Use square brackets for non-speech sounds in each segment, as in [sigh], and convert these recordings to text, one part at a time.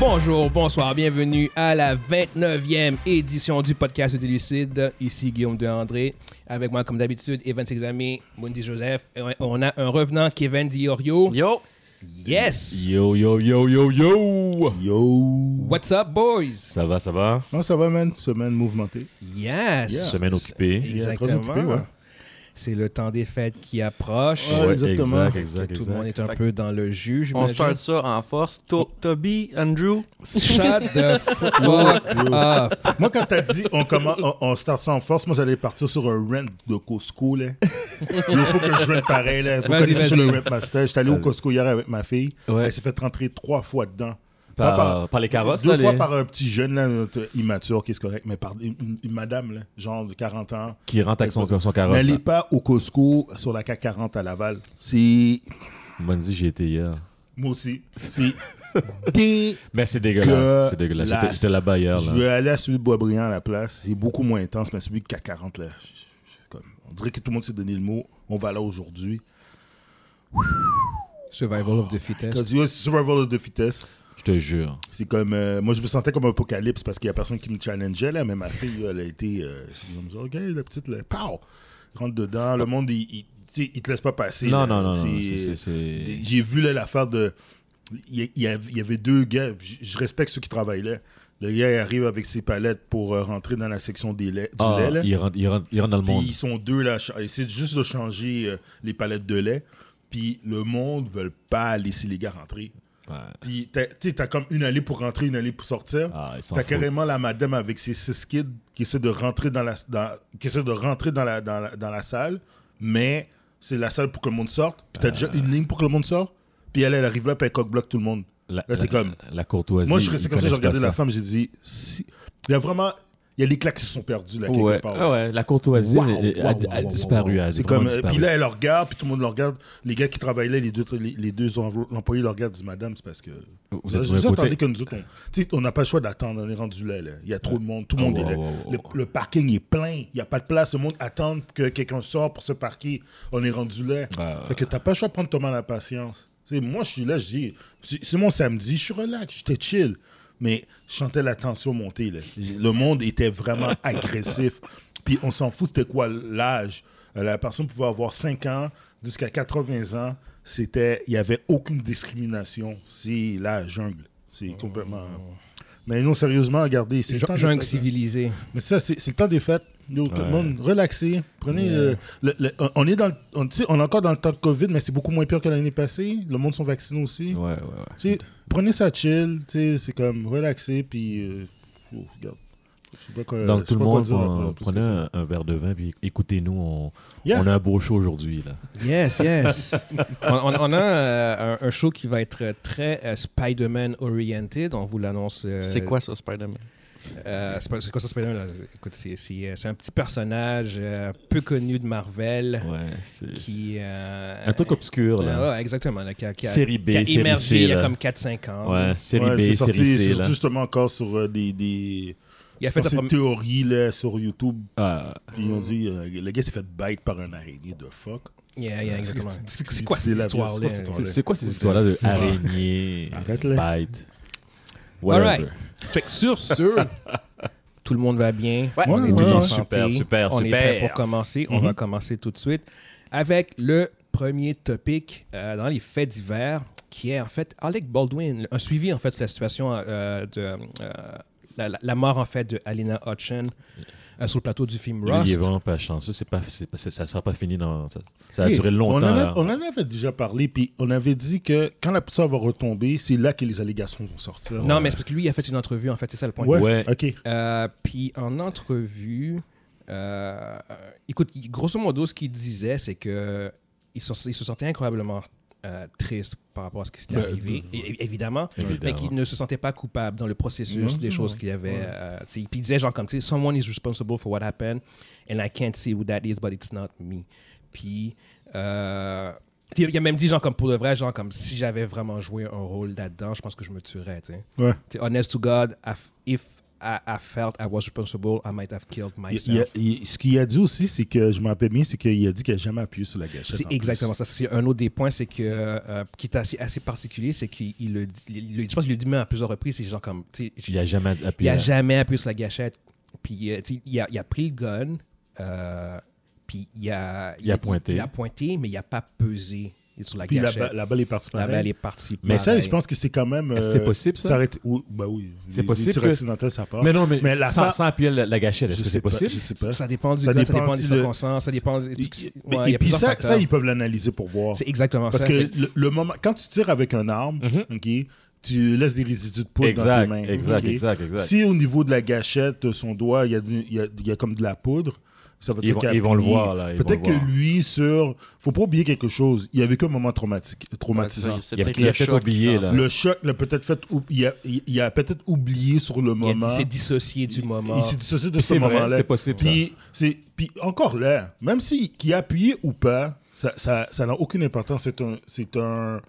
Bonjour, bonsoir, bienvenue à la 29e édition du podcast des Lucide. Ici Guillaume de André. Avec moi, comme d'habitude, Evan Sexami, Mundi Joseph. Et On a un revenant, Kevin Diorio. Yo! Yes! Yo, yo, yo, yo, yo! Yo! What's up, boys? Ça va, ça va? Non, ça va, man? Semaine mouvementée. Yes! Yeah. Semaine occupée. Exactement. Très occupé, [laughs] ouais. C'est le temps des fêtes qui approche. Ouais, exactement. Exact, exact, Tout le monde exact. est un Fait peu dans le jus. On j'imagine. start ça en force. Oh. To- Toby, Andrew, Shut [laughs] the fuck up. Moi, quand t'as dit on, commence, on, on start ça en force, moi, j'allais partir sur un rent de Costco, là. Il faut que je rente pareil, là. Vous Vas-y, connaissez vas-y. le rent master. J'étais allé au Costco hier avec ma fille. Ouais. Elle s'est fait rentrer trois fois dedans. Bah, Par, Pas par- par les carrosses, Deux là, fois les- par un petit jeune, là, immature, qui est correct, mais par une, une- une madame, là, genre de 40 ans. qui rentre avec son, son carrosse. là. N'allez pas au Costco sur la CAC 40 à Laval. C'est... Moi, dit, j'y étais hier. Moi aussi. C'est... [laughs] dé- Mais c'est dégueulasse, Que c'est dégueulasse. la- J'étais- J'étais là-bas hier, Je là. vais aller à celui de Boisbriand à la place. C'est beaucoup moins intense, mais celui de CAC 40, là, je- je- c'est comme, on dirait que tout le monde s'est donné le mot. On va là aujourd'hui. Survival of the Quand fittest. tu dis, oh, c'est survival de vitesse, Je te jure. c'est comme. euh, moi, je me sentais comme un apocalypse parce qu'il n'y a personne qui me challengeait, là, mais ma fille, elle a été. euh, c'est comme ça, ok, la petite, là, pow! Rentre dedans, le monde, il, il, tu sais, il te laisse pas passer. là. Non, non, non, non. C'est- c'est- c'est- c'est- J'ai vu là, l'affaire de. Il y, il y avait- il y avait deux gars, puis je je respecte ceux qui travaillent là. Le gars il arrive avec ses palettes pour euh, rentrer dans la section des laits- du Ah, lait. là. il rentre, il, rentre, il rentre dans le Puis monde. ils sont deux là, ch- ils essaient juste de changer euh, les palettes de lait. Puis le monde veulent pas laisser les gars rentrer. Ouais. Puis t'as- tu sais, t'as comme une allée pour rentrer, une allée pour sortir. Ah, ils s'en t'as foutent. carrément la madame avec ses six kids qui essaie de rentrer dans la, dans- qui essaie de rentrer dans la, dans la, dans la salle, mais c'est la salle pour que le monde sorte. Puis t'as déjà Euh. une ligne pour que le monde sorte. Puis elle, elle arrive là, puis elle coque-bloque tout le monde. La, Là, t'es la- comme- La courtoisie. Moi, je suis resté ils comme ça, j'ai connaissent pas regardé la ça. femme, j'ai dit, si... il y a vraiment, il y a des claques qui se sont perdues là, quelque Ouais, part. ah ouais, la courtoisie Wow, elle- elle- wow, a, wow, a wow, disparu. wow. elle a C'est vraiment comme, euh, disparu. puis là, elle le regarde, puis tout le monde le regarde. Les gars qui travaillent là, les deux, les, les deux env- employés le regardent, disent Madame, c'est parce que. Vous Vous êtes avez sur un côté. entendu que nous autres, on- tu sais, on n'a pas le choix d'attendre, on est rendu là, là. Il y a trop de monde, tout le Ah, monde wow, est là. wow, wow, Le, wow. le parking est plein, il n'y a pas de place, le monde attend que quelqu'un sorte pour se parquer, on est rendu là. Ah, Fait que t'as pas le choix de prendre ton mal à la patience. Tu sais, moi, je suis là, je dis, c'est c'est mon samedi, je suis relax, j'étais chill. Mais je sentais la tension monter. là. Le monde était vraiment agressif. Puis on s'en fout, c'était quoi l'âge. Euh, La personne pouvait avoir 5 ans jusqu'à 80 ans. C'était, il n'y avait aucune discrimination. C'est la jungle. C'est complètement. Mais non, sérieusement, regardez. c'est le temps des Jungle fêtes, hein. civilisé. Mais ça, c'est c'est le temps des fêtes. Yo, tout le Ouais. monde, relaxez. Prenez euh, le- le- on- on est dans le- on, tu sais, on est encore dans le temps de COVID, mais c'est beaucoup moins pire que l'année passée. Le monde sont vaccinés aussi. Ouais, ouais, ouais. Tu sais, Prenez ça chill, tu sais, c'est comme relaxer puis euh, oh, regarde. Je sais pas quoi- Donc je sais tout le pas quoi monde, dire, prend- euh, plus que prenez ça. un, un verre de vin puis écoutez-nous. On, Yeah. on a un beau show aujourd'hui là. Yes, yes. [laughs] on, on- on a euh, un, un show qui va être très euh, Spider-Man oriented. On vous l'annonce. euh, c'est quoi ça, Spider-Man? euh, c'est pas- c'est quoi ça, Spider-Man? là? Écoute, c'est- c'est euh, c'est un petit personnage euh, peu connu de Marvel Ouais, c'est qui. euh, un truc obscur là. euh, ouais, exactement. là, qui a, qui a- Série B, qui a série émergé C, il y a là. comme 4-5 ans. Ouais, série Ouais, c'est B, série sorti, c'est C sorti là. justement encore sur euh, des, des, Il a je fait sa pense que c'est première. théories là, sur YouTube. Ah, Puis ils ont dit, euh, le gars s'est fait bite par un araignée de fuck. Yeah, yeah, exactement. C'est- c'est- C'est quoi c'est cette la- histoire-là? c'est quoi cette c'est- c'est quoi ces histoires là de araignée, Arrête, là. bite, Alright. whatever. Fait que sur [laughs] ce, tout le monde va bien. Ouais. on est tous Ouais, ouais, en ouais. santé. Super, super, On est prêt super. pour commencer. On Mhm. va commencer tout de suite avec le premier topic euh, dans les faits divers, qui est en fait Alec Baldwin, un suivi en fait de la situation euh, de euh, la, la- la mort en fait de Alina Hutchin euh, sur le plateau du film Lui, Il est Rust. vraiment pas chanceux, c'est pas, c'est pas- c'est- ça sera pas fini dans ça, ça a Hey, duré longtemps On en, a- là. on en avait déjà parlé, puis on avait dit que quand la poussière va retomber, c'est là que les allégations vont sortir. Non, mais c'est parce que lui il a fait une entrevue en fait, c'est ça le point. Ouais. Ouais. Ok. Euh, puis en entrevue, euh, écoute, il- grosso modo, ce qu'il disait, c'est que il se, il se sentait incroyablement euh, triste par rapport à ce qui s'était Ben, arrivé, é- é- évidemment, mais Évidemment. qu'il ne se sentait pas coupable dans le processus Non, des choses qu'il avait. euh, tu sais. puis il disait genre comme, tu sais, someone is responsible for what happened, and I can't see who that is, but it's not me. Puis euh, tu sais, il a même dit genre comme pour de vrai, genre comme si j'avais vraiment joué un rôle là-dedans, je pense que je me tuerais, tu sais. Ouais. T'sais, honest to God, if- if I, I felt I was responsible. I might have killed myself. Il- il a- il- ce qu'il a dit aussi, c'est que je m'en rappelle bien, c'est qu'il a dit qu'il n'a jamais appuyé sur la gâchette. en C'est plus. exactement ça. C'est un autre des points, c'est que, euh, qui est assez, assez particulier, c'est qu'il il le dit, il- il- je pense qu'il le dit même à plusieurs reprises, c'est genre comme, tu sais, Il n'y a jamais il appuyé. a à- jamais appuyé sur la gâchette. Puis, euh, tu sais, il a, il a pris le gun, euh, puis il a, Il a pointé. Il a pointé, mais il n'a pas pesé sur la Puis la, gâchette. ba- la balle est partie La pareil. balle est partie. Mais ça, pareil. je pense que c'est quand même. euh, Est-ce que c'est possible, ça? s'arrête Ou, bah oui. C'est les- possible Les tirs que- accidentels, ça part. Mais non, mais, Mais la sans, fa- sans appuyer la, la gâchette, est-ce Je que sais c'est pas, possible? Je sais pas. Ça dépend du Ça gars, ça dépend dépend des si le- circonstances, ça dépend. du- Et, ouais, et il y a puis plusieurs ça, facteurs. ça, ils peuvent l'analyser pour voir. C'est Ah, exactement Parce ça. que Fait- le, le moment, quand tu tires avec un arme, ok, tu laisses des résidus de poudre dans Mhm. Exact, tes mains. exact, ok? exact, exact. Si au niveau de la gâchette de son doigt, il y a, du- il y a- il y a comme de la poudre, ça va Ils dire vont- qu'il a ils vont le appuyé. voir, là, ils vont Peut-être le que voir. lui, sur. Faut pas oublier quelque chose. Il y a vécu un moment traumatique, traumatisant. Il a- il a le peut-être choc oublié, qui fait en là. Le choc l'a peut-être fait. ou- Il a, il- il a peut-être oublié sur le il moment. s'est dissocié du moment. Il s'est dissocié de ce C'est vrai, moment-là. c'est possible, ça. Puis, c'est- puis encore là, même si qui a appuyé ou pas, ça ça- ça n'a aucune importance. C'est un, c'est un.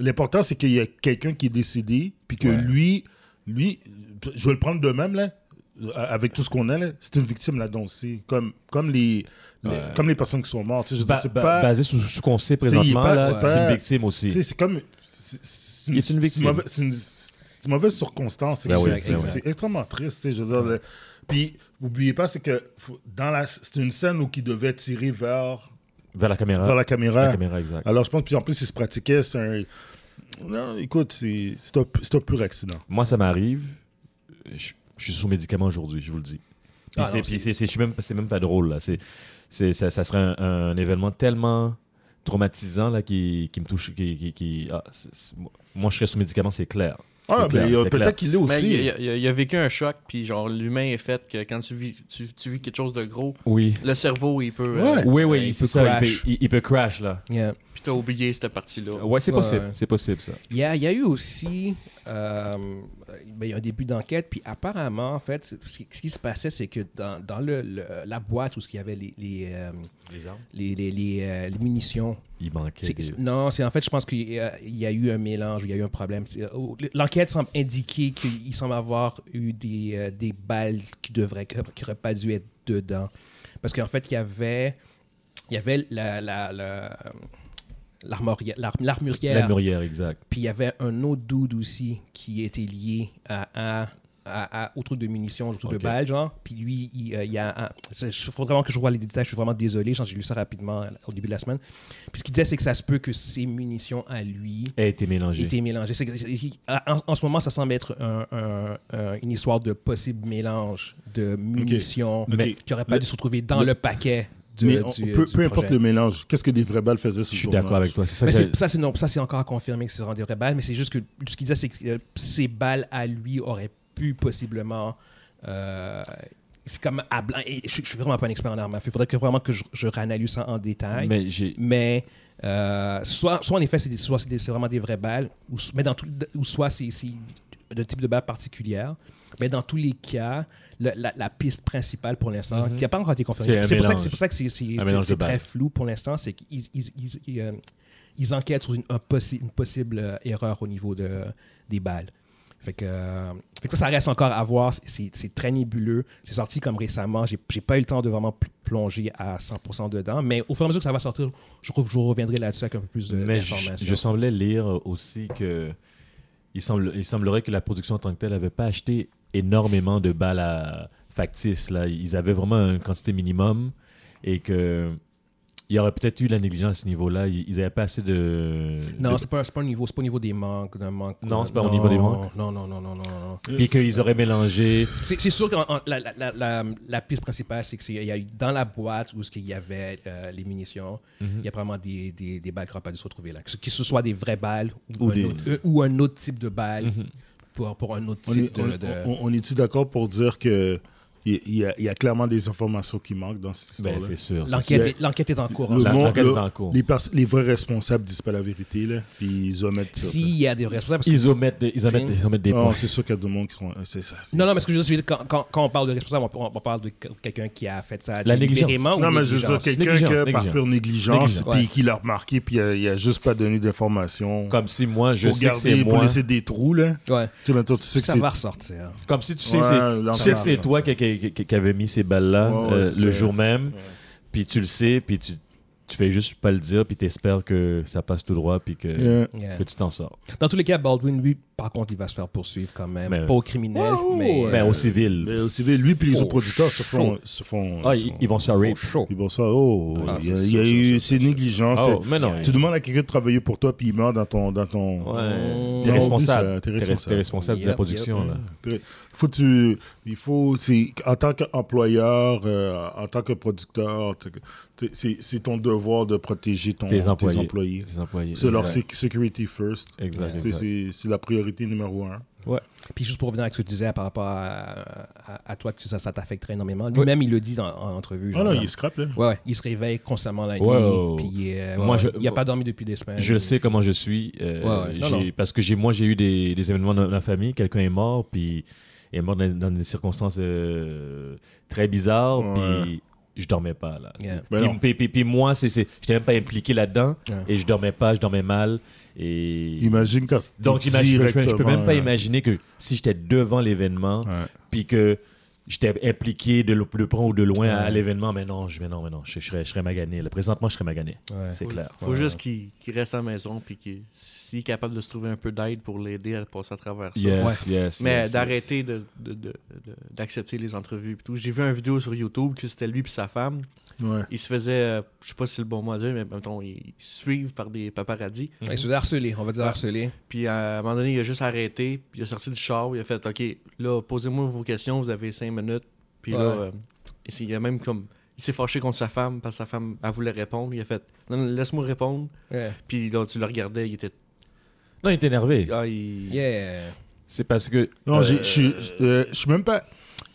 L'important c'est qu'il y a quelqu'un qui est décédé, puis que Ouais. lui, lui, je vais le prendre de même là, avec tout ce qu'on a là, c'est une victime là-dedans aussi, comme comme les, les- comme les personnes qui sont mortes. Tu sais, Je veux Ba- dire, c'est ba- pas. Basé sur ce qu'on sait tu sais, il est présentement, pas- là, c'est c'est pas- une victime aussi. tu sais, c'est comme. c'est- C'est Il est une victime. c'est mauvaise- C'est une, c'est une mauvaise circonstance. C'est Ben que oui, c'est- c'est c'est vrai. c'est extrêmement triste. tu sais, Je veux dire, le- Puis, n'oubliez pas, c'est que faut- dans la, c'est une scène où il devait tirer vers, Vers la caméra. vers la caméra. Ah, La caméra, exact. Alors, je pense, puis en plus, il se pratiquait. C'est un. Non, écoute, c'est c'est un, c'est un pur accident. Moi, ça m'arrive. Je, je suis sous médicament aujourd'hui, je vous le dis. Puis Ah c'est- non, puis c'est- c'est- c'est- je suis même- c'est même pas drôle. Là. C'est- c'est- ça, ça serait un, un événement tellement traumatisant là, qui, qui me touche. Qui, qui- qui- ah, c'est- c'est- moi- moi, je serais sous médicament, c'est clair. Ah, C'est clair, mais euh, c'est peut-être clair. qu'il est aussi. Mais il, a- il a- il a vécu un choc, puis genre l'humain est fait que quand tu vis, tu, tu vis quelque chose de gros, Oui. le cerveau il peut. euh, Ouais. Oui, oui, il il, peut peut ça, il, crash. peut, il- il peut crash, là. Yeah. puis t'as oublié cette partie-là. Ouais, c'est Ouais, possible. ouais. C'est possible, ça. Il y, a, il y a eu aussi euh, ben, il y a un début d'enquête, puis apparemment, en fait, c'est- ce qui, ce qui se passait, c'est que dans, dans le, le- la boîte où il y avait les, les, euh, Les armes les, les- les, euh, les munitions, Il manquait. c'est- des- c'est- non, c'est en fait, je pense qu'il y, a- il y a eu un mélange, il y a eu un problème. C'est- oh, L'enquête semble indiquer qu'il semble avoir eu des, euh, des balles qui devraient, qui n'auraient pas dû être dedans. Parce qu'en fait, il y avait, il y avait la- la- la- l'armoria- l'ar- l'armurière. La murière, exact. Puis il y avait un autre dude aussi qui était lié à, à, à- à- au truc de munitions, au truc Ok. de balles, genre. Puis lui, il, euh, il y a. un- c'est- Il faut vraiment que je vois les détails, je suis vraiment désolé, genre, j'ai lu ça rapidement euh, au début de la semaine. Puis ce qu'il disait, c'est que ça se peut que ses munitions à lui A été mélangée. étaient mélangées. C'est que- c'est- il- à- en, en ce moment, ça semble être un- un- un- une histoire de possible mélange de munitions Ok. mais qui n'aurait pas Le- dû se retrouver dans le- le, paquet de. mais on- du- peu, du peu importe projet. le mélange, qu'est-ce que des vraies balles faisaient sur Je le suis d'accord tournage? avec toi. C'est ça Mais que c'est- ça, c'est non, ça, c'est encore à confirmer que c'est vraiment des vraies balles, mais c'est juste que ce qu'il disait, c'est que euh, ces balles à lui auraient pu possiblement. euh, c'est comme à blanc. Et je, je suis vraiment pas un expert en armes. à feu. Il faudrait que vraiment que je, je réanalyse ça en détail. Mais, Mais j'ai. euh, soit, soit en effet, c'est des- soit c'est des- c'est vraiment des vraies balles, ou, s- mais dans tout, ou soit c'est c'est de type de balle particulière. Mais dans tous les cas, le- la, la piste principale pour l'instant, Mhm. qui n'a pas encore été confirmée, C'est un c'est pour, ça que- mélange. c'est pour ça que c'est- c'est- Un c'est mélange de c'est très balles. flou pour l'instant, c'est qu'ils ils, ils- ils- euh, ils enquêtent sur une, un possi- une possible euh, erreur au niveau de, des balles. Fait que, euh, fait que ça, ça reste encore à voir. C'est- C'est c'est très nébuleux. C'est sorti comme récemment. J'ai j'ai pas eu le temps de vraiment pl- plonger à 100% dedans. Mais au fur et à mesure que ça va sortir, je, re- je reviendrai là-dessus avec un peu plus de- Mais je, je d'informations. semblais lire euh, aussi que il, semble, il semblerait que la production en tant que telle n'avait pas acheté énormément de balles à factices. Là. Ils avaient vraiment une quantité minimum et que il y aurait peut-être eu la négligence à ce niveau-là. Ils n'avaient pas assez de. Non, de- c'est pas, c'est pas au niveau, c'est pas au niveau des manques. d'un manque Non, euh, c'est pas au niveau des manques. Non, non, non, non, non. non. Puis qu'ils auraient mélangé. C'est c'est sûr que la, la- la- la- la piste principale, c'est qu'il y a eu dans la boîte où ce qu'il y avait euh, les munitions, Mm-hmm. il y a probablement des, des, des balles qui n'auraient pas dû se retrouver là. Que ce, que ce soit des vraies balles ou, Ou un, des- autre, euh, ou un autre type de balle pour, pour un autre Mm-hmm. On type est, de. de- on- on- on est-tu d'accord pour dire que il, il y a, il y a clairement des informations qui manquent dans cette Ben, histoire-là. c'est sûr. ça, L'enquête c'est- est- L'enquête est en cours. hein. en Le ce moment. monde- l'enquête est le- en cours. les, pers- les vrais responsables disent pas la vérité, là, puis ils omettent ça. S'il y a des responsables. parce que- Ils omettent des, ils omettent- Tiens. ils omettent des Non, points. c'est sûr qu'il y a du monde qui sont... C'est ça. c'est Non, non, ça. mais ce que je veux dire, c'est que quand, quand, quand on parle de responsable, on, on parle de quelqu'un qui a fait ça La négligence. délibérément ou Non, mais je veux dire, négligence. quelqu'un Négligence, que par négligence. pure négligence, Négligence. puis Ouais. qui l'a remarqué, puis euh, il a juste pas donné d'informations. Comme si moi, je pour sais que garder- c'est pour moi. laisser des trous, là. Ouais. Tu sais, maintenant, tu sais que ça c'est... va ressortir. Comme si tu sais, Ouais, que c'est- l'enfant tu sais que c'est marchand, toi qui, qui- qui- qui avait mis ces balles-là Ouais, euh, ouais, c'est le ça. jour même, puis tu le sais, puis tu, tu fais juste pas le dire, puis t'espères que ça passe tout droit, puis que, Yeah. Yeah. que tu t'en sors. Dans tous les cas, Baldwin, lui, par contre, il va se faire poursuivre quand même. Mais- pas au criminel, Ouais, ouais, mais. Ben, euh, au civil. Mais Ben au civil, lui puis les Chaud, autres producteurs se chaud. font... se font- Ah, se ils, font- ils vont se faire rape. chaud. Ils vont ça, oh, Ah, il y a, c'est il y a sûr, eu... sûr, C'est négligent. Oh, Ah, c'est- mais non. Tu demandes à quelqu'un de travailler pour toi, puis il meurt dans ton... Dans ton... Ouais. Non, T'es oublie responsable. ça, t'es T'es responsable. responsable, responsable de la Yep, production, là. T'es- Faut que tu, il faut, c'est en tant qu'employeur, euh, en tant que producteur, en tant que- t'es- c'est c'est ton devoir de protéger ton, Tes tes employés. employés. Les employés. C'est leur Exact. séc- security first. Exact, C'est- exact. C'est c'est la priorité numéro un. Puis juste pour revenir à ce que tu disais par rapport à, à- à toi, que ça, ça t'affecterait énormément. Lui-même, il le dit dans- en entrevue. Ah genre, non, là. il scrape là. Ouais, ouais, il se réveille constamment la nuit. Wow. Puis, euh, Moi, ouais, je- il n'a pas dormi depuis des semaines. Je le sais comment je suis. Euh, euh, Ouais, ouais. Non, j'ai- non. Parce que j'ai, moi, j'ai eu des, des événements dans la famille. Quelqu'un est mort, puis est mort dans, dans des circonstances euh, très bizarres, Ouais. puis je dormais pas. Là. Yeah. Ben puis, non. puis- puis- puis moi, c'est, c'est, j'étais même pas impliqué là-dedans, Ouais. et je dormais pas, je dormais mal. Et... Imagine quand Donc, t'es imagine, je, peux- je peux directement, même pas euh, imaginer que si j'étais devant l'événement, ouais. puis que j'étais impliqué de, le- de près ou de loin à Ouais. l'événement, mais non, je, mais non, mais non, je, je serais, je serais magané. là. Présentement, je serais magané. Ouais. C'est Faut- clair. Faut juste qu'il qu'il reste à la maison puis qu'il s'il est capable de se trouver un peu d'aide pour l'aider à passer à travers ça. Yes, yes, Mais yes, yes. d'arrêter de- de- de- de- d'accepter les entrevues et tout. J'ai vu une vidéo sur YouTube que c'était lui puis sa femme. Ouais. Ils se faisaient, euh, je sais pas si c'est le bon mot à dire, mais mettons, ils se suivent par des paparazzis. Il se faisait harceler, on va dire harceler. Puis à un moment donné, il a juste arrêté, puis il a sorti du char, il a fait OK, là, posez-moi vos questions, vous avez cinq minutes. Puis là, Ouais. euh, et c'est- il a même comme. Il s'est fâché contre sa femme parce que sa femme, elle voulait répondre. Il a fait Non, non, laisse-moi répondre. Yeah. Puis là, tu le regardais, il était. Non, il est énervé. Ah, il- Yeah. C'est parce que. Non, euh, j'ai- je suis- je euh, je suis même pas.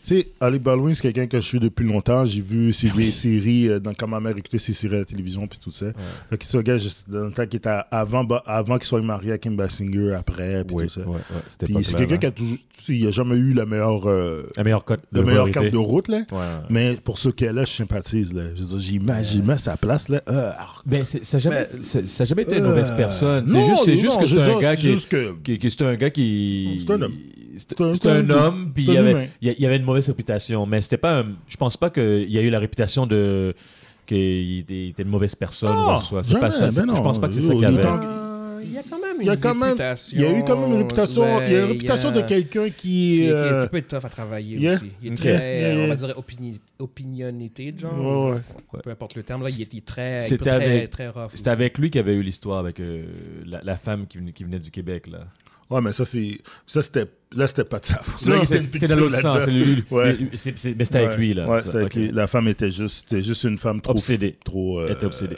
Tu sais, Ali Baldwin, c'est quelqu'un que je suis depuis longtemps. J'ai vu Ah ses vieilles séries, euh, dans, quand ma mère écoutait ses séries à la télévision, puis tout ça. Fait que c'est un gars, juste, dans le temps, qui était à- avant, ba- avant qu'il soit marié à Kim Basinger, après, puis ouais, tout ça. ouais, ouais, c'était Puis pas c'est clair, quelqu'un hein. qui a toujours. tu sais, il a jamais eu la meilleure, euh, La meilleure cote. la de meilleure priorité. carte de route, là. Ouais, ouais. Mais pour ce qu'elle a, je sympathise, là. Je veux dire, j'imagine j'imagine sa place, là. Euh, arc- Ben, c'est- ça n'a jamais, c'est- ça a jamais été une euh, mauvaise personne. C'est non, juste, c'est non, juste que je c'est un veux dire, gars c'est qui. juste que- qui- qui- c'est un gars qui. C'est un homme. C'est C'est un- c'est un c'est un- homme, puis c'est il y un avait, humain. il y a- il y avait une mauvaise réputation. Mais c'était pas un- Je pense pas qu'il y a eu la réputation de. qu'il était, il était une mauvaise personne ou quoi que ce soit. C'est jamais, pas ça. ben c'est- je non. pense pas que c'est ça Yo, qu'il y avait. d'autant- Euh, Il y a quand même Il y, a quand même, il y a eu quand même une réputation, Ben, il y a une réputation de quelqu'un qui. qui, euh, peut être tough à travailler yeah. aussi. Il est Ok. très, Yeah, yeah. on va dire, opini- opinionité, genre. Ouais, ouais. Peu importe le terme, là, il est, il est très, C'était très, avec- très rough. C'était avec lui qu'il y avait eu l'histoire avec euh, la, la femme qui venait, qui venait du Québec. là. Ouais, mais ça, c'est. Ça, c'était. Là, c'était pas de sa faute. C'est là Là, que il y a c'est- une C'était dans l'autre victime sens. c'est lui- lui- Ouais. lui- c'est- c'est- Mais c'était avec Ouais. lui, là. Ouais, Ça, c'était avec ok. lui. La femme était juste, c'était juste une femme trop. Obsédée. Trop. euh, Elle était obsédée.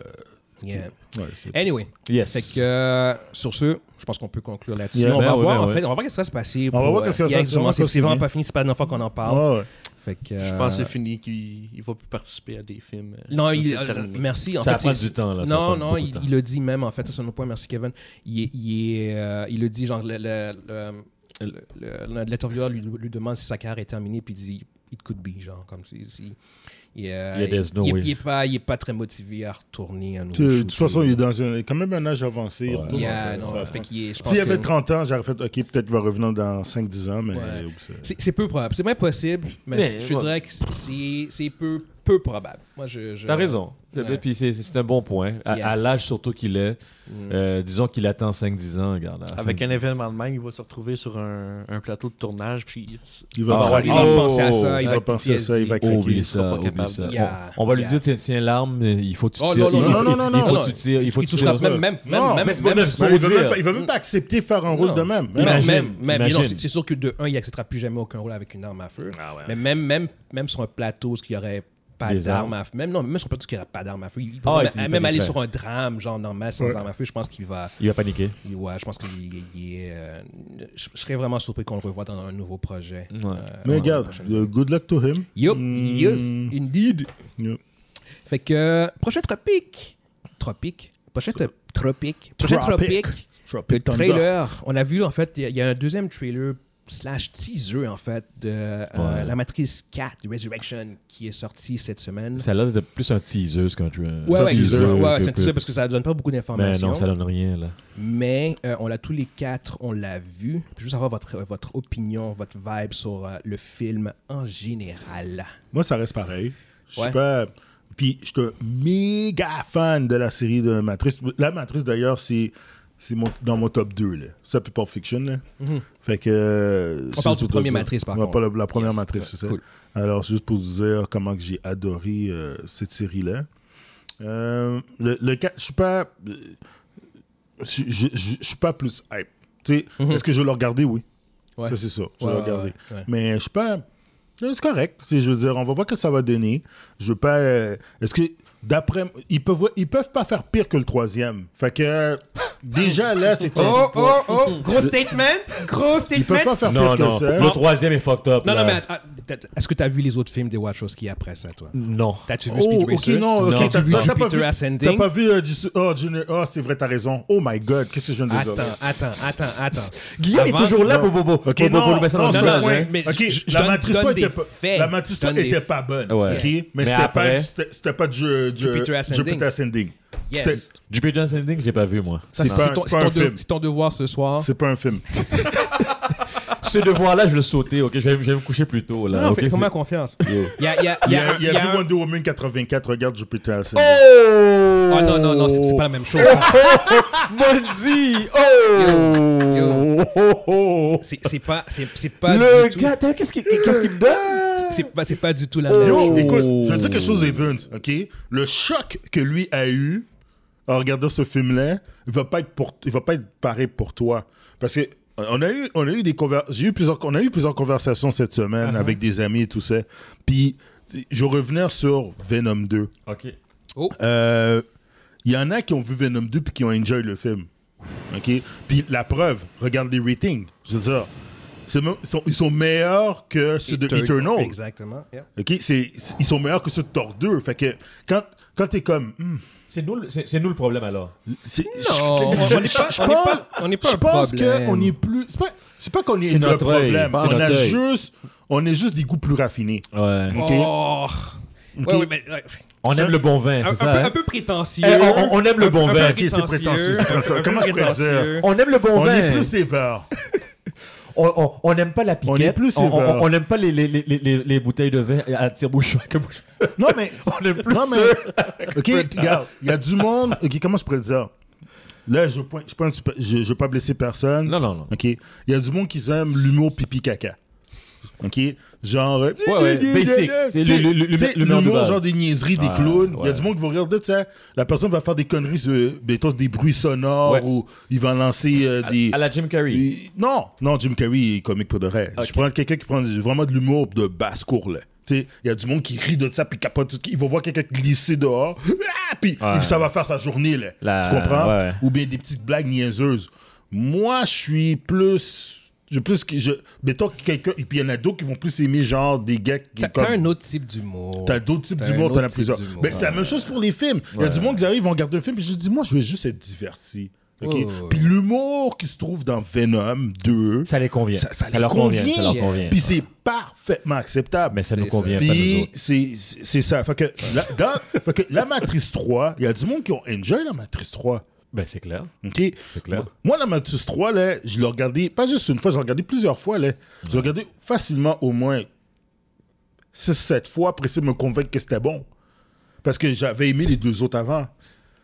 Yeah. ouais, c'est- Anyway, Yes. fait que, euh, sur ce, je pense qu'on peut conclure là-dessus. Yeah. on, Ben va ouais, voir, ben en ouais. fait, on va voir qu'est-ce qui va se passer. On va pour, voir qu'est-ce euh, qui va se Yikes, vraiment, passer. C'est c'est vraiment pas fini, c'est pas la dernière fois qu'on en Ouais, parle. ouais. Fait que, Je euh, pense que c'est fini, qu'il il va plus participer à des films. euh, Non, ça, il, c'est euh, terminé. merci. En Ça fait, prend c'est- du temps, là. ça Non, prend non, beaucoup de il, temps. il le dit même, en fait, ça c'est un autre point, merci Kevin. Il, est- il, est, euh, il le dit, genre, le- le- le- le- le- l'intervieweur lui, lui demande si sa carrière est terminée, puis il dit, it could be, genre, comme si. si- il, euh, Yeah, there's no il- way. il est pas, il est pas très motivé à retourner à nouveau. Tu- De toute façon, il est dans un, quand même un âge avancé. il Ouais. retourne euh, Yeah, dans- non, ça- fait qu'il est- je pense S'il avait que- 30 ans, j'aurais fait, OK, peut-être qu'il va revenir dans 5-10 ans, mais. Ouais. oublie ça. C'est c'est peu probable. C'est même possible, mais, Mais, c'est- je te ouais. dirais que c'est c'est peu, peu probable. Moi, je. je- T'as raison. Ouais. Puis c'est- c'est c'est un bon point. À, Yeah. Mm. à l'âge surtout qu'il est, euh, disons qu'il attend 5-10 ans, regarde. à Avec 5-10 un événement de même, il va se retrouver sur un, un plateau de tournage, puis Il Ah, va Il craquer. va Oh, penser à ça. Il va penser à ça, il va ans. craquer. Oublie sera pas ça, oublie capable ça. de- Yeah. On, on va lui Yeah. dire, tiens, tiens l'arme, il faut que tu Oh, tires. non, non, il, non, faut- non, non, il faut non. que tu tires. Il faut que tu Il sera tires. même, même, même, Non, même, mais c'est pas même- neuf, Mais Faut il, va dire. même pas, il va même pas accepter de faire un rôle Non. de même. hein. Mais Imagine, même, même, mais non, imagine. Ah c'est c'est sûr que de un, il acceptera plus jamais aucun rôle avec une arme à feu. Mais même, même, même sur un plateau, ce qui aurait pas Des d'armes à feu. Même, non, même si on peut dire qu'il n'y aura pas d'armes à feu. Il peut Ah, même, il s'est dit même pas aller d'éclair. sur un drame, genre normal, sans Ouais. armes à feu, je pense qu'il va. Il va paniquer. il- ouais, je pense qu'il il- il est. euh, je je serais vraiment surpris qu'on le revoie dans un nouveau projet. Ouais. Mais dans la regarde, prochaine- euh, good luck to him. Yup, Mm. yes, indeed. Yup. Fait que, euh, prochain tropique. Tropique. Prochain to- tropique. Prochain Tropic. tropique. Le Tropic Thunder. trailer, on a vu en fait, il y a- il y, a un deuxième trailer slash teaser en fait de euh, Ouais. la matrice 4 Resurrection qui est sorti cette semaine. Ça a l'air d'être plus un teaser qu'un truc. Ouais, un ouais, teaser c'est ouais, ouais, que c'est un peu- teaser parce que ça donne pas beaucoup Mais d'informations. non, ça donne rien, là. Mais euh, on l'a tous les quatre, on l'a vu. Je veux savoir votre, euh, votre opinion, votre vibe sur euh, le film en général. Moi, ça reste pareil. Je Ouais. suis pas. Puis, je suis un méga fan de la série de Matrice. La Matrice, d'ailleurs, c'est. C'est mon- dans mon top 2, là. Ça, puis Pulp Fiction, là. Fait que... euh, c'est Mhm. parle juste du pour te premier dire- Matrice, par Ouais, contre. pas la, la première Yes. Matrice, Ouais, c'est ça. cool. Alors, c'est juste pour vous dire comment que j'ai adoré euh, cette série-là. Euh, le, le ca- je suis pas... euh, Je je- je- je suis pas plus hype. Tu sais, est-ce que je vais le regarder? Oui. Mhm. Ouais. Ça, c'est ça. Je Ouais, vais le ouais, regarder. ouais, ouais. Mais je suis pas... Euh, C'est correct. C'est- Je veux dire, on va voir que ça va donner. Je veux pas... euh, Est-ce que... D'après... Ils peuvent, ils peuvent pas faire pire que le troisième. Fait que... euh, Déjà, là, c'est... oh, gros statement, gros Ils peuvent pas faire Non, pire non. que ça. Le troisième est fucked up. Non, là. non, mais attends, attends, est-ce que t'as vu les autres films des Wachowski après ça, toi? Non. T'as-tu vu Oh, Speed ok, Racer? non, ok, Non. t'as T'as-tu vu t'as- t'as pas Jupiter vu- Ascending? T'as pas vu. euh, Jus- oh, Junior- oh, c'est vrai, t'as raison. Oh my god, qu'est-ce que je viens de Attends, dire? attends, attends, attends. Guillaume Avant- est toujours là pour, pour, pour, Ok, pour- pour non, nous mettre ça dans non, le c'est non, visage, pas non, hein. vrai. mais Ok, je- je la donne- matrice donne toi des était pas, faits. la matrice toi Donne des- était pas bonne. Ouais. ok, Mais mais c'était après- pas, c'était c'était pas Ju- Ju- Jupiter Ascending. Oh. Jupiter Ascending. Yes. C'était- Jupiter Ascending, je l'ai pas vu, moi. Ça, C'est pas c'est un- ton, c'est pas c'est un ton de- film. c'est ton devoir ce soir. C'est pas un film. Ce devoir-là, je vais le sauter, ok? Je vais, je vais me coucher plus tôt, là. Non, non, ok, fais-moi c'est- confiance. Yo. Il y a, il y a, il Il y y a, a, un- il y a vu Wonder Woman 84, regarde Jupiter Ascending. Oh! Oh non, non, non, c'est c'est pas la même chose. Mondi! Oh! Yo. Oh, oh, oh. C'est c'est pas, c'est c'est pas Le du gars, tout. t'as- qu'est-ce qu'il qu'est-ce qu'il me donne? C'est pas, c'est pas du tout la même Yo, chose. écoute, je vais te dire quelque chose, Evans, OK? Le choc que lui a eu en regardant ce film-là, il va pas être pour, il va pas être pareil pour toi. Parce que on a eu, on a eu des conver- j'ai eu plusieurs, on a eu plusieurs conversations cette semaine avec des amis et tout ça. Puis, je revenais sur Venom 2. Ok. Euh, Il y en a qui ont vu Venom 2 puis qui ont enjoy le film. OK? Puis la preuve, regarde les ratings. Je veux dire, c'est même- ils sont, ils sont meilleurs que ceux de Etern- Eternal. Exactement. yeah. OK? C'est, c'est- ils sont meilleurs que ceux de Thor 2. Fait que quand, quand t'es comme. hmm, C'est nous, le- c'est c'est nous le problème, alors. c'est- Non, je- on je- n'est pas- je on n'est pense- pas- on n'est pas Je un pense problème. qu'on est plus. C'est pas, c'est pas qu'on est, C'est le notre œil, je problème. pense. on, C'est a notre œil. juste, on est juste des goûts plus raffinés. Ouais. OK? Oh. Ouais, ouais, mais, ouais. On aime le bon vin, Un, c'est un ça? peu, hein? un peu prétentieux. Eh, on- on- on aime le Un peu- bon un peu vin. Ok, c'est prétentieux, c'est un peu- un prétentieux. peu Comment je pourrais dire? prétentieux. On aime le bon on vin. est plus sévère. On- on on n'aime pas la piquette. On est plus On- On sévère. on n'aime pas les, les, les, les, les bouteilles de vin à tire-bouchon. que bouchon. Non, [laughs] mais. [laughs] On aime plus Non, mais- ça. [laughs] Ok, regarde, il y a du monde. Ok, comment je pourrais le dire? Là, je ne je pense pas- je, je veux pas blesser personne. Non, non, non. Ok, il y a du monde qui aime l'humour pipi caca. Ok, genre. euh, Ouais, ouais, basic. C'est le- le- le- l'humour du l'humour bal. genre des niaiseries, des Ah, clowns. Il y ouais. a du monde qui va rire de ça. La personne va faire des conneries, sur- mettons, des bruits sonores Ouais. ou il va lancer euh, des. À, à la Jim Carrey. Et- Non, non, Jim Carrey est comique pour de vrai. Je prends quelqu'un qui prend du- vraiment de l'humour de basse-cour, là. Tu sais, il y a du monde qui rit de ça, puis capote. Il va voir quelqu'un glisser dehors, ah, puis Ouais. ça va faire sa journée, là. La- Tu comprends? ouais. Ou bien des petites blagues niaiseuses. Moi, je suis plus... Je plus que je... Mettons que quelqu'un... Et puis il y en a d'autres qui vont plus aimer, genre, des gars qui... T'as comme- t'as un autre type d'humour. T'as d'autres types T'as d'humour, un t'en autre as type plusieurs. d'humour. Mais c'est la même chose pour les films. Il y a du monde qui arrive, on regarde un film, puis je dis, moi, je veux juste être diverti. ok? Ouais, ouais, ouais. Puis l'humour qui se trouve dans Venom 2, Ça les convient. ça, ça leur leur convient. Ça leur convient. Ah, Puis c'est parfaitement acceptable. Mais ça nous C'est ça. convient pas nous Puis autres. c'est- c'est c'est ça. Fait que, la, dans- fait que la Matrice 3, il y a du monde qui ont enjoy la Matrice 3. Ben c'est clair. OK? C'est clair. Moi- Moi, la Matrice 3, là, je l'ai regardé, pas juste une fois, je l'ai regardé plusieurs fois. Là. Je l'ai regardé facilement au moins 6-7 fois pour essayer de me convaincre que c'était bon. Parce que j'avais aimé les deux autres avant.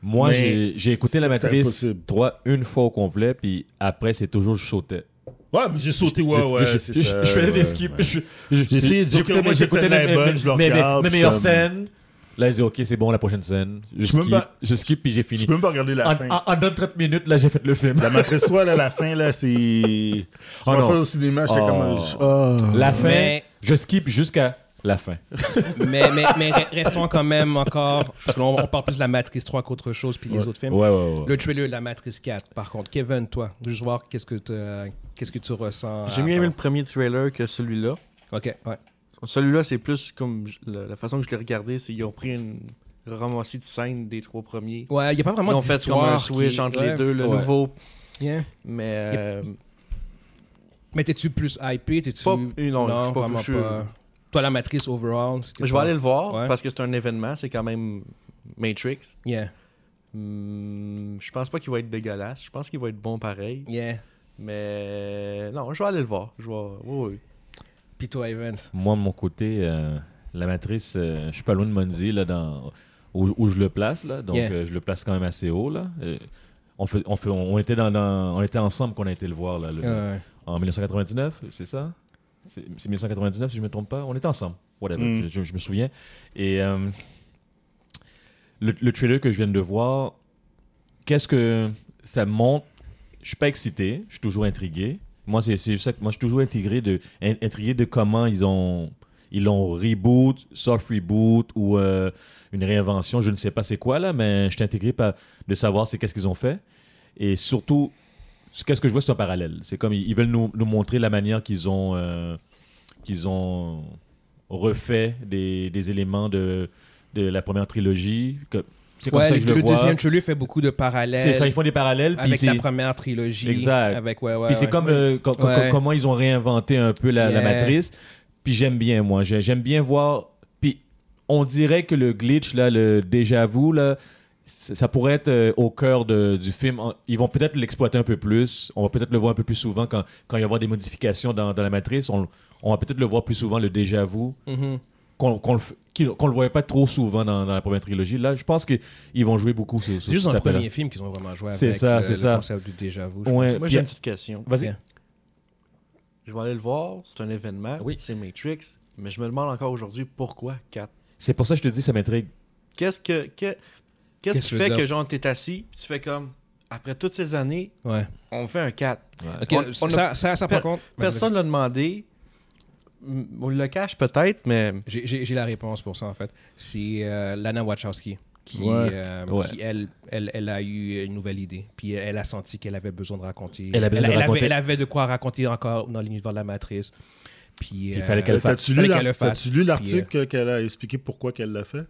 Moi Mais j'ai j'ai écouté la c'était matrice impossible. 3 une fois au complet puis après c'est toujours je sautais. Ouais, mais j'ai sauté, ouais, ouais. je, c'est je- ça, je faisais des ouais, skips. ouais. je- je- J'ai essayé de dire j'écoutais que moi, mes- cette j'écoutais scène-là mes- est bonne, mes- je la mes- regarde, Mes puis meilleures comme- scènes. Là j'ai dit ok c'est bon la prochaine scène. Je Je me skip, bats- je skip puis j'ai Je fini. peux même pas regarder la En, fin. en, en dans 30 minutes là j'ai fait le film. La Matrice 3, là, la fin, là, c'est. Je Oh me non. rappelle au cinéma, j'étais Oh. comme. euh, je- [laughs] Ah. La fin Mais- je skip jusqu'à La fin. mais, mais, mais re- restons quand même encore. Parce qu'on on parle plus de la Matrice 3 qu'autre chose, puis les autres films. Ouais, ouais, ouais. Le trailer de la Matrice 4, par contre. Kevin, toi, juste voir qu'est-ce que, t'as- qu'est-ce que tu ressens. J'ai à- mieux aimé le premier trailer que celui-là. Ok, ouais. Celui-là, c'est plus comme je- la, la façon que je l'ai regardé, c'est qu'ils ont pris une ramassée de scènes des trois premiers. Ouais, il n'y a pas Ils vraiment ont fait comme un d'histoire switch qui- entre ouais. les deux, le Ouais. nouveau. Bien. Mais euh, Mais t'es-tu plus hypé T'es-tu... Pas- euh, non, je suis pas plus- Toi, la Matrice overall. c'était je vais pas- aller le voir Ouais. parce que c'est un événement, c'est quand même Matrix. Yeah, Hmm, je pense pas qu'il va être dégueulasse. Je pense qu'il va être bon pareil. yeah. Mais non, je vais aller le voir. Je vais. oui, oui. Puis toi, Evans. Moi, de mon côté, euh, la matrice, euh, je suis pas loin de Monzi là, dans, où, où je le place. Là, donc, Yeah. euh, je le place quand même assez haut. Là. Euh, on, fait, on, fait- on, était dans, dans- on était ensemble qu'on a été le voir là, le- Ouais. en 1999, c'est ça C'est c'est 1999, si je me trompe pas. On était ensemble. Whatever, Mm. je, je- je me souviens. Et euh, le, le trailer que je viens de voir, qu'est-ce que ça montre Je suis pas excité, je suis toujours intrigué. Moi, c'est c'est juste ça que moi, je suis toujours intrigué de, in- intrigué de comment ils ont ils l'ont reboot, soft reboot ou euh, une réinvention, je ne sais pas c'est quoi là, mais je suis intrigué par de savoir c'est qu'est-ce qu'ils ont fait. Et surtout, ce- qu'est-ce que je vois, c'est un parallèle. C'est comme ils ils veulent nous, nous montrer la manière qu'ils ont, euh, qu'ils ont refait des, des éléments de, de la première trilogie. Que- C'est comme Ouais, ça le, que je le, le vois. deuxième trailer fait beaucoup de parallèles. C'est ça, ils font des parallèles. Puis avec la c'est- première trilogie. Exact. Avec, ouais, ouais, puis c'est ouais. comme euh, co- co- Ouais. comment ils ont réinventé un peu la, Yeah. la matrice. Puis j'aime bien, moi. J'ai- J'aime bien voir. Puis on dirait que le glitch, là, le déjà vu, là, c- ça pourrait être euh, au cœur de- du film. En- Ils vont peut-être l'exploiter un peu plus. On va peut-être le voir un peu plus souvent quand, quand il va y avoir des modifications dans, dans la matrice. On, on va peut-être le voir plus souvent, le déjà vu Mhm. qu'on qu'on le f- qu'il- qu'on le voyait pas trop souvent dans, dans la première trilogie. Là, je pense qu'ils vont jouer beaucoup sur, sur C'est juste dans cet le appel-là. premier film qu'ils ont vraiment joué avec C'est ça, euh, c'est le ça. concept du déjà-vu. je Ouais, Moi, puis- j'ai une petite question. Vas-y. Je vais aller le voir. C'est un événement. Oui. C'est Matrix. Mais je me demande encore aujourd'hui pourquoi 4 C'est pour ça que je te dis, ça m'intrigue. Qu'est-ce que, que- qu'est-ce Qu'est-ce qui que tu fait veux dire? que genre t'es assis, puis tu fais comme après toutes ces années, pense. Ouais. on fait un 4. Ok, On- on a- ça, ça, Ben, ça, par per- contre. Personne l'a demandé. M- On le cache peut-être, mais J'ai- J'ai j'ai la réponse pour ça, en fait. C'est euh, Lana Wachowski qui, Ouais. euh, Ouais. qui, elle, elle, elle a eu une nouvelle idée. Puis elle a senti qu'elle avait besoin de raconter. Elle a besoin de raconter. Avait, elle avait de quoi raconter encore dans l'univers de la Matrice. Puis, Il fallait qu'elle Euh, le fasse. T'as-tu Fallait lu qu'elle le l'ar- fasse. t'as-tu lu Puis, l'article qu'elle a expliqué pourquoi qu'elle l'a fait?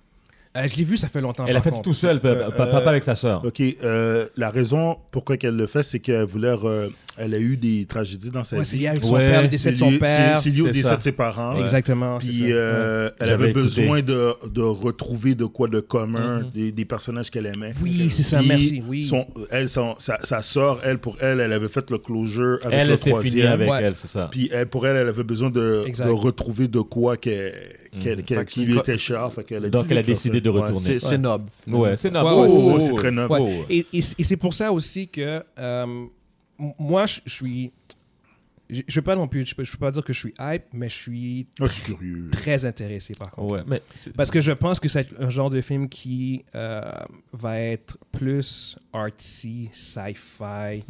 euh, je l'ai vu, ça fait longtemps. Elle a par fait contre. tout seul, pa- Euh, pa- papa euh, avec sa sœur. OK, euh, la raison pourquoi qu'elle le fait, c'est qu'elle voulait... re- Elle a eu des tragédies dans sa Ouais, c'est vie. lié avec son Ouais. père, le décès de C'est lié- son père. c'est- C'est lié au c'est décès ça. de ses parents. Exactement. c'est Puis ça. euh, elle J'avais avait écouté. besoin de, de retrouver de quoi de commun, des, des personnages qu'elle aimait. Mhm. Oui, c'est ça, Puis merci, oui. son- elle, son- sa, sa sœur, elle, pour elle, elle avait fait le closure avec Elle, le elle s'est troisième. finie avec Ouais. elle, c'est ça. Puis elle, pour elle, elle avait besoin de, Exact. de retrouver de quoi qu'elle- Mhm. qu'elle- qu'elle- Fait que qui c'est lui une était cher. Fait qu'elle a Donc, décidé elle a de faire décidé ça. de Ouais. retourner. c'est, c'est noble. Ouais, c'est Ouais, normal. ouais, Oh, c'est- c'est très noble. Ouais. Oh, ouais. Et, et c- et c'est pour ça aussi que euh, m- moi, je je suis. Je je vais pas non plus. Je peux, je peux pas dire que je suis hype, mais je suis Ah, je suis curieux. très intéressé par contre. Ouais, mais c'est- Parce que je pense que c'est un genre de film qui euh, va être plus artsy, sci-fi,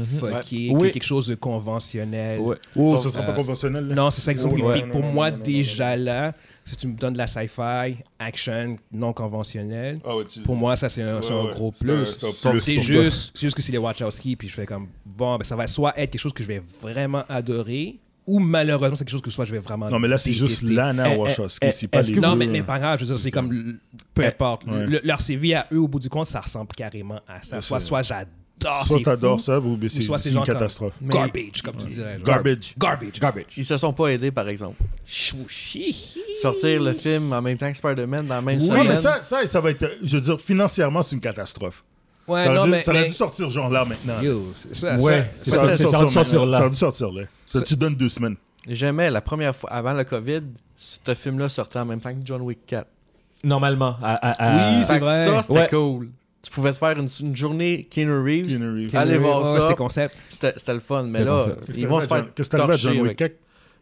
fucky, Ouais. que Oui. quelque chose de conventionnel. Mm-hmm. ouais. Oh, Sauf- ça sera pas euh, conventionnel. là. Non, c'est ça que Oh, Puis ouais. Pour moi, déjà là, si tu me donnes de la sci-fi, action non conventionnelle, Ah ouais, tu- pour moi, ça, c'est un, Ouais, c'est un ouais. gros C'est un- plus. c'est un Sauf plus C'est pour juste, c'est juste que c'est les Wachowski, puis je fais comme, bon, ben, ça va soit être quelque chose que je vais vraiment adorer, ou malheureusement, c'est quelque chose que soit je vais vraiment Ah, Non, mais là, c'est juste détester. Lana Eh, eh, Wachowski. eh, C'est pas est-ce les que- Non, deux, hein. mais, là. mais pas grave, je veux dire, c'est comme, l- peu importe, ouais. le- leur CV à eux, au bout du compte, ça ressemble carrément à ça. C'est Soit, ça. soit j'adore, Soit c'est t'adores fou, ça, ou ben, ou c'est soit c'est c'est une genre comme catastrophe. Garbage, comme tu dirais. genre. Garbage. Garbage. Garbage. Ils se sont pas aidés, par exemple. Chou- chi- chi. Sortir le film en même temps que Spider-Man dans la même Non, semaine. mais ça, ça, ça va être. Je veux dire, financièrement, c'est une catastrophe. Ouais, Ça non, aurait dû- mais. ça aurait mais- dû sortir, genre là, maintenant. Yo, c'est ça. Ouais, ça- c'est ça, Ça aurait c'est dû ça, on sortir sort maintenant. Ça là. aurait dû sortir là. Ça, tu donnes deux semaines. Jamais, la première fois, avant le COVID, ce film-là sortait en même temps que John Wick 4. Normalement. à- à- à- Ah. Oui, c'est Fait que vrai. ça, c'était Ouais. cool. Tu pouvais te faire une, une journée Keanu Reeves. Keanu Reeves. Keanu Allez Reeves, voir ouais, ça. C'était concept. C'était, c'était le fun, mais C'est là, pour ça. ils vont se faire Qu'est-ce qui est arrivé à John torcher Wick avec- Jack?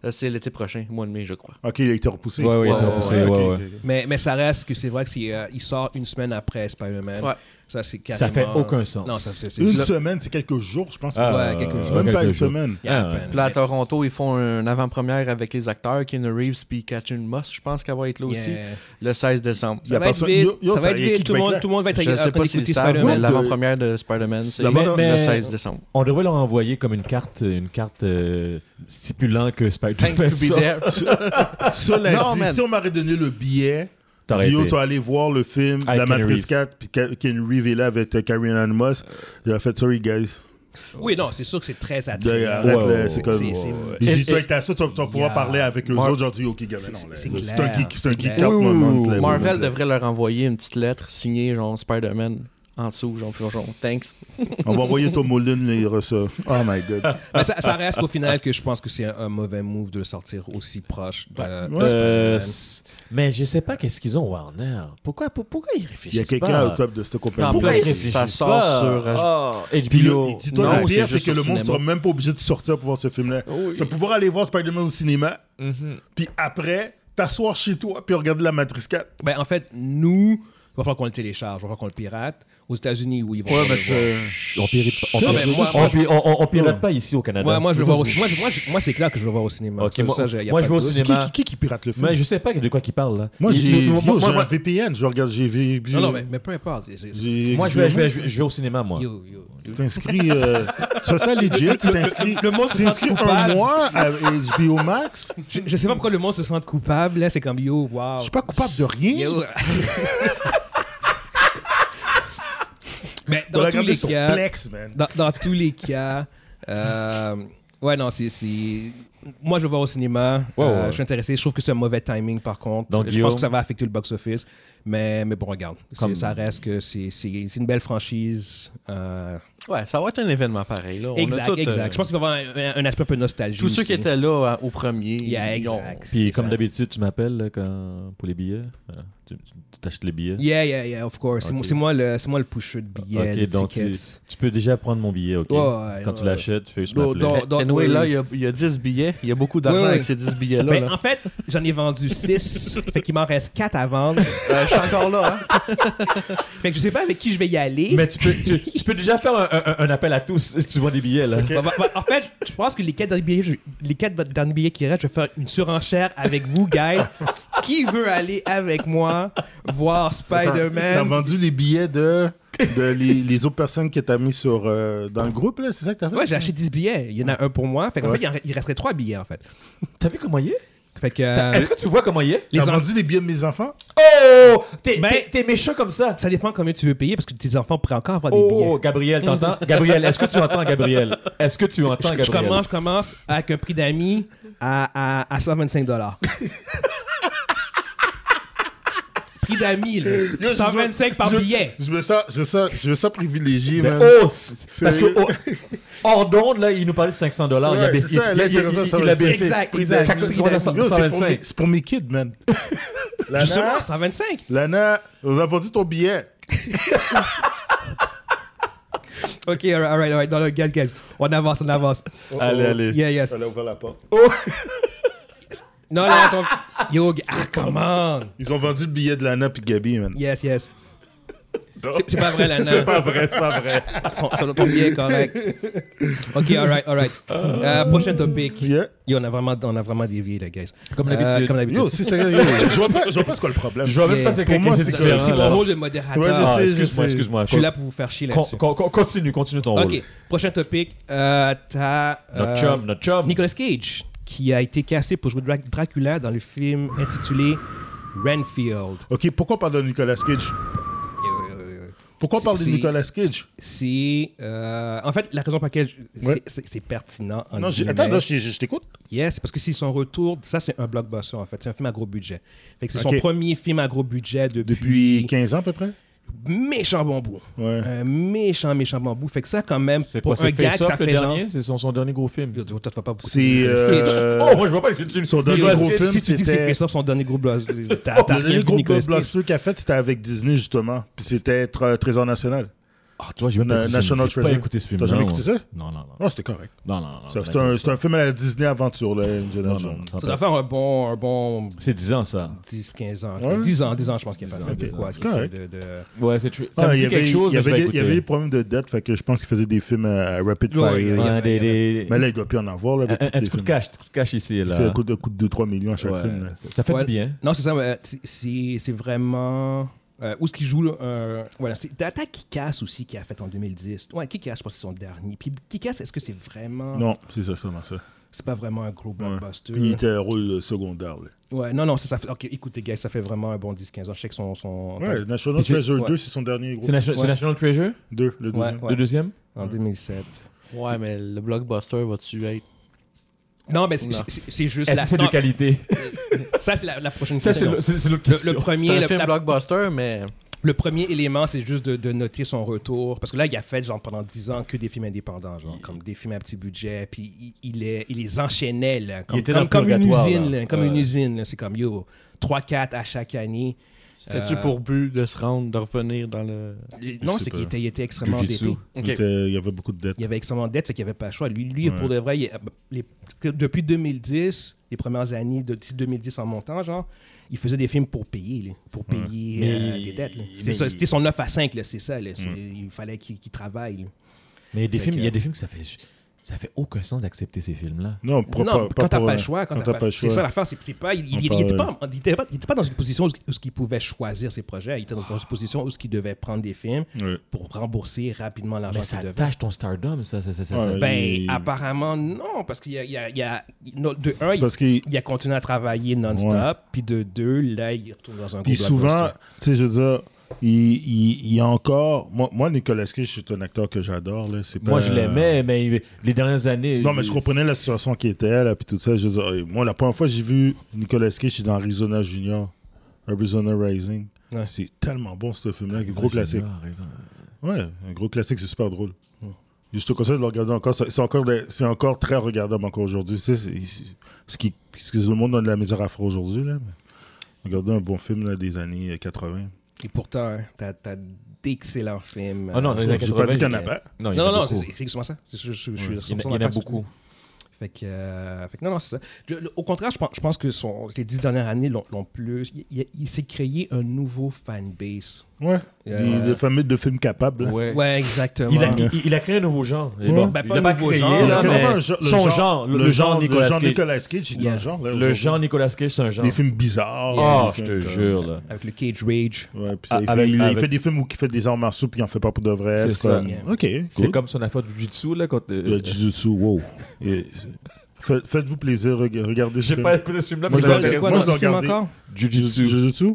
Euh, C'est l'été prochain, mois de mai, je crois. Ok, il a été repoussé. Ouais, ouais, il a été Oh, repoussé, ouais, ok, ouais. ok, ok. Mais, mais ça reste que c'est vrai que c'est, euh, il sort une semaine après Spider-Man. Ouais. Ça, c'est Ça fait carrément- aucun sens. Non, ça, c'est- c'est Une juste- semaine, c'est quelques jours, je pense. Ah, ouais, quelques- c'est ouais, même pas une quelques jours. semaine. Yeah, Ah, ouais. ben, Puis là, à Toronto, ils font une avant-première avec les acteurs, Keanu Reeves puis Catherine Moss, je pense qu'elle va être là aussi, yeah. le 16 décembre. y Ça a va être personne- vite, yo- yo, ça va ça être y est, vite, qui tout le va monde, être tout le monde va être Je en sais train pas s'ils d'écouter le savent, mais Spider-Man. de- l'avant-première de Spider-Man, c'est La bande- le Mais- 16 décembre. On devrait leur envoyer comme une carte, une carte euh, stipulant que Spider-Man. Thanks to be sort. [laughs] there. Cela Non, dit, man. si on m'aurait donné le billet, T'aurais si yo, été. tu vas aller voir le film Avec La Keanu Matrice Reeves. 4, puis Ka- Keanu Reeves est là avec euh, Carrie Ann Moss, j'aurais fait sorry guys. Oui, non, c'est sûr que c'est très D'ailleurs, attrayant. arrête, ouais, là, ouais, c'est comme. c'est- c'est- Puis Et- Si tu et- es avec ta soeur, tu vas tu vas pouvoir Yeah. parler avec eux Mar- autres, j'aurais dit, ok, gars, mais non, là, c'est là, c'est un clair, geek, c'est un c'est geek clair. out moment. là, Marvel là. devrait leur envoyer une petite lettre signée, genre Spider-Man, en dessous, genre, puis genre thanks. On va envoyer Tom Holland, mais il reçoit. Oh my god. Mais ça, Ah. ça reste au final que je pense que c'est un, un mauvais move de le sortir aussi proche de, de Ouais. Spider-Man. Euh, s- mais je sais pas qu'est-ce qu'ils ont Warner. Pourquoi, pour- pourquoi ils réfléchissent Il y a quelqu'un pas? au top de cette En compagnie. Pourquoi plus, ils réfléchissent ça sort pas? sur, Oh, Puis le, HBO. dis-toi, Non, le c'est pire, c'est juste que au le monde cinéma. sera même pas obligé de sortir pour voir ce film-là. Oui. Tu vas pouvoir aller voir Spider-Man au cinéma, Mhm. puis après, t'asseoir chez toi, puis regarder la Matrice 4. Ben, en fait, nous, il va falloir qu'on le télécharge, il va falloir qu'on le pirate. Aux États-Unis, oui, ils vont Ouais, le parce voir. que On pirate pas, Non, on pirate- mais moi- on moi, pi- on- on- on pirate pas ici au Canada. Moi, moi, je vais voir au cinéma. Moi, je- moi, je- moi, c'est clair que je vais voir au cinéma. Eh ben, Ok, Ça, moi- ça, j'ai- y a moi, pas je vais au de doute. C'est qui, cinéma. qui, qui, qui pirate le film Mais je sais pas de quoi ils parlent là. Moi, Ils- j'ai nous- nous- yo, moi- j'ai moi- un VPN, je regarde, j'ai vu. Non, non, mais, mais peu importe. c'est- c'est- c'est- j'ai- moi, je vais, je vais- je vais- je vais au cinéma moi. Yo, yo. Tu t'inscris. euh, tu fais ça legit, tu t'inscris. Le monde tu se sent t'inscris coupable. un mois à HBO Max. Je, je sais pas pourquoi le monde se sent coupable. Là, c'est comme yo, wow. Je suis pas coupable de rien. Yo. [laughs] Mais On l'a dans tous regardé les sur cas. Plex, man. dans, dans tous les cas, euh, ouais, non, c'est. c'est- Moi, je vais voir au cinéma. Ouais, Euh, ouais. Je suis intéressé. Je trouve que c'est un mauvais timing, par contre. Donc, je Guillaume- pense que ça va affecter le box-office. Mais, mais bon, regarde. C'est- Comme- Ça reste que c'est c'est- c'est une belle franchise. Euh, ouais, ça va être un événement pareil. Là. On a exact, tout, euh, exact. Je pense qu'il va y avoir un, un- un aspect un peu nostalgique. tous ceux qui étaient là hein, au premier, Yeah, ils ont- exact. Puis C'est comme ça. d'habitude, tu m'appelles là, quand... pour les billets. Voilà. Tu tu t'achètes les billets. Yeah, yeah, yeah, of course. C'est Ok. moi- C'est moi, le- c'est moi le pusher de billets, de ok, donc tu, tickets. tu peux déjà prendre mon billet, ok? Ouais, ouais, quand tu ouais. l'achètes, tu fais juste Donc- m'appeler. donc- Anyway, oui, là, oui. il y a- il y, a 10 billets. Il y a beaucoup d'argent Oui, oui. avec ces 10 billets-là. Ben, là. en fait, j'en ai vendu [laughs] 6. fait qu'il m'en reste 4 à vendre. Euh, je suis encore là. hein. Fait que je sais pas avec qui je vais y aller. Mais tu peux, tu, tu peux déjà faire un, un- un appel à tous si tu vois des billets là. Bah, bah, bah, en fait, je pense que les quatre derniers billets, je- les quatre derniers billets qui restent, je vais faire une surenchère avec vous, [laughs] guys. qui veut aller avec moi voir T'as Spider-Man? vendu les billets de, de les, les autres personnes que t'as mis sur, euh, dans le groupe, là, c'est ça que t'as fait? Ouais, j'ai acheté 10 billets. Il y en a un pour moi. Fait qu'en Ouais. fait, il en re- il resterait 3 billets, en fait. T'as vu comment il est? Fait que... euh, Est-ce que tu vois comment il est? les T'as en- vendu les billets de mes enfants? Oh! T'es Ben- t'es- t'es méchant comme ça! Ça dépend combien tu veux payer, parce que tes enfants pourraient encore avoir des billets. Oh, Gabriel, t'entends? Gabriel, est-ce que tu entends, Gabriel? Est-ce que tu entends, Je, je Gabriel? commence, je commence avec un prix d'amis à, à, à 125 Prix d'amis, là. Yo, je- 125 par je- billet. Je veux ça, je veux ça, je veux ça privilégié, Mais man. oh! c'est- Parce que Sérieux? oh, hors d'onde, là, il nous parlait de 500 dollars. Ah, il a Ouais, baissé. c'est ça, il, là, il- il- intéressant, il- ça il va a être- baissé. Exact, Prix exact. d'amis. Prix Tu vois, d'amis. ça- Yo, c'est pour, 125. mes- c'est pour mes kids, [laughs] man. Lana, Justement, 125. Lana, on a vendu ton billet. Ok, alright, alright, alright. Non, non, guys, guys. On avance, on avance. Allez, Oh. allez. Yeah, yes. Oh. Elle a ouvert la porte. [laughs] Non, non, attends. Yo, g- ah, come on. Ils ont vendu le billet de Lana puis de Gabi, man. Yes, yes. C'est- C'est pas vrai, Lana. C'est pas vrai, c'est pas vrai. Ton, ton- ton billet est correct. [laughs] Ok, alright, alright. Euh, prochain topic. Yeah. Yo, on a vraiment, on a vraiment dévié, les guys. Comme Euh, d'habitude. comme d'habitude. Yo, c'est sérieux. [laughs] yo. Je vois pas, je vois pas c'est quoi le problème. Je vois même Yeah. pas c'est Pour quelqu'un moi, qui c'est est que- C'est différent, c'est là. mon rôle de Ouais, je modérateur. sais. Ah, excuse-moi, je sais. excuse-moi. Je suis là pour vous faire chier Con- là-dessus. con- con- Continue, continue ton rôle. Ok, prochain topic. Euh, T'as. Notre euh, chum, notre chum. Nicolas Cage, qui a été cassé pour jouer Dra- Dracula dans le film intitulé Renfield. Ok, pourquoi on parle de Nicolas Cage Pourquoi on C'est- parle de c'est- Nicolas Cage C'est. euh, en fait, la raison pour laquelle je- Ouais. c'est- c'est c'est pertinent. en Non, j'ai- guillemets, attends, là, je, je- je t'écoute. Yes, parce que c'est son retour. Ça, c'est un blockbuster, en fait. C'est un film à gros budget. Fait que c'est Ok. son premier film à gros budget depuis. Depuis 15 ans, à peu près Méchant bambou. Ouais. Un méchant, méchant bambou. Fait que ça, quand même, C'est pour quoi, un c'est gars, Face ça Off le fait genre. dernier? C'est son, son dernier gros film. Yo, toi, tu vas pas beaucoup- C'est. euh, Oh, moi je vois pas. J'ai une Son dernier Nicolas gros Cage, film, si tu dis que c'est c'était. Christophe son dernier gros blockbuster, t'as [laughs] t'as Le rien dernier vu gros Nicolas Cage. blockbuster qu'il a fait, c'était avec Disney, justement. Puis c'était Tr- Trésor National. Ah, tu vois, j'ai même pas Na- écouté ce film. National J'ai pas Treasure. écouté ce film. T'as jamais non. écouté ça? Non, non, non. Non, c'était correct. Non, non, non. Ça, C'est Ah, ben, non, un, non, c'est un film à la Disney Aventure, là, Indiana non, non, Jones. non, Ça ça doit peut- faire un bon, un bon C'est 10 ans, ça. 10, 15 ans. Ouais. 10 ans, 10 ans, je pense qu'il y a pas ans, fait de 10 ans. quoi. C'est qui était correct. de- de- Ouais, c'est tru- Ah, ça me il y dit avait- quelque chose, il y mais je avait vais des- Il y avait des écouter. problèmes de dette, fait que je pense qu'il faisait des films euh, à à Rapid Ouais, Fire. il y avait- là. Ouais, des- il y des- Mais là, il doit plus en avoir. Là, Un un- avec un tous les petit coup de films. cash, petit coup de cash ici et Il fait un là. coup de, coup de 2-3 millions à chaque Ouais, film. là. ça- Ça fait Ouais. du bien. hein. Non, c'est ça. euh, c'est- C'est c'est vraiment. euh, où est-ce qu'il joue là, euh, Voilà, c'est t'as- t'as Kikas aussi qui a fait en 2010. Ouais, Kikas, je pense que c'est son dernier. Puis Kikas, est-ce que c'est vraiment. Non, c'est ça, seulement ça. C'est pas vraiment un gros blockbuster. Puis il était un rôle euh, secondaire. là. Ouais, non, non, ça, ça fait. Ok, écoutez, gars, ça fait vraiment un bon 10-15 ans. Je sais que son. son Ouais, National Puis c'est- Treasure ouais. 2, c'est son dernier gros. C'est Nation- c'est Ouais. National Treasure, Deux, le deuxième. Ouais. le deuxième En 2007. [laughs] Ouais, mais le blockbuster va-tu être. Non, mais c'est- Non. c'est c'est juste. Est-ce la- que c'est non, de qualité Ça, c'est la, la prochaine Ça, [laughs] c'est question. le- c'est- c'est l'autre le, question. le premier, C'est un le, film la- blockbuster, mais. le premier élément, c'est juste de, de noter son retour. Parce que là, il a fait, genre, pendant 10 ans, que des films indépendants, genre, comme des films à petit budget. Puis il, il est- il les enchaînait, là, comme, était dans comme, le comme une purgatoire, usine. là. là, comme Ouais. une usine. là. C'est comme, yo, 3-4 à chaque année. C'était-tu Euh, pour but de se rendre, de revenir dans le. Non, sais c'est qu'il pas. était, il était extrêmement Jujitsu. endetté. Il était- il y avait beaucoup de dettes. Il y avait extrêmement de dettes, fait qu'il n'y avait pas le choix. Lui, lui Ouais. pour de vrai, il- les- depuis 2010, les premières années de de 2010 en montant, genre, il faisait des films pour payer, là, pour payer euh, Mais- des dettes. là. C'est mais- ça, C'était son 9 à 5, là, c'est ça. là. C'est- Il fallait qu'il qu'il travaille. là. Mais il y a des Fait films, il y a que- des films que ça fait, ça fait aucun sens d'accepter ces films-là. Non, pas- non, pas- quand t'as pour- euh, pas le choix, quand, t'as pas, le C'est choix. ça l'affaire, c'est c'est pas. Il On n'était parle- pas, en- il était pas, il était pas dans une position où où il pouvait choisir ses projets. Il était dans une position où il devait prendre des films Ouais. pour rembourser rapidement l'argent Mais qu'il ça devait. tâche ton stardom, ça. ça, ça, ça, Ouais. ça. Ben, Et- apparemment, non, parce qu'il y a, il y a- il y a- no- de un, C'est il, parce qu'il- il a continué à travailler non-stop, Ouais. puis de deux, là, il retourne dans un Puis gros souvent, blockbuster. tu sais, je veux dire, il, il, il y a encore. Moi, moi, Nicolas Cage, c'est un acteur que j'adore. là, c'est pas- Moi, je l'aimais, mais il- les dernières années. Euh. Non, mais je comprenais la situation qui était, là, puis tout ça. Je veux dire, moi, la première fois que j'ai vu Nicolas Cage, c'est dans Arizona Junior, Arizona Rising. Ouais. C'est tellement bon, ce film-là. c'est Gros classique. Ouais, un gros classique, c'est super drôle. Juste Je te conseille de le regarder encore. C'est c'est encore, des- c'est encore très regardable encore aujourd'hui. Tu sais, c'est- c'est- ce qui, ce que le monde a de la misère à faire aujourd'hui, là. mais Regardez un bon film là, des années 80. Et pourtant, hein, t'as, t'as d'excellents films. Ah non, dans les Euh, années J'ai pas 80, dit qu'il y en il y a a- pas. Non, il y en non, a non, beaucoup. c'est, c'est exactement ça. C'est, sûr- je, je, je, Il y en a- 100% il y en a d'accord avec ce que tu beaucoup. Fait que, euh, fait que non, non, c'est ça. Je- le- au contraire, je pense, je pense que son, les dix dernières années l'ont, l'ont plus. Il, il- il s'est créé un nouveau fanbase. Ouais. Euh, Des- des fameux de films capables. là. Ouais. Ouais, exactement. Il, a, il, il a créé un nouveau genre. Et bon, Ben, il pas l'a un nouveau créé, genre, Il y a là, non, tellement Ah, mais un genre- son genre, le, le genre Nicolas Le genre Cage. Nicolas Cage, il y a Yeah. un genre. Là, Le aujourd'hui. genre Nicolas Cage, c'est un genre. Des films bizarres. Oh, des je films te comme- jure, là. Avec le Cage Rage. Ah, Ouais, puis ça, il, fait, Avec- il- il avec- fait des films où il fait des arts martiaux puis il en fait pas pour de vrai. C'est C'est ça. comme- Yeah. Ok, C'est cool. comme son affaire du Jitsu, là, quand. euh, Le Jujutsu, wow. Et- Faites- Faites-vous plaisir, reg- regardez ce J'ai film. pas écouté ce film-là, Moi, mais C'est je quoi, je l'ai c'est l'intéresse. quoi moi, le je nom l'ai du film regardé. encore Jujutsu. Jujitsu. Jujutsu?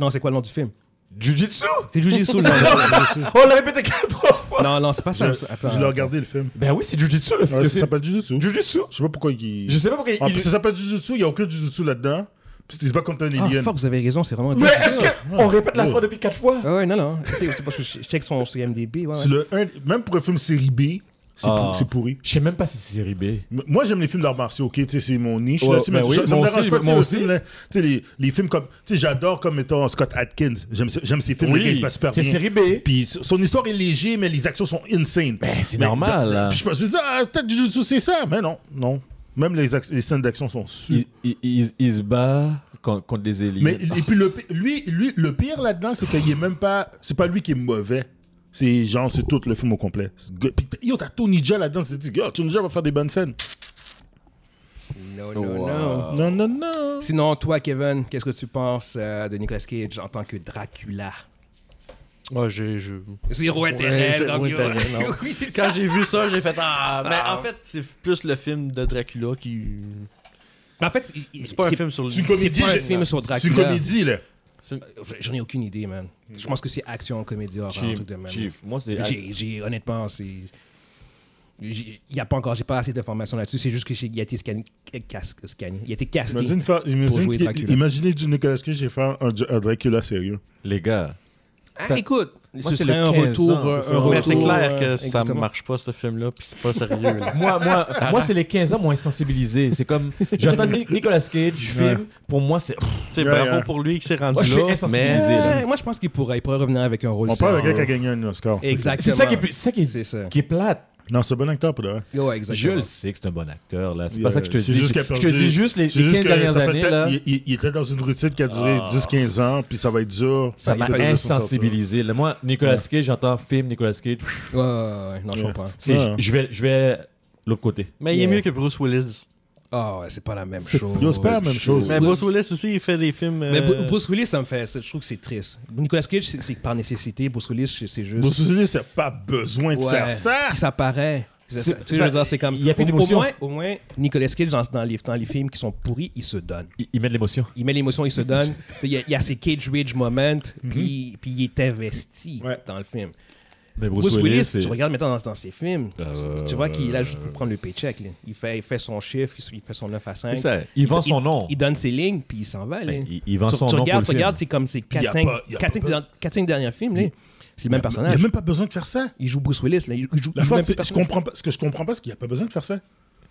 Non, c'est quoi le nom du film Jujitsu C'est Jujitsu le nom. [laughs] [laughs] On l'a répété quatre, trois fois Non, non, c'est pas Je ça. ça- attends. je l'ai regardé le film. Ben oui, c'est Jujitsu le Ouais, film. Ça s'appelle Jujutsu. Jujitsu Je sais pas pourquoi il. Je sais pas pourquoi Ah, il. Ça s'appelle Jujutsu, il n'y a aucun Jujutsu là-dedans. Puis c'est pas comme t'es un Ah, alien. fuck, vous avez raison, c'est vraiment [laughs] Mais Jujutsu. est-ce qu'on répète la fois depuis quatre fois Ah ouais, non, non. C'est c'est parce que je je check son, son IMDb. Ouais, ouais. C'est le un- Même pour un film série B, c'est Ah. pour- c'est pourri. Je sais même pas si c'est série B. M- Moi, j'aime les films d'arts martiaux, ok? Tu sais, c'est mon niche. Ouais, là, c'est ma- ben oui, je- ça moi me aussi, dérange pas, tu sais, moi le aussi. film, là, tu sais, les, les films comme. Tu sais, j'adore comme, mettons, Scott Atkins. J'aime ce- j'aime ses films, le gars, il se passe super c'est bien. série B. Puis so- son histoire est léger, mais les actions sont insane. Ben, c'est Mais normal, dans- là. Puis je me suis dit, ah, peut-être du Jujutsu, c'est ça. Mais non, non. Même les, ac- les scènes d'action sont Il, super. il- il- il se bat contre, contre des élites. Mais et puis le, pi- lui, lui, le pire là-dedans, c'est qu'il est même pas. C'est pas lui qui est mauvais. C'est genre, c'est tout le film au complet. C'est- Puis t- yo, t'as Tony Jaa là-dedans. Tu te dis, oh, Tony Jaa va faire des bonnes scènes. Non, non, Wow. non. Non, non, non. Sinon, toi, Kevin, qu'est-ce que tu penses euh, de Nicolas Cage en tant que Dracula Ouais, j'ai. j'ai- Zéro Ouais, intérêt, zéro Dracula. intérêt, non. [laughs] Oui, c'est ça. Quand j'ai vu ça, j'ai fait Ah! Mais Ah. en fait, c'est plus le film de Dracula qui. Mais En fait, il- il- C'est pas un film sur le. C'est une C'est comédie. pas un j'ai- film sur C'est une Dracula. comédie, là. c'est- J'en ai aucune idée, man. Je pense que c'est action, comédie, horreur, Ah, un Chief, truc de même. Chief, moi c'est. J'ai, j'ai- honnêtement, c'est. j'ai- Il n'y a pas encore, j'ai pas assez d'informations là-dessus. C'est juste que j'ai, il a été scan- cas- scanné. Il a été casté. Imagine faire, imagine jouer qu'il- Dracula. imaginez du Nicolas Cage j'ai fait un, un Dracula sérieux. Les gars, Ah, écoute, Moi, ce c'est serait le un 15 retour. ans, euh, un c'est ça. retour Mais c'est clair que euh, ça exactement. marche pas, ce film-là, puis c'est pas sérieux. [laughs] là. Moi, moi, Ah. moi c'est les 15 ans moins sensibilisés. C'est comme, j'entends Ni- Nicolas Cage, je Ouais. filme, pour moi, c'est... tu sais, Yeah, bravo yeah. pour lui qui s'est Moi, rendu je suis là, Euh, insensibilisé. mais... là. moi, je pense qu'il pourrait. Il pourrait revenir avec un rôle. On parle de quelqu'un qui a sérieux. gagné un Oscar. Exactement. C'est ça qui est, plus- c'est ça qui est- C'est ça. qui est plate. Non, c'est un bon acteur pour de vrai. Ouais, Je exactement. le sais que c'est un bon acteur, là. C'est Il, pas euh, ça que je te c'est dis. juste Je- qu'il a je te perdu. dis juste les, C'est les juste 15 que dernières ça fait années, peut-être- là. Il, il- il était dans une routine qui a duré Ah. 10-15 ans, puis ça va être dur. Ça m'a va être dur de s'en insensibilisé. Là, moi, Nicolas Cage, j'entends film Nicolas Cage. Ouais, ouais, ouais, non, je Yeah. comprends. C'est- Ouais. je- Je vais, je vais l'autre côté. Mais il est mieux que Bruce Willis. Ah, ouais, c'est pas la même sortir. chose. Yo, c'est pas la même chose. Mais Bruce Willis aussi, il fait des films... Mais Bru- euh, Bruce Willis, ça me fait. Je trouve que c'est triste. Nicolas Cage, c'est c'est par nécessité. Bruce Willis, c'est- c'est juste. Bruce Willis, c'est pas besoin de Ouais. faire ça. Puis ça paraît. C'est- C'est- c'est- Tu sais, je veux dire, c'est comme. il y a plus au- d'émotion. Au moins, au moins, Nicolas Cage, dans, dans les, dans les films qui sont pourris, il se donne. Il, il met de l'émotion. Il met l'émotion, il se [laughs] donne. Il y a, il y a ces Cage Rage moments, puis, puis il est investi Mhm. Ouais. dans le film. Mais Bruce, Bruce, Willis, Willis, c'est- tu regardes maintenant dans, dans ses films, Ah, tu- ouais, tu vois ouais, qu'il est là ouais, juste pour ouais. prendre le paycheck. là. Il, fait, il fait son chiffre, il, il fait son 9 à 5. C'est ça. Il vend son il- nom. Ben, Il donne ses lignes, puis il s'en va. là. Il, il vend tu, son tu nom regardes, pour tu le regardes, film. c'est comme ces y a 4-5 pas- y a pas peur. derniers films. là. C'est le même Il personnage. a même pas besoin de faire ça. Il joue Bruce Willis. Là. Il joue, il joue La le fois, même c'est- je personnage. comprends pas, ce que je comprends pas, c'est qu'il n'y a pas besoin de faire ça.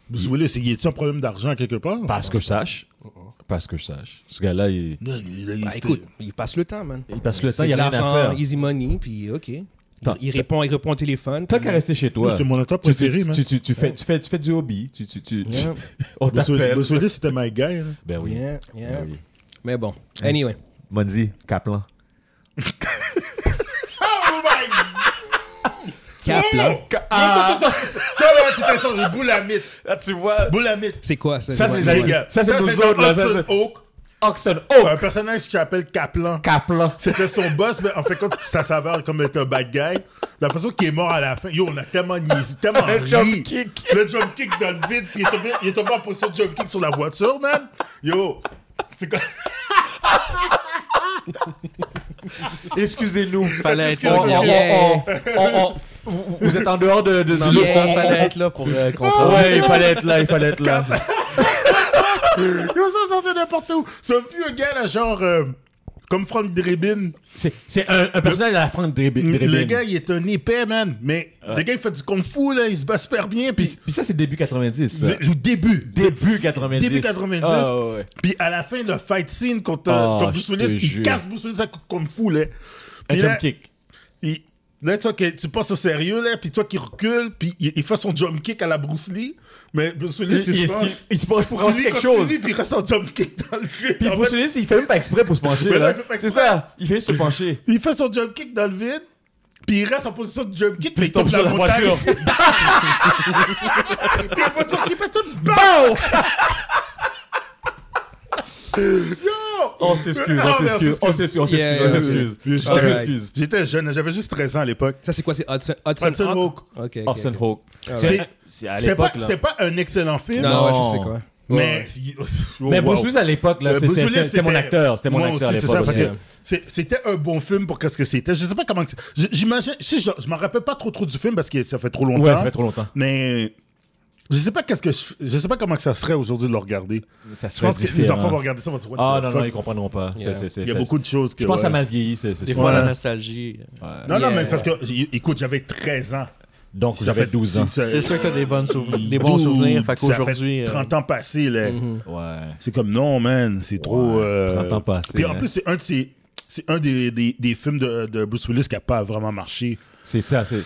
Bruce Willis, il est-il un problème d'argent quelque part? Parce que je sache. Oh, Parce que je sache. Ce gars-là, il, Non, il- il- il- Bah, c'était- écoute, il passe le temps, man. il passe le temps, C'est il de n'y a rien à l'argent, faire. easy money, puis OK. Il, Tant- il répond, il répond au téléphone. Tant puis- qu'à rester chez toi. C'était mon acteur Tu, tu, préféré, man. tu- tu- tu fais, tu, fais, tu fais du hobby. Tu, tu, tu, tu- Yeah, [laughs] on Bruce Willis- t'appelle. Bruce Willis, c'était my guy. là. Ben oui. yeah, yeah. Ben oui. Hein. Mais bon, anyway. Monzi, Kaplan. Oh Kaplan. Ah! Toi, là, tu t'es sorti Boulamite. Là, tu vois. Boulamite. C'est quoi ça? Ça, Ouais, c'est ouais. les gars. Ça, c'est nous autres, là, ça, Hudson c'est- Oak. Oxen Un Oak. personnage qui s'appelle Kaplan. Kaplan. C'était son boss, mais en fait, quand ça s'avère comme être un bad guy, la façon qu'il est mort à la fin, yo, on a tellement niaisé, tellement Le ri. jump kick. Le jump kick dans le vide, puis il est tombé, il est tombé en position de jump kick sur la voiture, man. Yo, c'est comme... Excusez-nous. Fallait être que On- là. on- Yeah. on- on- on- oh, vous, vous êtes en dehors de, de, de- Yeah, fallait être là pour euh, comprendre. Ouais, il fallait être là, il fallait être là. Yo, ça sortait n'importe où. Ça fut un gars, là, genre... euh, Comme Frank Drebin. C'est c'est un, un personnage à la fin de Drebin. Le gars, il est un épais, man. Mais le gars, il fait du kung-fu, là. Il se bat super bien. Puis Puis, puis ça, c'est début 90. ça. C'est- Au début. Début 90. Début 90. Ah, ouais, ouais. Puis à la fin, le fight scene contre, euh, Ah, contre Bruce je te Willis, il jure. casse Bruce Willis à coups comme fou, là. Un Puis là, jump kick. il- là, toi, que tu passes au sérieux, là, puis toi qui recule, puis il, il fait son jump kick à la Bruce Lee, mais Bruce Il, Willis, il, il- se penche. il- il se penche pour ramasser Lui, quelque continue, chose. Puis il reste en jump kick dans le vide. Puis En Bruce fait, Willis, il fait même pas exprès pour se pencher. Mais non, là. il fait pas C'est exprès. ça, il fait juste se pencher. il fait son jump kick dans le vide, puis il reste en position de jump kick, puis il tombe Tombe sur la montagne. [laughs] voiture. Puis la voiture qui fait tout le [laughs] Bow! bord. On s'excuse, Ah, on mais s'excuse, on s'excuse, on s'excuse, Yeah, on yeah, s'excuse. J'étais- On s'excuse. J'étais jeune, j'avais juste 13 ans à l'époque. Ça, c'est quoi? C'est Hudson, Hudson, Hudson Hawk. Ok, ok, ok. Orson Hawk. C'est- C'est à C'était pas, l'époque, là. c'était pas un excellent film, Non, ouais, je Non. sais quoi. mais... Mais Oh, Bruce wow. Willis à l'époque, là, Euh, c'est- Bruce c'était Willis, c'était mon acteur. C'était mon Moi acteur à aussi, c'est ça, l'époque. parce que aussi. c'est- C'était un bon film pour qu'est-ce que c'était. Je sais pas comment. que c'est- j- J'imagine. Si je, je m'en rappelle pas trop trop du film parce que ça fait trop longtemps. Ouais, ça fait trop longtemps. Mais je sais pas qu'est-ce que je, je sais pas comment que ça serait aujourd'hui de le regarder. Ça Je pense que différent. les enfants vont regarder ça, vont dire What Ah the non, fuck? non, ils comprendront pas. Yeah. C'est- c'est- c'est- Il y a c'est- beaucoup de choses que. Je pense que ça ouais. m'a vieilli. c'est- c'est- Des fois, Ouais. la nostalgie. Ouais. Non, non, Yeah. mais parce que, y- écoute, j'avais 13 ans. Donc, euh, j'avais 12 ans. C'est sûr que t'as des, bonnes souvenirs, des bons souvenirs. Fait qu'aujourd'hui. euh, 30 ans passés, là. Mm-hmm. Ouais. C'est comme non, man, c'est trop. Ouais, euh, 30 ans passés, Puis en hein. plus, c'est un de ces- C'est un des, des, des films de, de Bruce Willis qui n'a pas vraiment marché. C'est ça. c'est-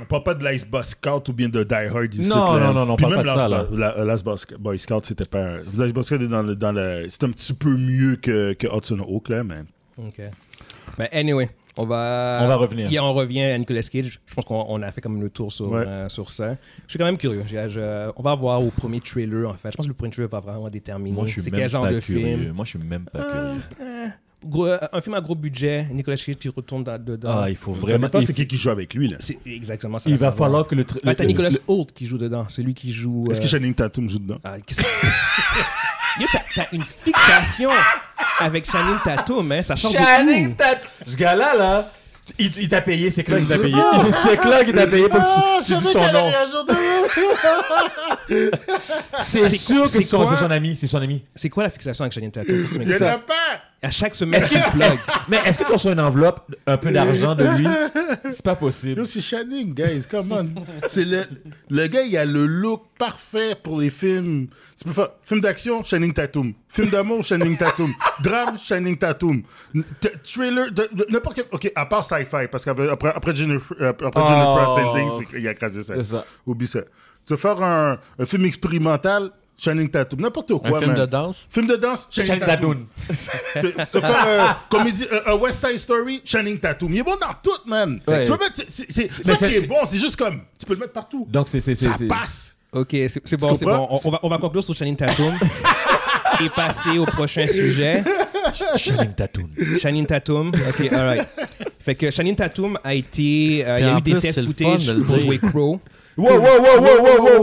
On parle pas de Last Boy Scout ou bien de Die Hard ici. Non, là. non, non, non, on Puis parle même pas de ça, Last, Bo- la- euh, Last Boy Sc- Boy Scout, c'était pas. un- Last Boy Scout est dans le. Dans le c'est un petit peu mieux que, que Hudson Hawk, là, mais. Ok. Ben, anyway, on va. On va revenir. Yeah, on revient à Nicolas Cage. Je pense qu'on on a fait comme le tour sur, Ouais. euh, sur ça. Je suis quand même curieux. J'ai- je- on va voir au premier trailer, en fait. Je pense que le premier trailer va vraiment déterminer. Moi, je suis C'est même quel genre pas de curieux. film Ah. Moi, je suis même pas curieux. Gros- euh, Un film à gros budget, Nicolas Cage qui retourne dans- dedans. Ah, il faut Ça vraiment. dépend il- c'est qui qui joue avec lui, là. C'est exactement ça. Il va falloir que le. tr- Là, t'as le- Nicolas Hoult qui joue dedans. Celui qui joue. Est-ce que euh, Channing Tatum joue dedans Ah, qu'est-ce que- [laughs] Yo, t'as- t'as une fixation avec Channing Tatum, hein? Ça change de Channing tout. Tatum. Ce gars-là, là, il, il t'a payé, c'est Claude qui t'a payé. C'est Claude qui t'a payé pour Ah, Ah, que tu, tu dis son nom. C'est C'est- sûr que [laughs] c'est c'est son, quoi? c'est son ami. C'est son ami. C'est quoi la fixation avec Channing Tatum? Faut que tu Il n'y en m'expliques. a pas À chaque semaine, [laughs] tu le plug. Mais est-ce que tu reçois une enveloppe, un peu d'argent de lui C'est pas possible. Yo, c'est Channing, guys, come on. C'est le, le gars, il a le look parfait pour les films. Tu peux faire film d'action, Channing Tatum. Film d'amour, Channing Tatum. Drame, Channing Tatum. N- t- Thriller, de- de- n'importe quel. Ok, à part sci-fi, parce qu'après après, après Jennifer, euh, après Jennifer Oh. Sanding, c'est- il a crasé ça. C'est ça. Oublie ça. Tu veux faire un, un film expérimental, Channing Tatum. N'importe Un quoi, film man. de danse. Film de danse, Channing Channing Tatum. Tatum. C'est c'est faire euh, comédie, euh, euh, West Side Story, Channing Tatum. Il est bon dans tout, man. Ouais. Tu peux mettre, c'est- c'est c'est Mais pas c'est- qu'il est c'est- bon, c'est juste comme, tu peux le mettre partout. Donc, c'est. c'est- c'est- ça c'est- passe. OK, c'est c'est bon, c'est bon. comprends? On, on va, on va conclure sur Channing Tatum et passer au prochain sujet. Channing Tatum. Channing Tatum. OK, all right. Fait que Channing Tatum a été... euh, il y Puis a en eu des plus, tests c'est le footage fun de le pour dire. jouer Crow. Wow, wow, wow, wow, wow, wow, wow, wow,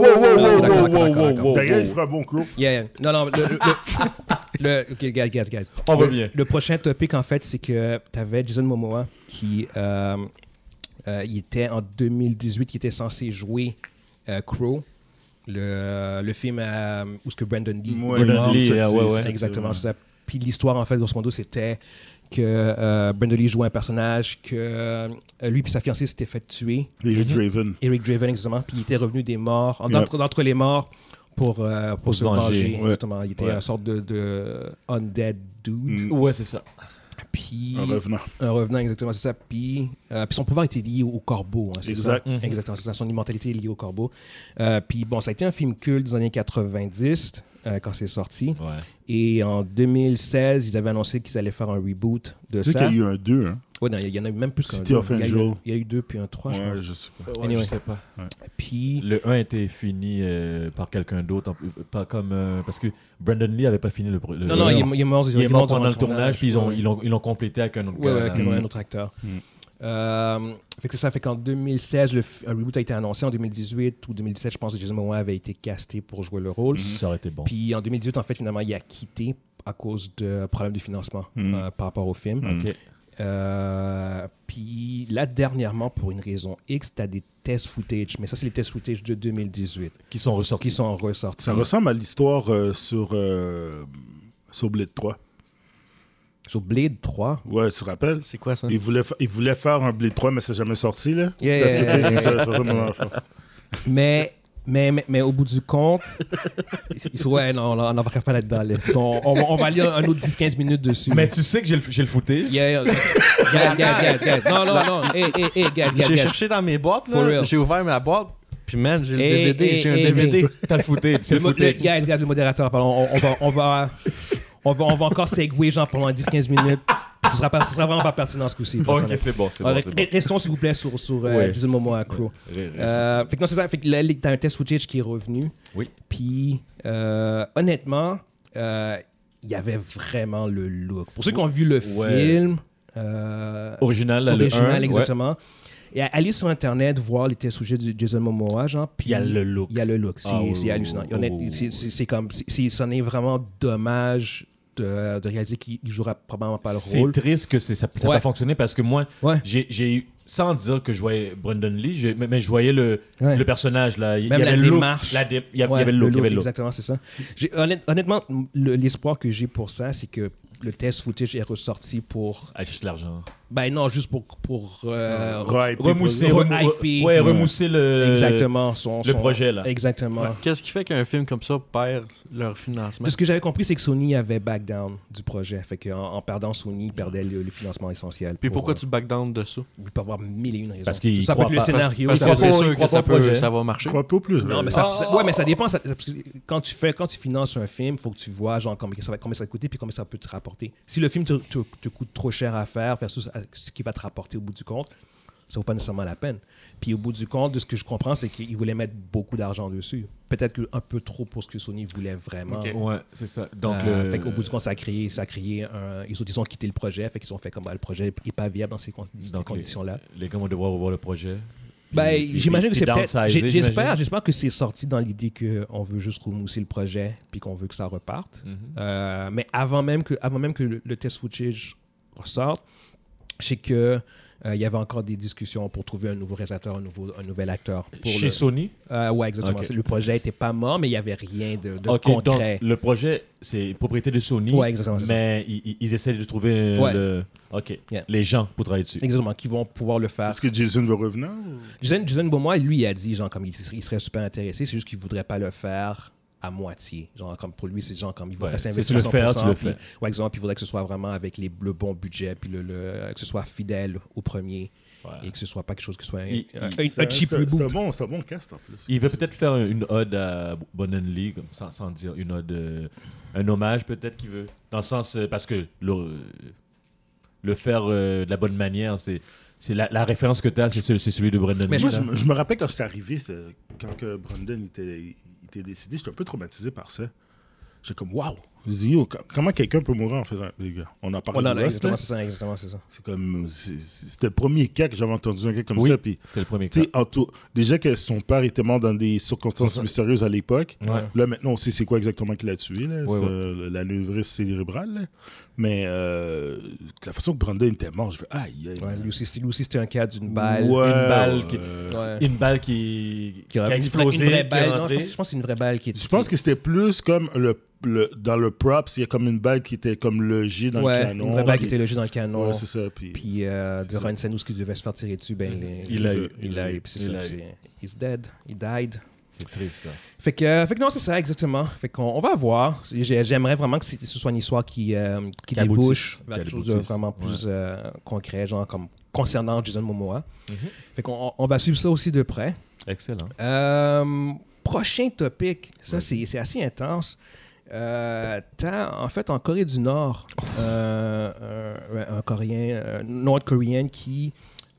D'accord, wow, d'accord, wow, wow, d'accord, wow, D'ailleurs, wow. il fera un bon clou. Yeah, yeah. Non, non, le... le, [laughs] le- le- OK, guys, guys, guys. On le, revient. Le prochain topic, en fait, c'est que t'avais Jason Momoa qui... euh, euh, il était en 2018, qui était censé jouer euh, Crow. Le, le film euh, où ce que Brandon Lee Ouais, est Brandon mort. Lee, c'est- ah, c'est- ouais, c'est- ouais. Exactement, c'est ça. Puis l'histoire, en fait, grosso modo, c'était que euh, Brandon Lee jouait un personnage, que euh, lui puis sa fiancée s'étaient fait tuer, Les Draven. Eric Draven, exactement, puis il était revenu des morts, en- Ouais. d'entre d'entre les morts, pour, euh, pour se venger, venger, ouais. exactement. Il était Ouais. une sorte de, de undead dude, Mm. Ouais, c'est ça. puis En revenant. un revenant, exactement, c'est ça. Puis, euh, puis son pouvoir était lié au corbeau. hein, c'est Exact. ça? Mhm. Exactement, c'est ça. Son immortalité est liée au corbeau. Euh, puis bon, ça a été un film culte des années 90 euh, quand c'est sorti. Ouais. Et en 2016, ils avaient annoncé qu'ils allaient faire un reboot de Tu sais ça. qu'il y a eu un 2, hein. Ouais, non, il y en a eu même plus qu'un. City deux. of Il y a eu- Angel. Il y a eu deux, puis un trois, je Ouais, pense. je sais pas. je Anyway. sais pas. Puis, Le 1 était fini euh, par quelqu'un d'autre, en- pas comme euh, parce que Brandon Lee avait pas fini le. pro- le non, non, le- il est, il est mort. Euh, il est mort durant pendant le tournage, puis ils ont- Ouais, ils l'ont ils l'ont complété avec un autre ouais, gars. avec Mm. un autre acteur. Mm. Euh, fait que c'est ça fait qu'en 2016, le f- un reboot a été annoncé. En 2018 ou 2017, je pense que Jason Momoa avait été casté pour jouer le rôle. Ça aurait été bon. Puis en 2018, en fait, finalement, il a quitté à cause de problèmes de financement Hmm. Mm. euh, par rapport au film. Mm. Ok. Euh, puis là, dernièrement, pour une raison X, tu as des tests footage, mais ça, c'est les tests footage de 2018 Qui sont ressortis. qui sont ressortis. Ça ressemble à l'histoire euh, sur, euh, sur Blade 3. Sur Blade 3. Ouais, tu te rappelles? C'est Hein? quoi ça? Il voulait, fa- il voulait faire un Blade 3, mais c'est jamais sorti, là. Yeah, T'as yeah, sauté, yeah, yeah. ça- ça ressemble à l'enfant. Mais, mais, mais, mais au bout du compte, il faut- ouais, non, on n'embarque pas là-dedans. [laughs] là. On, on- on va lire un autre 10-15 minutes dessus. Mais tu sais que j'ai le, j'ai le footage. Yeah, yeah, guys, guys, guys, guys. Non, non, non. Hey, hey, hey, guys, guys, J'ai guys. cherché dans mes boîtes, For là. real. J'ai ouvert ma boîte. Puis, man, j'ai le Hey, DVD. hey, J'ai un hey, DVD. hey. T'as le footage. C'est Le, le mo- le- footage. guys, guys, le modérateur, pardon. On, on va, on, va, on, va, on va encore segouer genre pendant 10-15 minutes. Puis Ce sera, pas, ce sera vraiment pas pertinent ce coup-ci. pour être Ok, honnête. c'est bon, c'est Alors, bon, c'est bon. Euh, re- Restons, s'il vous plaît, sur, sur euh, Ouais. Jason Momoa à Crow. Ré- ré- Euh, fait que non, c'est ça. Fait que là, les- t'as un test footage qui est revenu. Oui. Puis, euh, honnêtement, euh, il y avait vraiment le look. Pour ceux qui ont vu le Ouais. film, euh, Original, là, le 1. original, ouais. exactement. Et à- aller sur Internet, voir les tests sujets de Jason Momoa, genre, puis Il y a le look. Il y a le look. C'est Ah, oui, c'est oui, hallucinant. oui, Et honnête- oui, oui, c'est- oui. c'est- C'est comme, c'est- c'est- c'en est vraiment dommage de, de réaliser qu'il il jouera probablement pas le C'est rôle. triste que c'est- ça n'a Ouais. pas fonctionné parce que moi, Ouais. j'ai- j'ai eu, sans dire que je voyais Brandon Lee, j'ai- mais, mais je voyais le, Ouais. le personnage. Là. Il, y Même avait la le look, démarche. la dé- il y avait il y Ouais, avait le look. il y avait le look. Exactement, c'est ça. J'ai- honnête- honnêtement, le- l'espoir que j'ai pour ça, c'est que le test footage est ressorti pour. Aller chercher de l'argent. Ben non, juste pour. pour euh, Right, puis- Remousser, Re- remou- hyper. ouais, remousser le. exactement. Son, le son- projet, là. Exactement. Qu'est-ce qui fait qu'un film comme ça perd leur financement? De ce que j'avais compris, c'est que Sony avait back down du projet. Fait qu'en en perdant Sony, il perdait le, le financement essentiel. Puis pourquoi euh, tu back down de ça? Il peut avoir mille et une raisons. Parce qu'il Ça peut croit être le pas- scénario. Parce ça que peut c'est être- pas- il sûr croit que ça, pas au peut, projet. ça va marcher. Je crois pas plus. Non, mais ça, Ah. ça- ouais, mais ça dépend. ça- ça- parce que quand tu fais, quand tu finances un film, faut que tu vois genre combien ça va, combien ça va te coûter puis combien ça peut te rapporter. Si le film te, te- te coûte trop cher à faire versus à- ce qui va te rapporter au bout du compte, ça vaut pas nécessairement la peine. Puis au bout du compte, de ce que je comprends, c'est qu'ils voulaient mettre beaucoup d'argent dessus. Peut-être que un peu trop pour ce que Sony voulait vraiment. Ok. Ouais, c'est ça. Donc, Euh, le... fait qu'au bout du compte, ça a créé, ça a créé un- ils, ont, ils ont quitté le projet, fait qu'ils ont fait comme bah, le projet est pas viable dans ces, con- ces Donc, les- conditions-là. Les gars vont devoir revoir le projet. Puis- Ben, puis- j'imagine que puis c'est peut-être. downsizer, j'ai- J'espère, j'imagine. j'espère que c'est sorti dans l'idée qu'on veut juste remousser le projet puis qu'on veut que ça reparte. Mhm. Euh, mais avant même que, avant même que le, le test footage ressorte, Je sais que euh, il y avait encore des discussions pour trouver un nouveau réalisateur, un, nouveau, un nouvel acteur. Pour Chez le... Sony Euh, ouais, exactement. Ok. C'est- Le projet n'était pas mort, mais il n'y avait rien de, de Ok, concret. donc le projet, c'est propriété de Sony, Ouais, exactement, c'est mais i- i- ils, essaient de trouver euh, Ouais. le- ok, Yeah. les gens pour travailler dessus. Exactement, qui vont pouvoir le faire. Est-ce que Jason veut revenir ou- Jason, Jason Beaumois, lui, il a dit, genre, comme il, serait- il serait super intéressé, c'est juste qu'il voudrait pas le faire à moitié. Genre, comme pour lui, c'est genre, comme il va Ouais, rester si investi tu le à fais, 100%, tu le puis- fais. Ouais, exemple, il faudrait que ce soit vraiment avec les, le bon budget, puis le, le- que ce soit fidèle au premier, Ouais. et que ce soit pas quelque chose qui soit un, Il- un- il- un C'est un- cheap c'est un- C'est un reboot. bon, c'est un bon cast en plus. Il veut peut-être faire un- une ode à Bonnenly, comme sans, sans dire une ode, euh, un hommage peut-être qu'il veut. Dans le sens, euh, parce que le, le faire euh, de la bonne manière, c'est c'est la, la référence que tu as, c'est ce- c'est celui de Brendan Mais Lee, Moi, là. je, me- je me rappelle quand j'étais arrivé, c'était- quand que Brandon était, il était décédé, j'étais un peu traumatisé par ça. J'étais comme, waouh! Je me dis, Yo, com- comment quelqu'un peut mourir en faisant. Les gars, on a parlé Oh, non, de non, Rust, exactement, là. c'est ça, exactement, c'est ça. C'est comme. c'est- c'est- C'était le premier cas que j'avais entendu un gars comme Oui. ça. Puis, C'était le premier cas. tu sais, en tout- déjà que son père était mort dans des circonstances mystérieuses à l'époque. Ouais. Là, maintenant, on sait c'est quoi exactement qu'il a tué. Là. Ouais, c'est ouais. euh, l'anévrisme cérébrale. là. Mais euh, la façon que Brandon était mort, je veux. Aïe, aïe. Ouais, lui aussi, c'est- lui aussi, c'était un cas d'une balle. Ouais, une balle qui- ouais. Ouais. Une balle qui, qui Qui aurait- a une- explosé, une vraie qui est balle, non, je rentrée. pense, je pense que c'est une vraie balle qui est. Je pense que c'était plus comme le, le- dans le props, il y a comme une balle qui était comme logée dans Ouais, le canon. une vraie balle qui puis- était logée dans le canon. Ouais, c'est ça. Puis, Puis euh, C'est durant ça. Mm-hmm. une scène où ce qu'il devait se faire tirer dessus, ben, les- Il l'a eu, Il l'a eu. puis c'est il ça, l'a eu. c'est- He's dead. He died. C'est triste, ça. Fait que, euh, fait que non, c'est ça, exactement. Fait qu'on on va voir. J'ai- J'aimerais vraiment que c'est- ce soit une histoire qui, euh, qui Qui aboutisse. débouche vers Qui quelque chose de aboutisse. vraiment Ouais. plus euh, concret, genre comme concernant Jason Momoa. Mhm. Fait qu'on on va suivre ça aussi de près. Excellent. Euh, prochain topic, ça c'est- c'est assez intense. Euh, t'as, en fait en Corée du Nord Oh. euh, un, un Coréen, un Nord-Coréen qui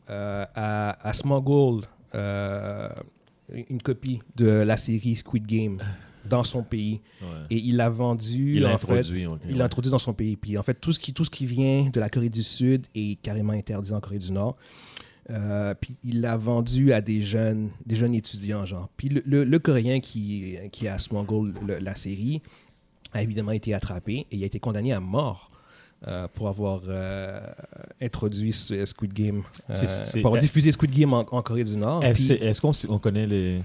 euh, a, a smuggled euh, une copie de la série Squid Game dans son pays Ouais. et il l'a vendue. Ah. Il l'a en fait, introduit. ok, il ouais. l'a introduit dans son pays. Puis en fait, tout ce qui, tout ce qui vient de la Corée du Sud est carrément interdit en Corée du Nord. Euh, puis il l'a vendu à des jeunes, des jeunes étudiants, genre. Puis le, le- le Coréen qui, qui a smuggled le- la série a évidemment été attrapé et il a été condamné à mort. euh, pour avoir euh, introduit ce Squid Game, euh, C'est- c'est- pour avoir eh- diffusé Squid Game en, en Corée du Nord. Est-ce Puis- est-ce qu'on s- on connaît les.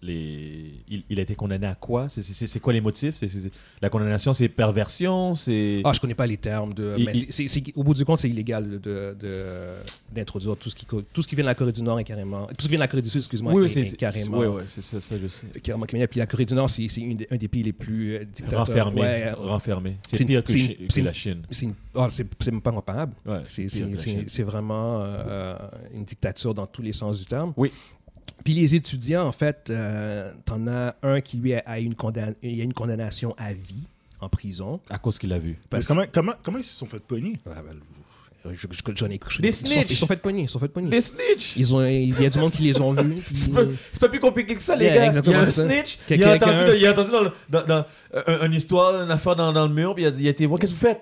les il, il a été condamné à quoi C'est- C'est c'est quoi les motifs C'est- c'est- La condamnation, c'est perversion c'est... Ah, je connais pas les termes de. Il- mais il- c'est- c'est- c'est- au bout du compte, c'est illégal de- de- d'introduire tout ce qui co- tout ce qui vient de la Corée du Nord est carrément. Tout ce qui vient de la Corée du Sud, excuse-moi, est- est carrément. Oui, oui, c'est ça, ça, je sais. est carrément criminel. Puis la Corée du Nord, c'est c'est une des- un des pays les plus euh, dictateurs. Renfermé. Ouais, euh, renfermé. c'est C'est une- pire que, c'est une- chi- que c'est une- la Chine. c'est une- ah, c'est c'est même pas comparable. Ouais, C'est- pire que C'est la Chine. c'est- c'est vraiment euh, une dictature dans tous les sens du terme. Oui. Puis les étudiants, en fait, euh, t'en as un qui lui a, a une condamn- il y a une condamnation à vie en prison. À cause qu'il l'a vu. Mais parce- comment, comment, comment ils se sont fait pogner Ouais, ben, je- je- je- j'en ai je- Des ils sont- snitchs. Ils sont fait pogner, ils sont fait pogner. snitch Ils ont, il y a du monde qui les ont vus. [laughs] puis- plus compliqué que ça, Yeah, exactement, c'est ça. Quelqu'un- quelqu'un- il a entendu dans, le- dans- dans, euh, une histoire, une affaire dans, dans le mur, puis il a, dit- il a été voir qu'est-ce que vous faites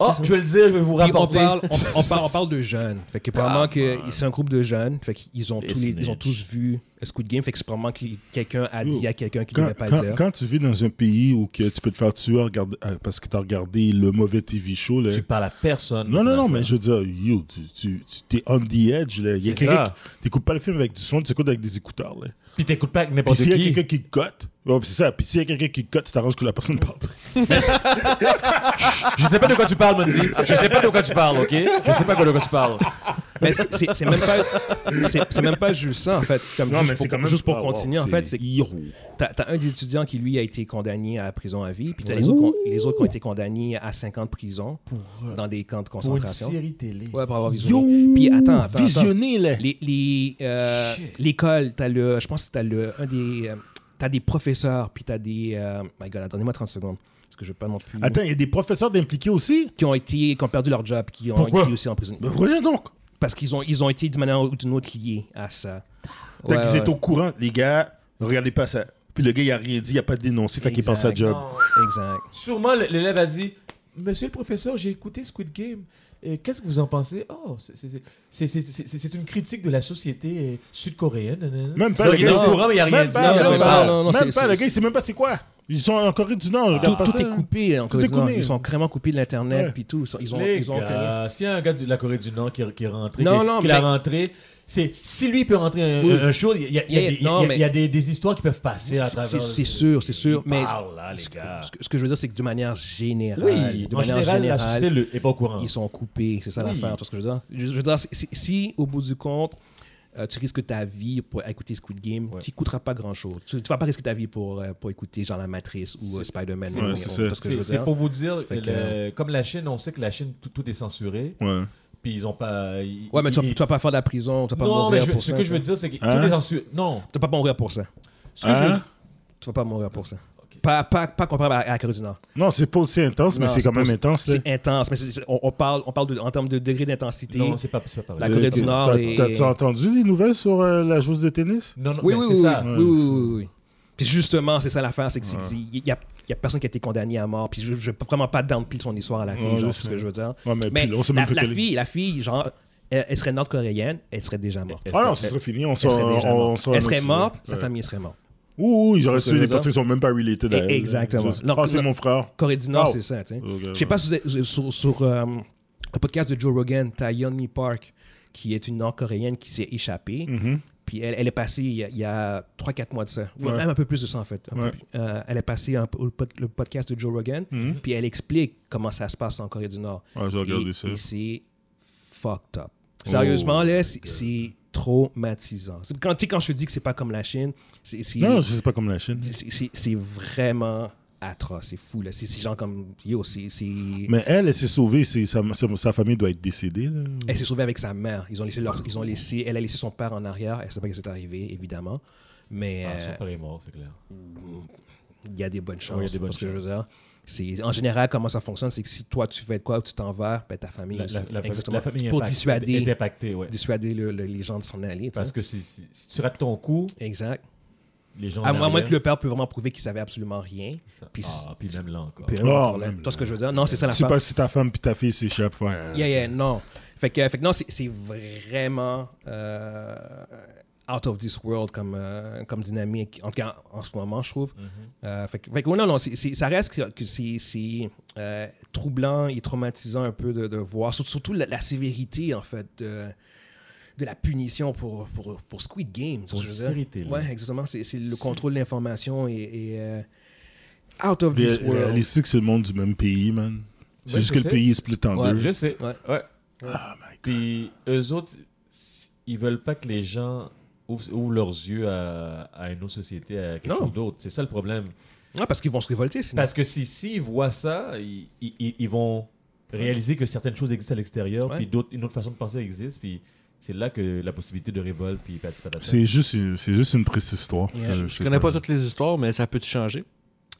Oh, je vais le dire, je vais vous Puis on parle, on, on parle, on [laughs] parle de jeunes. Fait que probablement que c'est un groupe de jeunes. Fait qu'ils ont Ah, Des tous les- ils ont snitchs. tous vu Squid Game. Fait que c'est probablement que quelqu'un a dit à quelqu'un qui ne quand, devait pas quand- le dire. quand tu vis dans un pays où que tu peux te faire tuer à regarder- à- parce que tu as regardé le mauvais TV show, là, Tu parles à personne. non, non, non, mais je veux dire, yo, tu, tu, tu- t'es on the edge. Là. Il y a C'est ça. quelqu'un qui- t'écoutes pas le film avec du son, tu écoutes avec des écouteurs. Là. Puis t'écoutes pas avec Puis n'importe s'il y a qui. quelqu'un qui cote, ouais, puis c'est ça. Puis s'il y a quelqu'un qui cote, tu t'arranges que la personne parle. Je sais pas de quoi tu parles, Monzi. Je sais pas de quoi tu parles, ok Je sais pas de quoi tu parles. Mais c'est- c'est c'est même pas, c'est c'est même pas juste ça en fait. Comme Non, juste mais pour, c'est quand même- juste pour ah, wow, continuer en fait, c'est Yo. T'as t'as un des étudiants qui, lui, a été condamné à la prison à vie, puis t'as les autres, qu'on- les autres qui ont été condamnés à 5 ans de prison euh, dans des camps de concentration. télé. Ouais, pour avoir Yo. visionné. Puis attends, attends, attends. Visionné, là. Les- les, euh, Shit. L'école, t'as le, je pense que t'as le, un des, euh, t'as des professeurs, puis t'as des, euh, my God, attendez-moi 30 secondes, parce que je veux pas non plus. Attends, il y a des professeurs d'impliqués aussi? Qui ont été, qui ont perdu leur job, qui ont Pourquoi? été aussi en prison. Ben, voyons donc. Parce qu'ils ont, ils ont été d'une manière ou d'une autre liés à ça. Fait Ouais, qu'ils ouais. étaient au courant, les gars, regardez pas ça. Puis le gars, il a rien dit, il a pas dénoncé, fait qu'il Exact. pense à job. Exact. Ah, Sûrement, l- l'élève a dit Monsieur le professeur, j'ai écouté Squid Game. Euh, Qu'est-ce que vous en pensez Oh, c'est- c'est- c'est- c'est c'est- c'est- c'est une critique de la société euh, sud-coréenne. nanana. Même pas, Donc, le il est gars, au c'est- courant, mais il a rien même dit. Ah, pas, Il en non, a non, pas non, non, même c'est- pas, le c'est- gars, il sait même pas c'est quoi. Ils sont en Corée du Nord, je Tout, regarde pas tout ça, est hein. coupé. En Tout Corée est du Nord. coupé. Ils sont carrément coupés de l'Internet. Ouais. Puis tout. Ils ont- Ils ont, Les ils ont gars, s'il y a un gars de la Corée du Nord qui, qui est rentré, Non, qui, non, qui l'a mais- rentré, c'est si lui peut rentrer un, Oui. un- un show, il y a, il y a Yeah, des- il y a- non, il y a mais- des, des histoires qui peuvent passer à C'est- travers. c'est- C'est sûr, c'est sûr. Ils Mais parlent, là, les ce, que, gars. ce que- ce que je veux dire, c'est que de manière générale, Oui, de en manière général, la générale, société le- est pas au courant. ils sont coupés. C'est ça Oui. l'affaire. Tu vois ce que je veux dire? Je, je veux dire, si, si- si, au bout du compte, euh, tu risques ta vie pour écouter Squid Game, Ouais. tu ne coûteras pas grand-chose. Tu ne vas pas risquer ta vie pour, euh, pour écouter genre La Matrice ou euh, Spider-Man. c'est- ou- ouais, ou- c'est tu ça. vois ce que je C'est veux c'est dire? pour vous dire, Fait que- le- comme la Chine, on sait que la Chine, tout, tout est censuré. Ouais. Puis ils ont pas. ils- Ouais, mais tu ne ils- vas tu vas pas faire de la prison, tu ne vas pas Non, mais mourir je- pour ce ça. que je veux dire, c'est que Hein? tout est censuré. Non. Tu vas pas mourir pour ça. Ce que je veux Hein? dire- Tu vas pas mourir pour ça. Pas, pas, pas comparable à, à la Corée du Nord. Non, c'est pas aussi intense, mais Non, c'est quand pas- même intense. là. C'est intense, mais c'est- c'est- on, on parle, on parle de- en termes de degré d'intensité. Non, c'est pas, c'est pas La pareil. Corée Euh, du t'as- Nord t'as- est- T'as-tu entendu les nouvelles sur euh, la joueuse de tennis? Non, non, oui, mais oui, c'est oui, ça. oui, oui, oui, oui. Puis justement, c'est ça l'affaire, c'est qu'il n'y a, y a personne qui a été condamné à mort. Puis je ne veux vraiment pas downplay son histoire à la fille, Ouais, genre, je c'est ce que je veux dire. Ouais, mais mais puis on sait la, même pas la quelle est. fille, la fille, genre, elle, elle serait nord-coréenne, elle serait déjà morte. Elle- Ah non, elle- ce serait fini. On Elle sort. serait, déjà on- on morte. sort Elle serait notre- morte, sa Ouais. famille serait morte. Ouh, oui, j'aurais Tu vois ce que tué je veux des dire? personnes qui sont même pas related à Et- elle. exactement. Juste, Non, Ah, c'est non. mon frère. Corée du Nord, Oh. c'est ça, tu sais. Ok, Je sais ouais. pas si vous êtes sur, sur, euh, le podcast de Joe Rogan, t'as Yeonmi Park, qui est une nord-coréenne qui s'est échappée. Mhm. Puis elle, elle est passée il y a- il y a, 3-4 mois de ça, Ou Ouais. même un peu plus de ça en fait. Un peu Ouais. plus. Euh, elle est passée un- au pod- le podcast de Joe Rogan, Mhm. puis elle explique comment ça se passe en Corée du Nord. Ouais, j'ai Et, regardé ça. Oh et c'est fucked up. Sérieusement, là, c'est- c'est traumatisant. C'est- Quand, tu sais, quand je te dis que c'est pas comme la Chine, c'est c'est- Non, je sais pas comme la Chine. c'est- c'est- c'est vraiment atroce, c'est fou. là. C'est c'est genre comme, yo, c'est... c'est- Mais elle, elle s'est sauvée. c'est- Sa, sa- sa famille doit être décédée. là. Elle s'est sauvée avec sa mère. Ils ont laissé leur- ils ont laissé, elle a laissé son père en arrière. Elle sait pas ce qui s'est arrivé, évidemment. Mais Ah, euh, son père est mort, c'est clair. il y a des bonnes chances. Oui, il y a des bonnes parce que je veux chances. dire, c'est- en général, comment ça fonctionne, c'est que si toi tu fais de quoi ou tu t'en vas, ben, ta famille, La, aussi. la- la- exactement, la famille pour impact- dissuader, est impactée, ouais. dissuader le- le- les gens de s'en aller. tu Parce sais. que si, si- si tu rates ton coup, Exact. les gens. À moins, à en moins arrière- que le père peut vraiment prouver qu'il savait absolument rien. Ça- Puis- ah, puis même là encore. Puis, Oh, encore là, même tu vois ce que je veux dire? Non, c'est ça la Je sais pas si ta femme puis ta fille s'échappent. ouais. Euh, Yeah, yeah, non. Fait que, fait que non, c'est c'est vraiment euh, out of this world comme, euh, comme dynamique, en tout cas en, en ce moment, je trouve. Mhm. Euh, fait que, fait que, ouais, non, non, c'est- c'est- ça reste que, que c'est c'est, euh, troublant et traumatisant un peu de, de voir, Surtout- surtout la, la sévérité, en fait, de, de la punition pour, pour, pour Squid Game. tu Pour vois ce que je une veux dire? série télé. Ouais, exactement. C'est c'est le contrôle de l'information et, et, euh, out of Les- this world. Les c'est que c'est le monde du même pays, man. C'est Ouais, juste je que le sais. pays est split en Ouais, deux. Je sais. Ouais. Ouais. Ah, Puis eux autres, s- ils veulent pas que les gens ouvrent, ouvrent leurs yeux à, à une autre société, à quelque Non. chose d'autre. C'est ça le problème. Ouais, Ah, parce qu'ils vont se révolter, sinon. Parce que si s'ils voient ça, ils, ils- ils- ils vont réaliser que certaines choses existent à l'extérieur, Ouais. puis d'autres, une autre façon de penser existe, puis c'est là que la possibilité de révolte, puis pas C'est juste, une- c'est juste une triste histoire. Yeah. Ça, Je- Je sais connais pas toutes les histoires, mais ça peut-tu changer?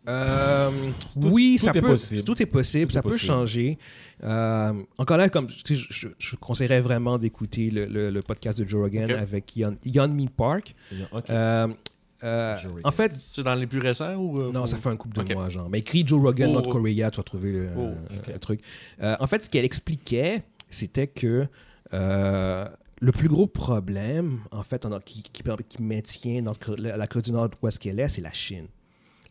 Euh, Tout- oui, tout ça est peut. possible. Tout est possible, Tout est ça peut possible. changer. Euh, encore là, comme tu sais, je, je- je conseillerais vraiment d'écouter le, le- le podcast de Joe Rogan Ok. avec Yon, Yonmi Park. Euh, euh, Joe Rogan. en fait, C'est dans les plus récents ou. euh, non, faut- ça fait un couple de Ok. mois, genre. Mais écrit Joe Rogan, Oh, North oh. Korea, tu vas trouver le, Oh, euh, ok. le truc. Euh, en fait, ce qu'elle expliquait, c'était que euh, le plus gros problème, en fait, en- qui, qui, qui maintient North Corée- la la Corée du Nord où est-ce qu'elle est, c'est la Chine.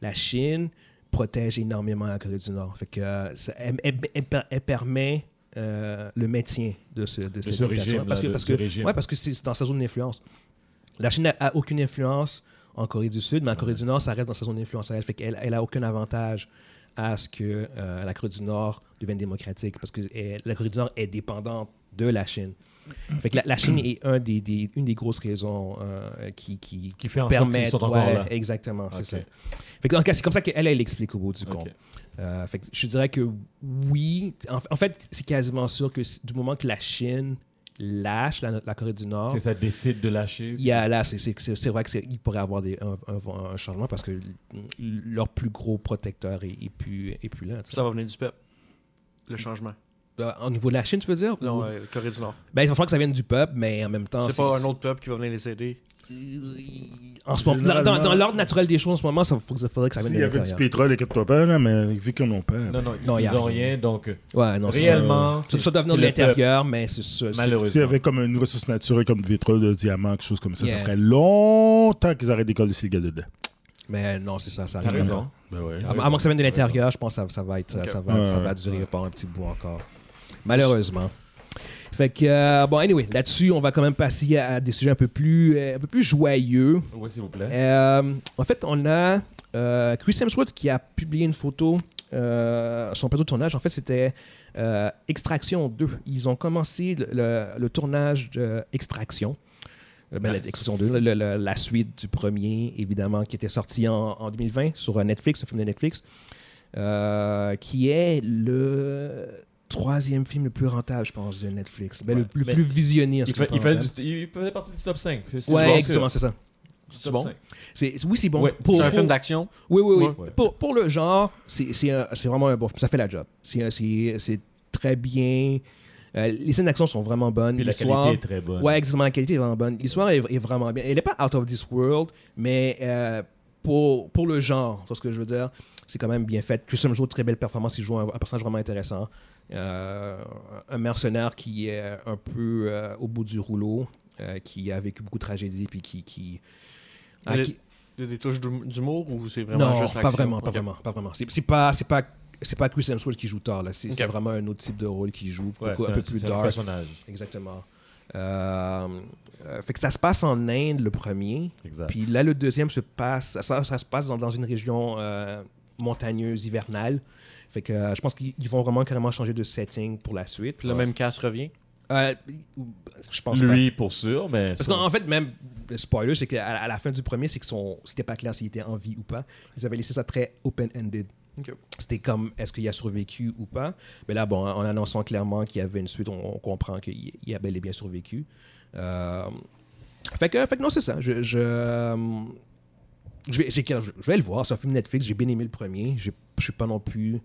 La Chine protège énormément la Corée du Nord. Fait que, euh, ça- elle, elle- elle per- elle permet euh, le maintien de ce, de cette ce dictature. régime, parce là, que, de- parce ce que- régime. ouais, parce que c'est c'est dans sa zone d'influence. La Chine n'a aucune influence en Corée du Sud, mais en Corée du Nord, ça reste dans sa zone d'influence. à Elle fait qu'elle elle a aucun avantage à ce que euh, la Corée du Nord devienne démocratique, parce que euh, la Corée du Nord est dépendante de la Chine. Fait que la, la Chine est un des, des- une des grosses raisons euh, qui, qui, Qui fait en sorte qu'ils permettent- sont encore ouais, là. Exactement, c'est Ok. ça. Fait que, en tout cas, c'est comme ça qu'elle elle explique au bout du Ok. compte. Euh, fait que je dirais que oui. En, en fait, c'est quasiment sûr que si- du moment que la Chine lâche la, la Corée du Nord, C'est ça, décide de lâcher. il y a- là, c'est- c'est c'est- c'est vrai qu'il pourrait avoir des, un, un- un changement parce que l- leur plus gros protecteur est, est plus, est plus là. tu sais. Ça va venir du peuple. Le changement. Euh, Au niveau de la Chine, tu veux dire Non, Ou- euh, Corée du Nord. ben, Il va falloir que ça vienne du peuple, mais en même temps. C'est pas un autre peuple qui va venir les aider. En ce moment, dans- dans dans l'ordre naturel des choses en ce moment, ça faut que- ça faudrait que ça vienne S'il de y avait du l'intérieur. pétrole, inquiète-toi pas, là, mais vu qu'on en perd. Non, non, Non, il y ils a n'ont rien. rien, donc euh, Ouais, non, c'est ça. réellement. Ça, ça doit venir c'est de le peuple, l'intérieur, mais c'est ça. c'est- S'il y Malheureusement. avait comme une ressource naturelle comme du pétrole, de diamant, quelque chose comme ça, Yeah. ça ferait longtemps qu'ils auraient décollé ces gars dedans. Mais non, c'est ça. ça T'as arrive. raison. Ah, Ben ouais. À, à moins que ça vienne de l'intérieur, je pense que ça, ça va, être, Ok. ça, va, Ouais, ça va ouais, durer pendant un petit bout encore. Malheureusement. Fait que, euh, bon, anyway, là-dessus, on va quand même passer à des sujets un peu plus, euh, un peu plus joyeux. Oui, s'il vous plaît. Euh, en fait, on a euh, Chris Hemsworth qui a publié une photo euh, son plateau de tournage. En fait, c'était euh, Extraction 2. Ils ont commencé le, le- le tournage de Extraction. Euh, ben, Nice. Extraction 2, le- le- la suite du premier, évidemment, qui était sorti en, en 2020 sur euh, Netflix, le film de Netflix, euh, qui est le troisième film le plus rentable, je pense, de Netflix. Ben, le, Ouais. plus- Mais plus visionné. en ce Il, qui est fait- pas il fait rentable. du- il faisait partie du top 5. C'est- c'est bon, Ouais, c'est- exactement, c'est ça. c'est C'est top bon. 5. C'est- Oui, c'est bon. Ouais. Pour- C'est un pour- film d'action. oui, oui, oui. Ouais. Pour, pour le genre, c'est c'est un- c'est vraiment un bon film. Ça fait la job. C'est un- C'est c'est très bien. Euh, les scènes d'action sont vraiment bonnes. Puis la L'histoire. qualité est très bonne. Ouais, exactement. La qualité est vraiment bonne. L'histoire est, est vraiment bien. Elle n'est pas out of this world, mais euh, pour, pour le genre, c'est ce que je veux dire, c'est quand même bien fait. Chris Hemsworth, très belle performance. Il joue un, un personnage vraiment intéressant. Euh, un mercenaire qui est un peu euh, au bout du rouleau, euh, qui a vécu beaucoup de tragédies, puis qui. qui- à Le- qui- Il y a des touches d'hum- d'humour ou c'est vraiment non, juste pas action? vraiment, pas Ok. vraiment, pas vraiment. C'est c'est pas, c'est pas, c'est pas Chris Hemsworth qui joue Thor là. C'est Ok. c'est vraiment un autre type de rôle qu'il joue, Ouais, beaucoup- c'est un peu c'est plus un dark. personnage. Exactement. Euh, euh, fait que ça se passe en Inde le premier, Exact. puis là le deuxième se passe, ça, ça se passe dans, dans une région euh, montagneuse hivernale. Fait que euh, je pense qu'ils ils vont vraiment carrément changer de setting pour la suite. Puis le même casse revient. Euh, je pense pas. Lui, pour sûr, mais. Parce qu'en en fait, même, le spoiler, c'est qu'à à la fin du premier, c'est que son, c'était pas clair s'il était en vie ou pas. Ils avaient laissé ça très open-ended. Ok. C'était comme, est-ce qu'il a survécu ou pas? Mais là, bon, en annonçant clairement qu'il y avait une suite, on, on comprend qu'il il a bel et bien survécu. Euh, fait, que, fait que non, c'est ça. Je, je, euh, je, vais, j'ai- je vais le voir. C'est un film Netflix. J'ai bien aimé le premier. J'ai- Je suis pas non plus...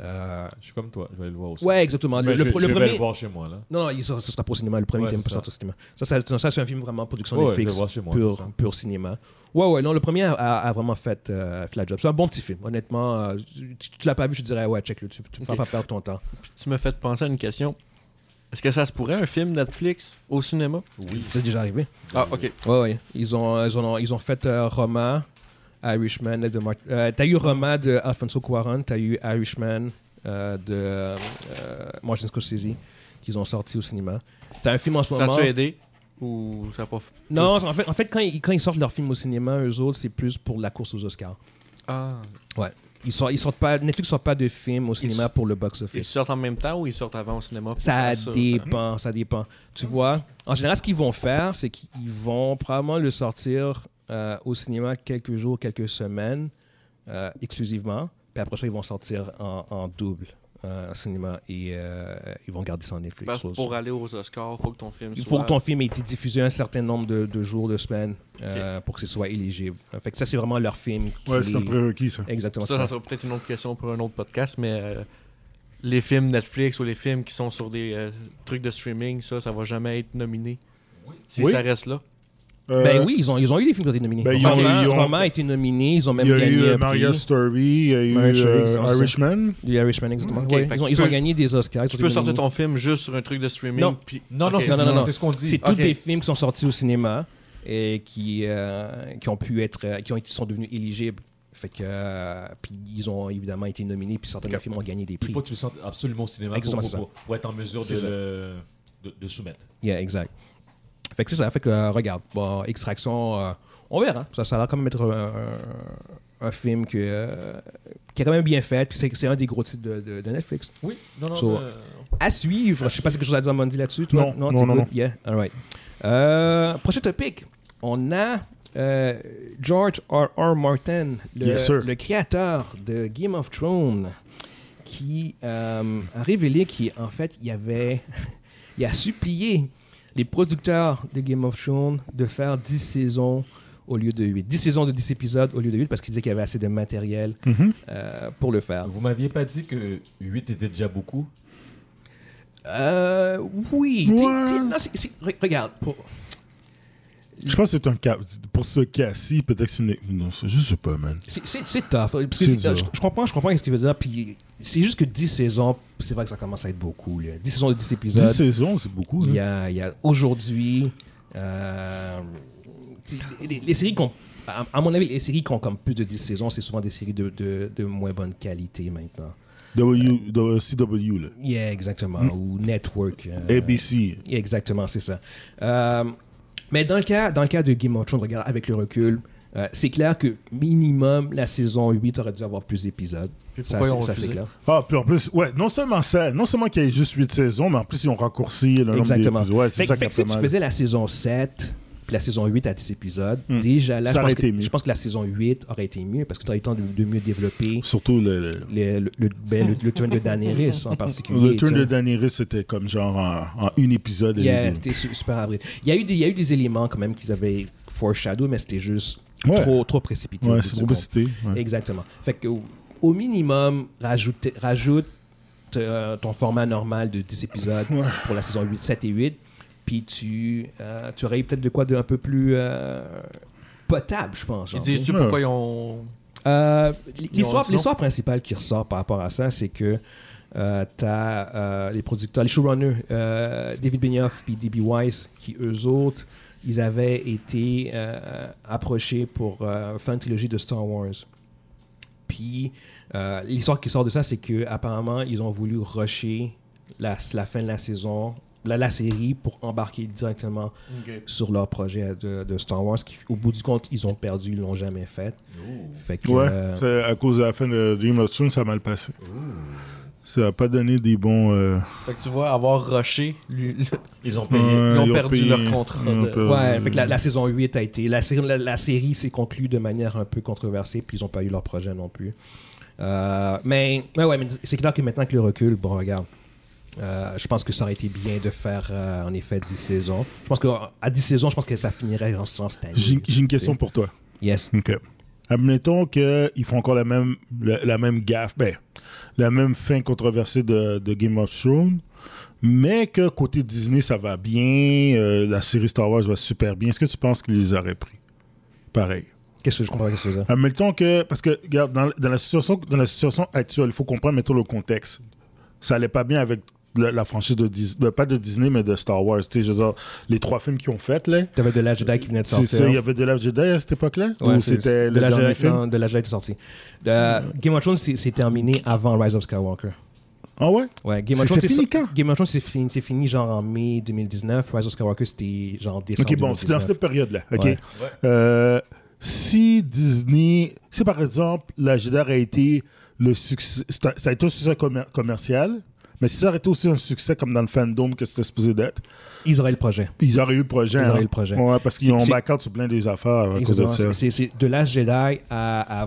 euh, Je suis comme toi, je vais le voir aussi. ouais, exactement. Le, Mais le je, pro- le je vais premier... le voir chez moi, là. Non, non, il sort- ce sera pas au cinéma. Le premier Ouais, n'était c'est pas ça. sorti au cinéma. Ça, ça, ça, c'est un film vraiment production Ouais, ouais, je Netflix. vais le voir chez moi. c'est Pur, ça. pur cinéma. Ouais, ouais, non, le premier a, a- a vraiment fait, euh, fait la job. C'est un bon petit film, honnêtement. euh, tu tu l'as pas vu, je te dirais, ouais, check-le, tu, tu me feras Ok. pas perdre ton temps. Puis tu me fais penser à une question. Est-ce que ça se pourrait un film Netflix au cinéma? Oui. C'est déjà arrivé. Ah, ok. Ouais, ouais. Ils ont, ils ont, ils ont fait euh, Roma, Irishman et de Mark. euh, t'as eu Roma de Alfonso Cuaron, t'as eu Irishman euh, de euh, Martin Scorsese qu'ils ont sorti au cinéma. T'as un film en ce Ça moment. a-tu aidé? Ou ça a pas... f- Non, en fait, en fait quand, ils, quand ils sortent leurs films au cinéma, eux autres, c'est plus pour la course aux Oscars. Ah. Ils sortent, ils sortent pas, Netflix sort pas de films au cinéma s- pour le Ils box-office. sortent en même temps ou ils Ah, sortent avant au cinéma? puis Ça après dépend, ça dépend. Tu vois, en général, ce qu'ils vont faire, c'est qu'ils vont probablement le sortir euh, au cinéma quelques jours, quelques semaines, euh, exclusivement. Puis après ça, ils vont sortir en, en double euh, au cinéma et euh, ils vont garder ça en Netflix. Parce que Sur- pour aller aux Oscars, faut que ton film Il soit- faut que ton film ait été diffusé un certain nombre de, de jours, de semaines, euh, pour que ce soit éligible. Euh, Fait que ça, c'est vraiment leur film. qui Ouais, c'est est- un prérequis, ça. Exactement. Ça, c'est ça ça. sera peut-être une autre question pour un autre podcast, mais euh, les films Netflix ou les films qui sont sur des euh, trucs de streaming, ça, ça va jamais être nominé. Si Oui. ça reste là. Euh, Ben oui, ils ont, ils ont eu des films qui ont été nominés. ben, ils ont- Roman, ils ont- Roman a été nominé, ils ont même Il y a gagné eu euh, un prix. Maria Story, il y a eu Marriage Story, euh, ils ont ça. Irishman. The Irishman, exactement. Ok, Ouais, fait ils ont, que tu ils ont peux- gagné des Oscars. ils Tu ont peux été sortir nominés. ton film juste sur un truc de streaming. Non. puis- Non, non, Ok, c'est- non, non, non. c'est ce qu'on C'est dit. Ah, tous Ok. des films qui sont sortis au cinéma et qui, euh, qui ont pu être, euh, qui ont été, sont devenus éligibles. Fait que, euh, puis ils ont évidemment été nominés, puis certains Ok. films ont gagné des Il prix. faut que tu le sentes absolument au cinéma pour, Exactement, pour, c'est ça. pour- pour être en mesure de, C'est ça. le- de, de soumettre. Yeah, exact. Fait que c'est ça. Fait que, euh, regarde, bon, Extraction, euh, on verra. Ça, ça a l'air quand même être euh, un, un film que, euh, qui est quand même bien fait. Puis c'est c'est un des gros titres de, de- de Netflix. Oui, non, non. So, euh, À suivre. Je sais pas si quelque chose à dire, Mondi, là-dessus. toi? Non, non, t'es non, good? non. Yeah, all right. Euh, prochain topic. On a euh, George R. R. Martin, le, Yes, sir. le créateur de Game of Thrones, qui euh, a révélé qu'en fait, il avait... [laughs] il a supplié les producteurs de Game of Thrones de faire 10 saisons au lieu de 8. 10 saisons de 10 épisodes au lieu de 8 parce qu'il disait qu'il y avait assez de matériel Mm-hmm. euh, pour le faire. vous m'aviez pas dit que 8 était déjà beaucoup. Euh, oui. T'es- Ouais. t'es- non, c'est- c'est- re- regarde. pour- Je pense que c'est un cas. Pour ce cas-ci, peut-être que c'est. une- Non, c'est- je sais pas, man. c'est- C'est c'est tough. hein, Parce que C'est c'est- dur. je, je comprends, je comprends ce qu'il veut dire. Puis c'est juste que 10 saisons, c'est vrai que ça commence à être beaucoup. là. 10 saisons de 10 épisodes. 10 saisons, c'est beaucoup. Il y Hein. a, il y a aujourd'hui. euh, t'sais, les, les séries qu'on à, à mon avis, les séries qui ont comme plus de 10 saisons, c'est souvent des séries de, de, de moins bonne qualité maintenant. W, W- CW, là. Yeah, exactement. Mm. Ou Network. euh, ABC. Exactement, c'est ça. Euh, mais dans le, cas, dans le cas de Game of Thrones, regarde, avec le recul, euh, c'est clair que minimum la saison 8 aurait dû avoir plus d'épisodes. Puis Ça, pourquoi c'est- ils ont ça, c'est refusé? clair. Ah, puis en plus, ouais, non seulement ça, non seulement qu'il y a juste 8 saisons, mais en plus, ils ont raccourci le nombre Exactement. d'épisodes. Ouais, Fait, c'est ça que- qui fait a que si fait tu mal. faisais la saison 7 puis la saison 8 à 10 épisodes, Hmm. déjà là, Ça je aurait pense, été que, mieux. je pense que la saison 8 aurait été mieux parce que tu aurais eu le temps de, de mieux développer Surtout le, le, les- le, le, ben, le- le turn de Daenerys en particulier. le turn tu de sais. Daenerys, c'était comme genre en, en une épisode. et Yeah, les deux. c'était su- super abri. Il y, a eu des, il y a eu des éléments quand même qu'ils avaient foreshadow, mais c'était juste Ouais. trop, trop précipité. au Ouais, bout c'est du trop compte. cité. ouais. Exactement. Fait que, au, au minimum, rajoute, rajoute euh, ton format normal de 10 épisodes pour la saison 8, 7 et 8. Puis tu, euh, tu aurais peut-être de quoi de un peu plus euh, potable, je pense. Ils genre, tu sais. disent-tu Ouais. pourquoi ils ont. Euh, Ils ont l'histoire, dit non. l'histoire principale qui ressort par rapport à ça, c'est que euh, t'as euh, les producteurs, les showrunners, euh, David Benioff et D.B. Weiss, qui eux autres, ils avaient été euh, approchés pour euh, faire une trilogie de Star Wars. Puis euh, l'histoire qui sort de ça, c'est que apparemment ils ont voulu rusher la, la fin de la saison, la, la série, pour embarquer directement sur leur projet de, de Star Wars. Qui, au bout du compte, ils ont perdu, ils l'ont jamais fait. Fait que, Ouais, euh, c'est à cause de la fin de Dream of Thrones, ça a mal passé. Ça a pas donné des bons. euh, Fait que tu vois, avoir rushé, lui- Ils Hmm, ont payé. euh, ils ont perdu leur contrat ils ont de- perdu. ouais, fait que la, la saison 8 a été. La série, la, la série s'est conclue de manière un peu controversée, puis ils n'ont pas eu leur projet non plus. Euh, mais ouais, ouais, mais c'est clair que maintenant que le recul, bon, regarde. euh, je pense que ça aurait été bien de faire euh, en effet 10 saisons. Je pense qu'à 10 saisons, je pense que ça finirait en sens cette année. J'ai j'ai une question pour toi. Yes. OK. Admettons qu'ils font encore la même, la, la même gaffe, ben, la même fin controversée de, de Game of Thrones, mais que côté Disney, ça va bien, euh, la série Star Wars va super bien. Est-ce que tu penses qu'ils les auraient pris? Pareil. Qu'est-ce que je comprends pas, qu'est-ce que c'est ça? Admettons que, parce que, regarde, dans, dans la situation, dans la situation actuelle, il faut comprendre, mettons le contexte. Ça allait pas bien avec la, la franchise de Disney, pas de Disney, mais de Star Wars. Tu sais, je veux dire, les trois films qu'ils ont fait, là, T'avais de la Jedi qui venait de c'est sortir. ça, il y avait de la Jedi à cette époque-là? hein. Ouais, Ou c'est- c'était de le la dernier Jedi- film? non, de la Jedi qui est sorti. Euh, Game of Thrones, c'est c'est terminé avant Rise of Skywalker. Ah ouais? Ouais, Game of Thrones, C'est- c'est c'est fini ça- quand? Game of Thrones, c'est fini, c'est fini genre en mai 2019. Rise of Skywalker, c'était genre décembre. Ok, bon, c'est dans 2019. cette période-là. Ok. Ouais. Euh, si Disney, si par exemple la Jedi a été le succès, c'est un- ça a été un succès commer- commercial, mais si ça aurait été aussi un succès comme dans le fandom que c'était supposé d'être, Ils auraient le projet. ils auraient eu le projet. Ils hein. auraient eu le projet. Ouais, parce qu'ils C'est- ont c'est- back out sur plein des affaires à cause de Exactement. ça. C'est- c'est- c'est- de Last Jedi à, à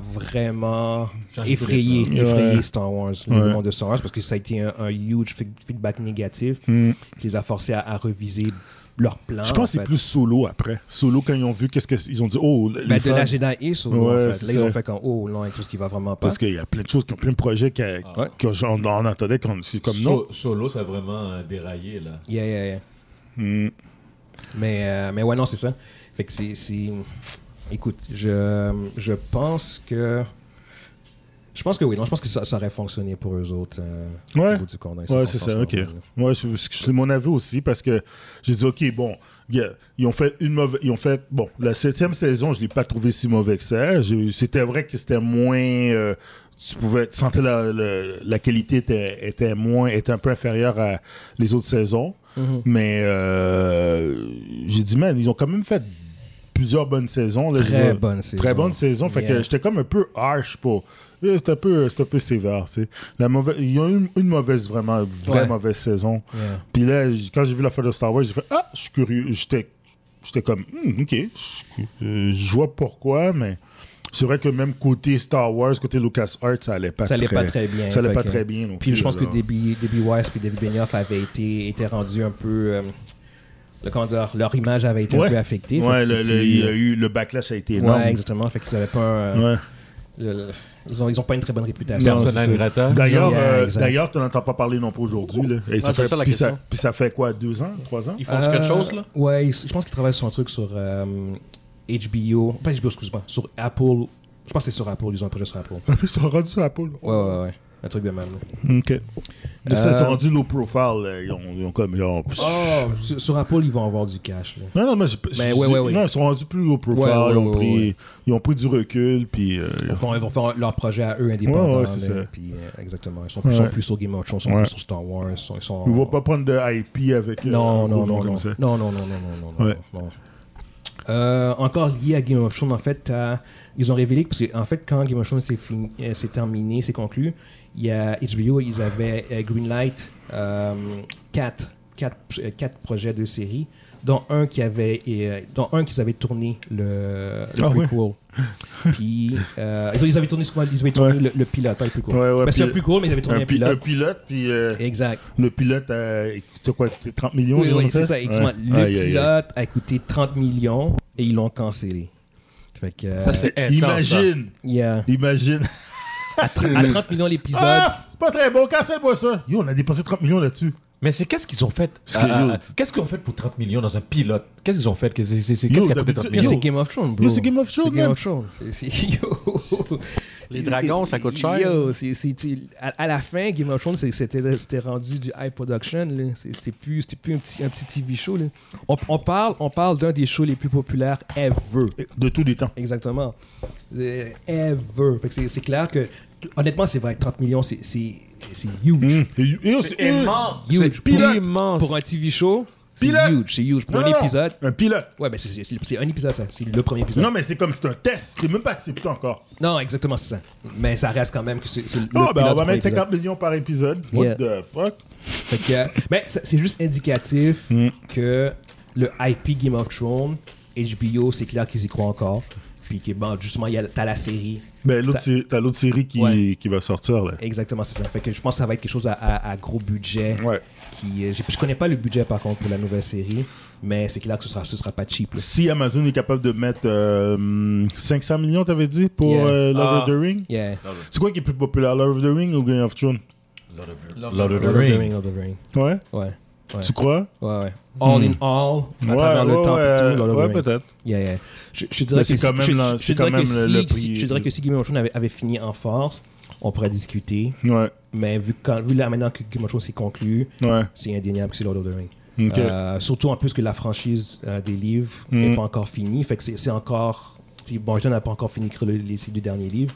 vraiment Changer effrayer, tout les plans. effrayer Ouais. Star Wars, Ouais. le monde de Star Wars, parce que ça a été un, un huge fe- feedback négatif Hmm. qui les a forcés à, à reviser leur plan. Je pense en que c'est fait. plus solo après. Solo, quand ils ont vu, qu'est-ce qu'ils ont dit? Oh, les Ben, de fans- Last Jedi et Solo, Ouais, en fait. c'est Là, ils ont ça. fait comme, oh non, il y a quelque chose qui va vraiment pas. Parce qu'il y a plein de choses, qui ont plein de projets qu'on Ouais. on en entendait, qu'on- c'est comme non. So- Solo, ça a vraiment euh, déraillé, là. Yeah, yeah, yeah. Hmm. Mais, euh, mais ouais, non, c'est ça. Fait que c'est. c'est- Écoute, je, je pense que. Je pense que oui. Non, je pense que ça, ça aurait fonctionné pour eux autres. euh, Ouais. au bout du compte, dans les Ouais, c'est ça, ok. circonstances, Moi, je- je- c'est mon avis aussi parce que j'ai dit, ok, bon, yeah, ils ont fait une mauvaise. Ils ont fait. Bon, la septième saison, je ne l'ai pas trouvé si mauvais que ça. J'ai- C'était vrai que c'était moins. euh, tu pouvais tu sentais la, la- la qualité était, était moins était un peu inférieure à les autres saisons Mhm. mais euh, j'ai dit man ils ont quand même fait plusieurs bonnes saisons là, je veux Très dire. bonne saison. Très bonne saison. Fait Yeah. que j'étais comme un peu harsh pour. Euh, C'était un peu, c'était un peu sévère, tu sais. La mauvaise, il y a eu une, une mauvaise, vraiment, vraie Ouais. mauvaise saison. Yeah. Puis là, j- quand j'ai vu l'affaire de Star Wars, j'ai fait Ah, je suis curieux. J'étais, j'étais comme, Hmm, ok, je- euh, je vois pourquoi, mais c'est vrai que même côté Star Wars, côté LucasArts, ça allait pas Ça allait très pas très bien. Ça allait fait pas que- très bien. non Puis plus, je pense que alors. Debbie, Debbie Wise puis David Benioff avaient été, étaient rendus un peu. euh, le, comment dire, leur image avait été Ouais. un peu affectée. fait que Ouais, c'était le, le- plus- il y a eu, le backlash a été énorme. Ouais, exactement. Fait qu'ils avaient pas. un- Ouais. le- le- ils, ont, ils ont pas une très bonne réputation. Non, c'est Persona ça. grata. D'ailleurs, Hein? Yeah, euh, exact. d'ailleurs, tu n'entends pas parler non plus aujourd'hui. là. Et c'est fait- ça la puis question. puis ça fait quoi, deux ans, trois ans ils font Euh, quelque chose, là. Ouais, ils- je pense qu'ils travaillent sur un truc sur euh, HBO. Pas HBO, excuse-moi. Sur Apple. Je pense que c'est sur Apple. Ils ont un projet sur Apple. Ils sont rendus sur la poule. Ouais, ouais, ouais. Un truc de même. là. OK. Mais ça, Euh, ils sont rendus low profile. là. Ils, ont, ils ont comme. genre, pff. Oh, sur, sur Apple, ils vont avoir du cash. là. Ah. Non, non, mais, je- Mais je- Ben, ouais, ouais, ouais. non, ils sont rendus plus low profile. Ouais, ouais, ils, ont ouais, pris, ouais. ils ont pris du recul. Puis, euh, Ils vont, ils vont faire leur projet à eux indépendants. Ouais, ouais, c'est là, ça. puis, euh, exactement. Ils sont, plus- Ouais. sont plus sur Game of Thrones, ils sont Ouais. plus sur Star Wars. Ils sont, ils sont- ils ne vont pas prendre de IP avec euh, un Non, non, gros nom non, comme non. ça. non, non, non, non, non, non, Ouais. non, non. Euh, encore lié à Game of Thrones, en fait, euh, ils ont révélé que, parce que, en fait, quand Game of Thrones s'est fini- euh, s'est terminé, s'est conclu, il y a HBO, ils avaient euh, Greenlight euh, 4, euh, projets de série, dont un qui avait, et, euh, dont un qu'ils avaient tourné le, le Ah ouais. prequel. Puis euh, ils, ont- ils avaient tourné, excuse-moi, ils avaient tourné Ouais. le, le pilote, pas le prequel. Ouais, ouais, Ben, c'est puis- un prequel, mais ils avaient tourné un, Un, pi- un pilote. pilote, puis euh, Exact. le pilote, euh, c'est quoi, c'est 30 millions? Oui, ils ont oui, ça? c'est ça. exactement. Ouais. Le Aïe, aïe, aïe. pilote a coûté 30 millions et ils l'ont cancellé. Fait que, euh, Ça, c'est intense. Imagine, yeah. [laughs] imagine. à 30 millions l'épisode. Ah, c'est pas très bon, cassez-moi ça. Yo, on a dépensé 30 millions là-dessus. Mais c'est qu'est-ce qu'ils ont fait Ce que- Ah, yo. ah, ah, Qu'est-ce qu'ils ont fait pour 30 millions dans un pilote Qu'est-ce qu'ils ont fait Qu'est-ce c'est- c'est- c'est- Yo, qu'est-ce qui a coûté d'habitude, 30 Yo, millions c'est Game of Thrones, bro. Yo, c'est Game of Thrones, C'est Game man. of Thrones. C'est- c'est- [laughs] yo. Les dragons, ça coûte cher. Yo, c'est- c'est- tu- à, à la fin, Game of Thrones, c'est- c'était c'était rendu du high production. là. C'est- C'était plus, c'était plus un, petit, un petit TV show. là. On, on parle, on parle d'un des shows les plus populaires ever. De tous les temps. Exactement. Euh, Ever. Fait que c'est- c'est clair que, honnêtement, c'est vrai, 30 millions, c'est c'est- c'est huge. Hum. Et- et yo, C'est huge. immense. Huge. C'est Pilote. immense. Pour un TV show, c'est Pilote. huge. C'est huge. Pour Non, un non, non. épisode. Un pilote. Ouais, ben c'est- c'est c'est un épisode, ça. C'est le premier épisode. Non, Non, mais c'est comme c'est un test. C'est même pas accepté encore. exactement, c'est ça. Mais ça reste quand même que c'est c'est le Ah, pilote ben, on va du premier mettre épisode. 50 millions par épisode. What Yeah. the fuck? Fait que, euh, ben, c'est c'est juste indicatif Mm. que le IP Game of Thrones, HBO, c'est clair qu'ils y croient encore. Puis que, bon, justement, il y a- t'as la série, Ben, l'autre, sé- t'as l'autre série qui, Ouais. qui va sortir, là. Exactement, c'est ça. Fait que je pense que ça va être quelque chose à, à- à gros budget. Ouais. Qui, euh, j'ai- je connais pas le budget par contre pour la nouvelle série, mais c'est clair que ce sera, ce sera pas cheap. là. Si Amazon est capable de mettre euh, 500 millions, t'avais dit, pour Yeah. euh, Love Ah. of the Ring? Yeah. C'est quoi qui est plus populaire, Love of the Ring ou Game of Thrones? Lord of- Lord of the Lord of the Ring, Rings. Lord of the Ring. Ouais? Ouais. Ouais. Tu crois? Ouais, ouais. All in all, à travers le temps et tout, Lord of the ouais, Ring. peut-être. Yeah, yeah. Je, je dirais Mais que c'est si- quand même je- je- je la- c'est dirais quand que même si- le- le si- prix- je dirais que si Game of Thrones avait, avait fini en force, on pourrait discuter. Ouais, Mais vu, quand, vu là maintenant que Game of Thrones s'est conclu, ouais. c'est indéniable que c'est Lord of the Ring. Ok. Euh, surtout en plus que la franchise euh, des livres Mm. n'est pas encore finie. Fait que c'est c'est encore. t'sais, Bon, John n'a pas encore fini d'écrire le- les, ces deux derniers livres.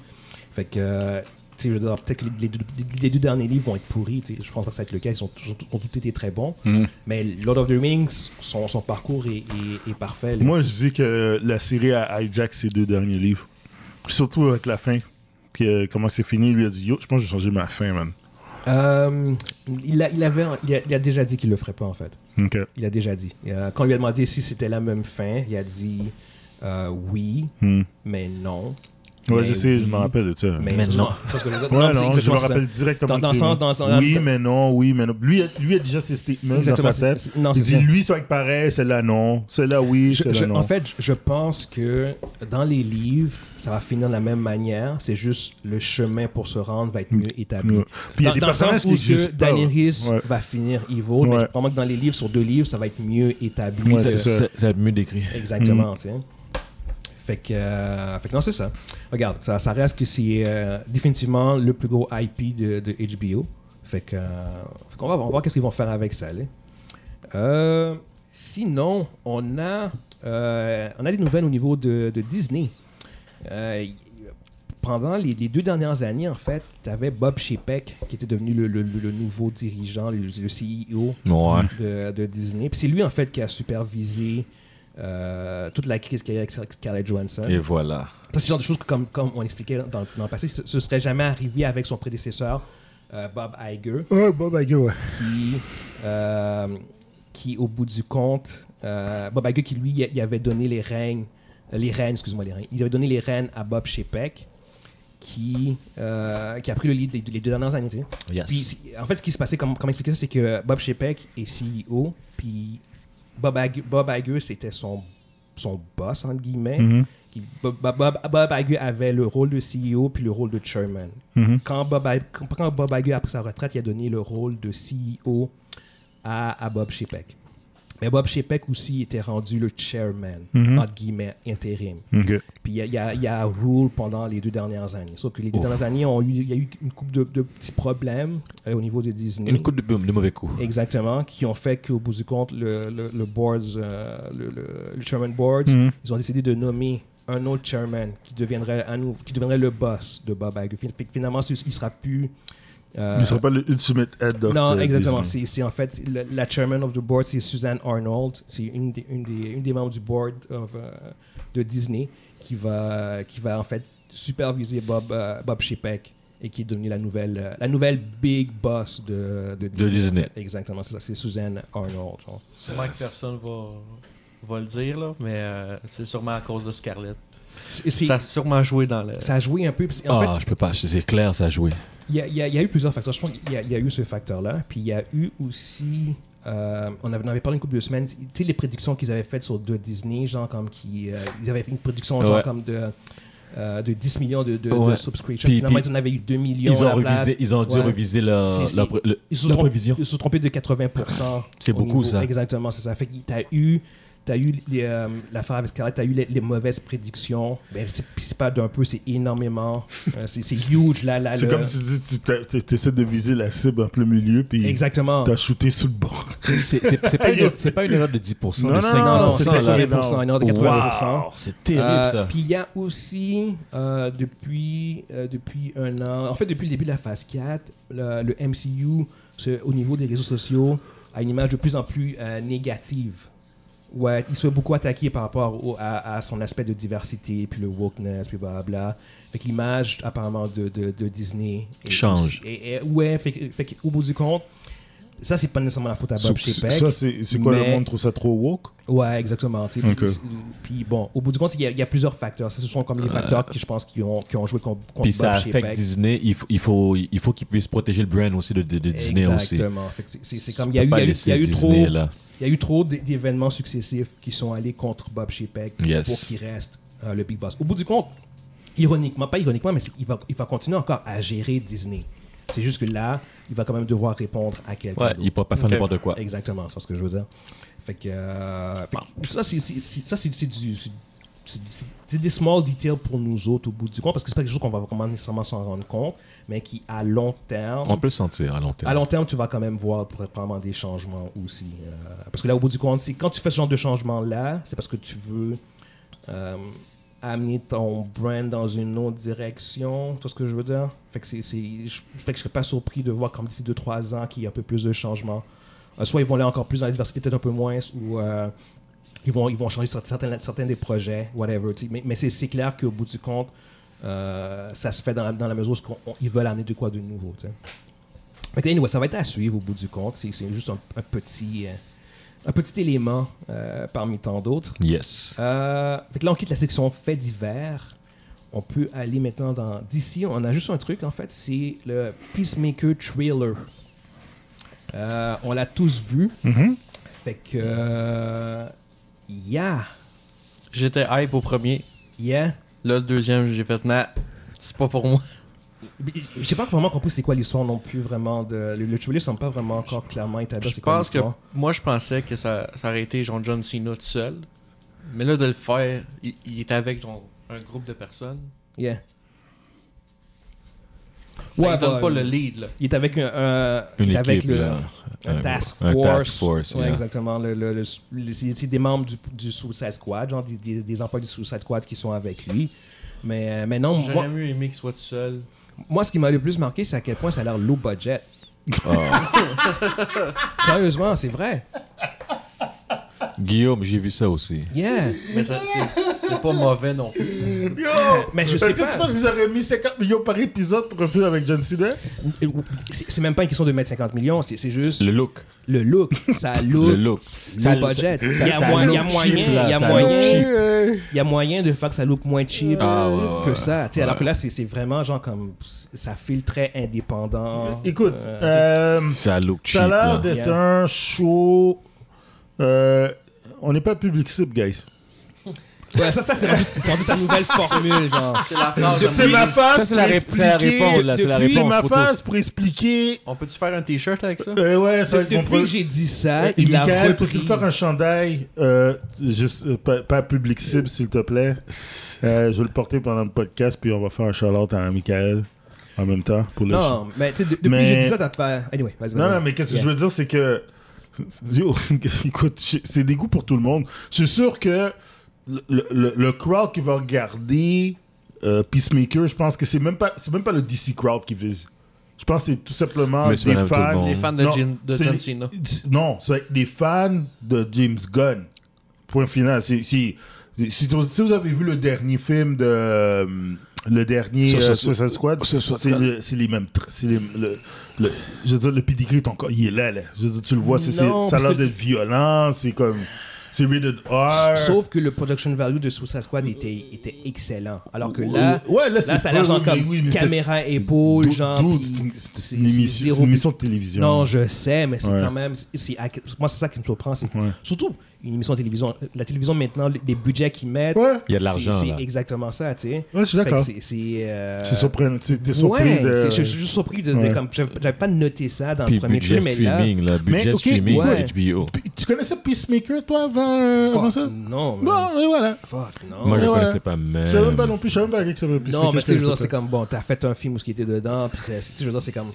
Fait que. euh, t'sais, je veux dire, peut-être que les, les deux, les deux derniers livres vont être pourris. t'sais, Je pense pas que ça va être le cas. Ils sont, tous- ont tous été très bons. Mm. Mais Lord of the Rings, son, son parcours est, est- est parfait. là. Moi, je dis que la série a hijack ses deux derniers livres. Surtout avec la fin. Puis euh, comment c'est fini, il lui a dit Yo, je pense que j'ai changé ma fin, man. Euh, il, a, il, avait, il, a, il a déjà dit qu'il le ferait pas, en fait. Ok. Il a déjà dit. Euh, quand on lui a demandé si c'était la même fin, il a dit euh, oui, Hmm. mais non. Ouais, Mais je sais, je oui, me rappelle de ça. Mais, Mais non. non. Parce que les autres- Ouais, non, c'est non, je exactement me ça. rappelle directement. Dans- dans que le c'est sens- lui. dans le sens- oui, mais non, oui, mais non. Lui, a- lui a déjà ses statements Exactement, dans sa tête. c'est- c'est- non, il c'est dit ça. lui, ça va être pareil, celle-là non, celle-là oui, Je- celle-là je- non. en fait, je- je pense que dans les livres, ça va finir de la même manière. C'est juste le chemin pour se rendre va être mieux établi. Mm. Ouais. Puis il y a dans, des dans le personnages sens qui où ce que existent pas. Daenerys Ouais. va finir evil, mais Ouais. je crois que dans les livres, sur deux livres, ça va être mieux établi. Euh, Ouais, Ça- c'est ça. Ça ça a mieux décrit. Exactement, tu sais. Fait que, euh, fait que non, c'est ça. Regarde, ça, ça reste que c'est euh, définitivement le plus gros IP de, de HBO. Fait que, euh, fait qu'on va, on va voir qu'est-ce qu'ils vont faire avec ça. là. Euh, sinon, on a, euh, on a des nouvelles au niveau de, de Disney. Euh, y- pendant les, les deux dernières années, en fait, tu avais Bob Chapek qui était devenu le, le- le- le nouveau dirigeant, le, le E CEO Ouais. de, de Disney. Puis c'est lui, en fait, qui a supervisé euh, toute la crise qu'il y a avec Scarlett Johansson. Et voilà. Parce que c'est le genre de choses que, comme, comme on expliquait dans, dans le passé, ce, ce serait jamais arrivé avec son prédécesseur, euh, Bob Iger, Ouais, Bob Iger, ouais. qui, euh, qui au bout du compte, euh, Bob Iger, qui lui, il il avait donné les règnes, les rênes, excuse-moi, les rênes. Il avait donné les rênes à Bob Chapek, qui, euh, qui a pris le lead les, les deux dernières années, tu sais. Puis, Yes. c'est- en fait, ce qui se passait, comme, comme expliqué ça, c'est que Bob Chapek est CEO, puis Bob Iger, Bob Iger, c'était son, son boss, entre guillemets. Mhm. Qui- Bob, Bob- Bob, Bob Iger avait le rôle de CEO puis le rôle de chairman. Mhm. Quand, Bob, I- quand- quand E Bob Iger a pris sa retraite, il a donné le rôle de CEO à, à Bob Chapek. Mais Bob Chapek aussi était rendu le chairman, Mhm. entre guillemets, intérim. Ok. Puis il y a, il y a- il y a Rule pendant les deux dernières années. Sauf que les deux dernières années, ont eu- il y a eu une couple de, de petits problèmes euh, au niveau de Disney. Une coupe de, boum, de mauvais coup. Exactement, qui ont fait qu'au bout du compte, le, le, le boards, euh, le, le- le chairman board, Mm. Hmm. ils ont décidé de nommer un autre chairman qui deviendrait, un nou- qui deviendrait le boss de Bob Iger. Fin- fin- Finalement, c'est- il sera plus... euh, Il ne serait pas le ultimate head of non, the exactement. euh, Disney. C'est c'est en fait le- la chairman of the board, c'est Suzanne Arnold. C'est une des, une, des, une des membres du board of, euh, de Disney qui va, qui va en fait superviser Bob, euh, Bob Chapek et qui est devenue la nouvelle, euh, la nouvelle big boss de, de Disney. en Disney. fait. Exactement, c'est ça. C'est Suzanne Arnold. genre. Sûrement que personne va, va le dire, là, mais euh, c'est sûrement à cause de Scarlett. C'est- c'est- Ça a Ça, sûrement joué dans le. a joué un peu. parce que, En Ah, fait, je peux pas. c'est- C'est clair, ça a joué. Il y, a, il y a- il y a eu plusieurs facteurs. Je pense qu'il y, a- il y a eu ce facteur-là. Puis il y a eu aussi. euh, on, avait, on avait parlé une couple de semaines. Tu sais, les prédictions qu'ils avaient faites sur de Disney, genre comme qui. euh, ils avaient fait une prédiction genre Ouais. comme de. euh, de 10 millions de, de, de Ouais. subscriptions. Puis- Finalement, puis- ils en avaient eu 2 millions. Ils à ont, la place. revisé, ils ont dû Ouais. reviser leur, C'est- c'est- leur pré- le- Ils se sont leur trompés- prévision. Ils se sont trompés de 80%. [laughs] C'est au beaucoup, niveau- ça. Exactement, c'est ça. Fait que t'as eu, t'as eu les, euh, l'affaire avec Scarlett, t'as eu les, les mauvaises prédictions. Ben, c'est, puis c'est pas d'un peu, c'est énormément. Euh, c'est, c'est [laughs] huge, là. là C'est le- euh, comme si tu dis, tu essaies de viser la cible en plein milieu, puis Exactement. t'as shooté sous le bord. C'est- C'est c'est pas, une- c'est pas une erreur de 10%, Non, de non, 5%. Non, non, c'est ça, là. 80%, une heure de 80%. Wow, c'est terrible Euh, ça. Puis il y a aussi, euh, depuis, euh, depuis un an, en fait, depuis le début de la phase 4, le, le MCU, ce- au niveau des réseaux sociaux, a une image de plus en plus euh, négative. Ouais, il se fait beaucoup attaquer par rapport au- à, à son aspect de diversité, puis le wokeness, puis blablabla. Fait que l'image, apparemment, de, de, de Disney... est- Change. est- est- ouais, fait, que- fait qu'au bout du compte, ça, c'est pas nécessairement la faute bah, à Bob Ça, Chapek. Ça, c'est c'est quoi, le mais- monde trouve ça trop woke? Ouais, exactement. tu sais. Ok. Puis, c'est- Puis bon, au bout du compte, il y, a- il y a plusieurs facteurs. Ça, ce sont comme les facteurs qui, je pense, qui ont, qui ont joué contre, contre Euh, Puis ça Bob affecte Chapek. Disney. Il faut, il faut, il faut qu'ils puissent protéger le brand aussi de, de- de Disney aussi. Exactement. Fait que c'est- C'est c'est comme il y a Tu eu, peux il y pas a eu, il laisser y a eu trop, Disney, là. il y a eu trop d'é- d'événements successifs qui sont allés contre Bob Chapek Yes. pour qu'il reste euh, le big boss. Au bout du compte, ironiquement, pas ironiquement, mais c'est- il va, il va continuer encore à gérer Disney. C'est juste que là, il va quand même devoir répondre à quelqu'un. Ouais, d'autre. il pourra pas faire Ok. n'importe quoi. Exactement, c'est ce que je veux dire. Fait que, euh, fait que ça, c'est- c'est c'est- ça, c'est- c'est du. c'est- c'est- c'est- C'est des small details pour nous autres au bout du compte, parce que c'est pas quelque chose qu'on va vraiment nécessairement s'en rendre compte, mais qui à long terme. On peut le sentir à long terme. À long terme, tu vas quand même voir probablement des changements aussi. euh, parce que là, au bout du compte, c'est quand tu fais ce genre de changement-là, c'est parce que tu veux euh, amener ton brand dans une autre direction. Tu vois ce que je veux dire? Fait que, c'est, c'est- je, fait que je serais pas surpris de voir comme d'ici 2-3 ans qu'il y a un peu plus de changements. Euh, soit ils vont aller encore plus dans la diversité, peut-être un peu moins, ou euh, ils, vont, ils vont changer cer- certains, certains des projets, whatever. tu sais. Mais, mais c'est, c'est clair qu'au bout du compte, euh, ça se fait dans la, dans la mesure où ce qu'on- on- ils veulent amener de quoi de nouveau. tu sais. Fait que anyway, ça va être à suivre au bout du compte. C'est, c'est juste un, un petit, euh, un petit élément euh, parmi tant d'autres. Yes. Euh, fait que là, on quitte la section faits divers. On peut aller maintenant dans. D'ici, on a juste un truc, en fait, c'est le Peacemaker Trailer. Euh, on l'a tous vu. Fait que. euh, yeah! J'étais hype au premier. Yeah! Là, le deuxième, j'ai fait, nah, c'est pas pour moi. J'ai pas vraiment compris c'est quoi l'histoire non plus, vraiment. De, le, le trailer semble pas vraiment encore clairement établi. Je c'est quoi pense que l'histoire. moi, je pensais que ça, ça aurait été genre John Cena tout seul. Mais là, de le faire, il, il est avec genre, un groupe de personnes. Yeah. Ça Ouais, lui donne bah, euh, pas le lead. Là. Il est avec un. un- Une il est Euh, avec équipe, le- là. Euh, un task un force. task force, Ouais, yeah. Exactement. Le, le- le- le- c'est c'est des membres du, du Suicide Squad, genre des, des, des employés du Suicide Squad qui sont avec lui. Mais, euh, mais non, J'aurais moi, mieux aimé qu'il soit tout seul. moi, ce qui m'a le plus marqué, c'est à quel point ça a l'air low budget. Ah. [laughs] Sérieusement, c'est vrai. Guillaume, j'ai vu ça aussi. Yeah. Mais ça- c'est c'est pas mauvais non plus. [laughs] Yo! Mais je Est-ce sais que tu pas. penses qu'ils auraient mis 50 millions par épisode pour un film avec John Cena? C'est c'est même pas une question de mettre 50 millions, c'est c'est juste Le le, look. look. Ça look. Le look. low budget. Il y a ça moyen- look il y a cheap, moyen- là, il y a ça moyen. look Ah, cheap. Euh, Il y a moyen de faire que ça look moins cheap Ah, ouais, ouais, que ouais. ça. tu sais, Alors Ouais. que là, c'est c'est vraiment genre comme. Ça file très indépendant. Écoute, Euh, euh, Ça look cheap. ça a l'air là. d'être Yeah. un show... euh, on n'est pas public cible, guys. Ouais, ça, ça c'est rendu, c'est rendu ta [laughs] nouvelle formule, genre. C'est la phrase. de C'est ma Mimi. face. Ça, c'est la pour ré- c'est la expliquer- réponse, là, c'est la depuis réponse, ma poteau. face pour expliquer. On peut-tu faire un t-shirt avec ça? Euh, ouais, ça va être mon Depuis pro- que j'ai dit ça, Et il l'a Euh, Michael, repris. peux-tu me faire un chandail euh, juste, euh, pas, pas public cible, s'il te plaît Euh, Je vais le porter pendant le podcast, puis on va faire un shout-out à Michael en même temps. Pour le Non, mais tu sais, de- depuis Mais- que j'ai dit ça, t'as pas... Anyway, vas-y, vas-y. Non, non, mais qu'est-ce que je veux dire, c'est que. Yo, Écoute, j'ai- [laughs] c'est des goûts pour tout le monde. Je suis sûr que le, le- le crowd qui va regarder euh, Peacemaker, je pense que c'est même pas c'est même pas le DC crowd qui vise. Je pense que c'est tout simplement Monsieur, des madame, tout le fans. monde. Les fans de, Non, Jin- de c'est- John Cena. Non, c'est des fans de James Gunn. Point final. C'est- c'est- c'est- si, si vous avez vu le dernier film de. euh, le dernier Sur- sur- euh, Suicide Squad, Suicide c'est Squad. le- c'est les mêmes. tr- c'est les- le, le- je veux dire, le pedigree est encore. Il est là, là. Je veux dire, tu le vois, c'est- c'est- Non, ça a parce l'air que- d'être violent. C'est comme. C'est rated R. Sauf que le production value de Suicide Squad était, était excellent. Alors que là, ouais, là, c'est là ça a l'air genre oui, comme oui, mais c'était- caméra épaule, Dude, genre. dude, puis c'est une- c'est c'est- une, c'est émission- zéro c'est une but- émission de télévision. Non, je sais, mais c'est Ouais. quand même. c'est- c'est à- moi, c'est ça qui me surprend. c'est que- Ouais. Surtout une émission de télévision. La télévision, maintenant, les budgets qu'ils mettent. Ouais, ouais, Il y a de c'est- l'argent, là. C'est exactement ça, tu sais. je suis Fait que d'accord. C'est. C'est euh, C'est surprenant. Tu- T'es surpris Ouais, de. c'est- je je suis juste surpris de. de Ouais. comme- J'avais j'avais pas noté ça dans Puis le premier budget film, mais là. streaming, là. Budget ok, streaming, ouais. HBO. Puis, Tu connaissais Peacemaker, toi, avant, euh, avant Fuck, ça non, man. Non, mais voilà. Fuck, non. Moi, je Ouais, ouais. connaissais pas même. Je savais même pas non plus, je savais même pas que ça s'appelait Peacemaker. Euh, Non, mais tu sais, je veux dire, je c'est comme bon, t'as fait un film où ce qui était dedans, puis c'est, tu sais, je veux dire, c'est comme.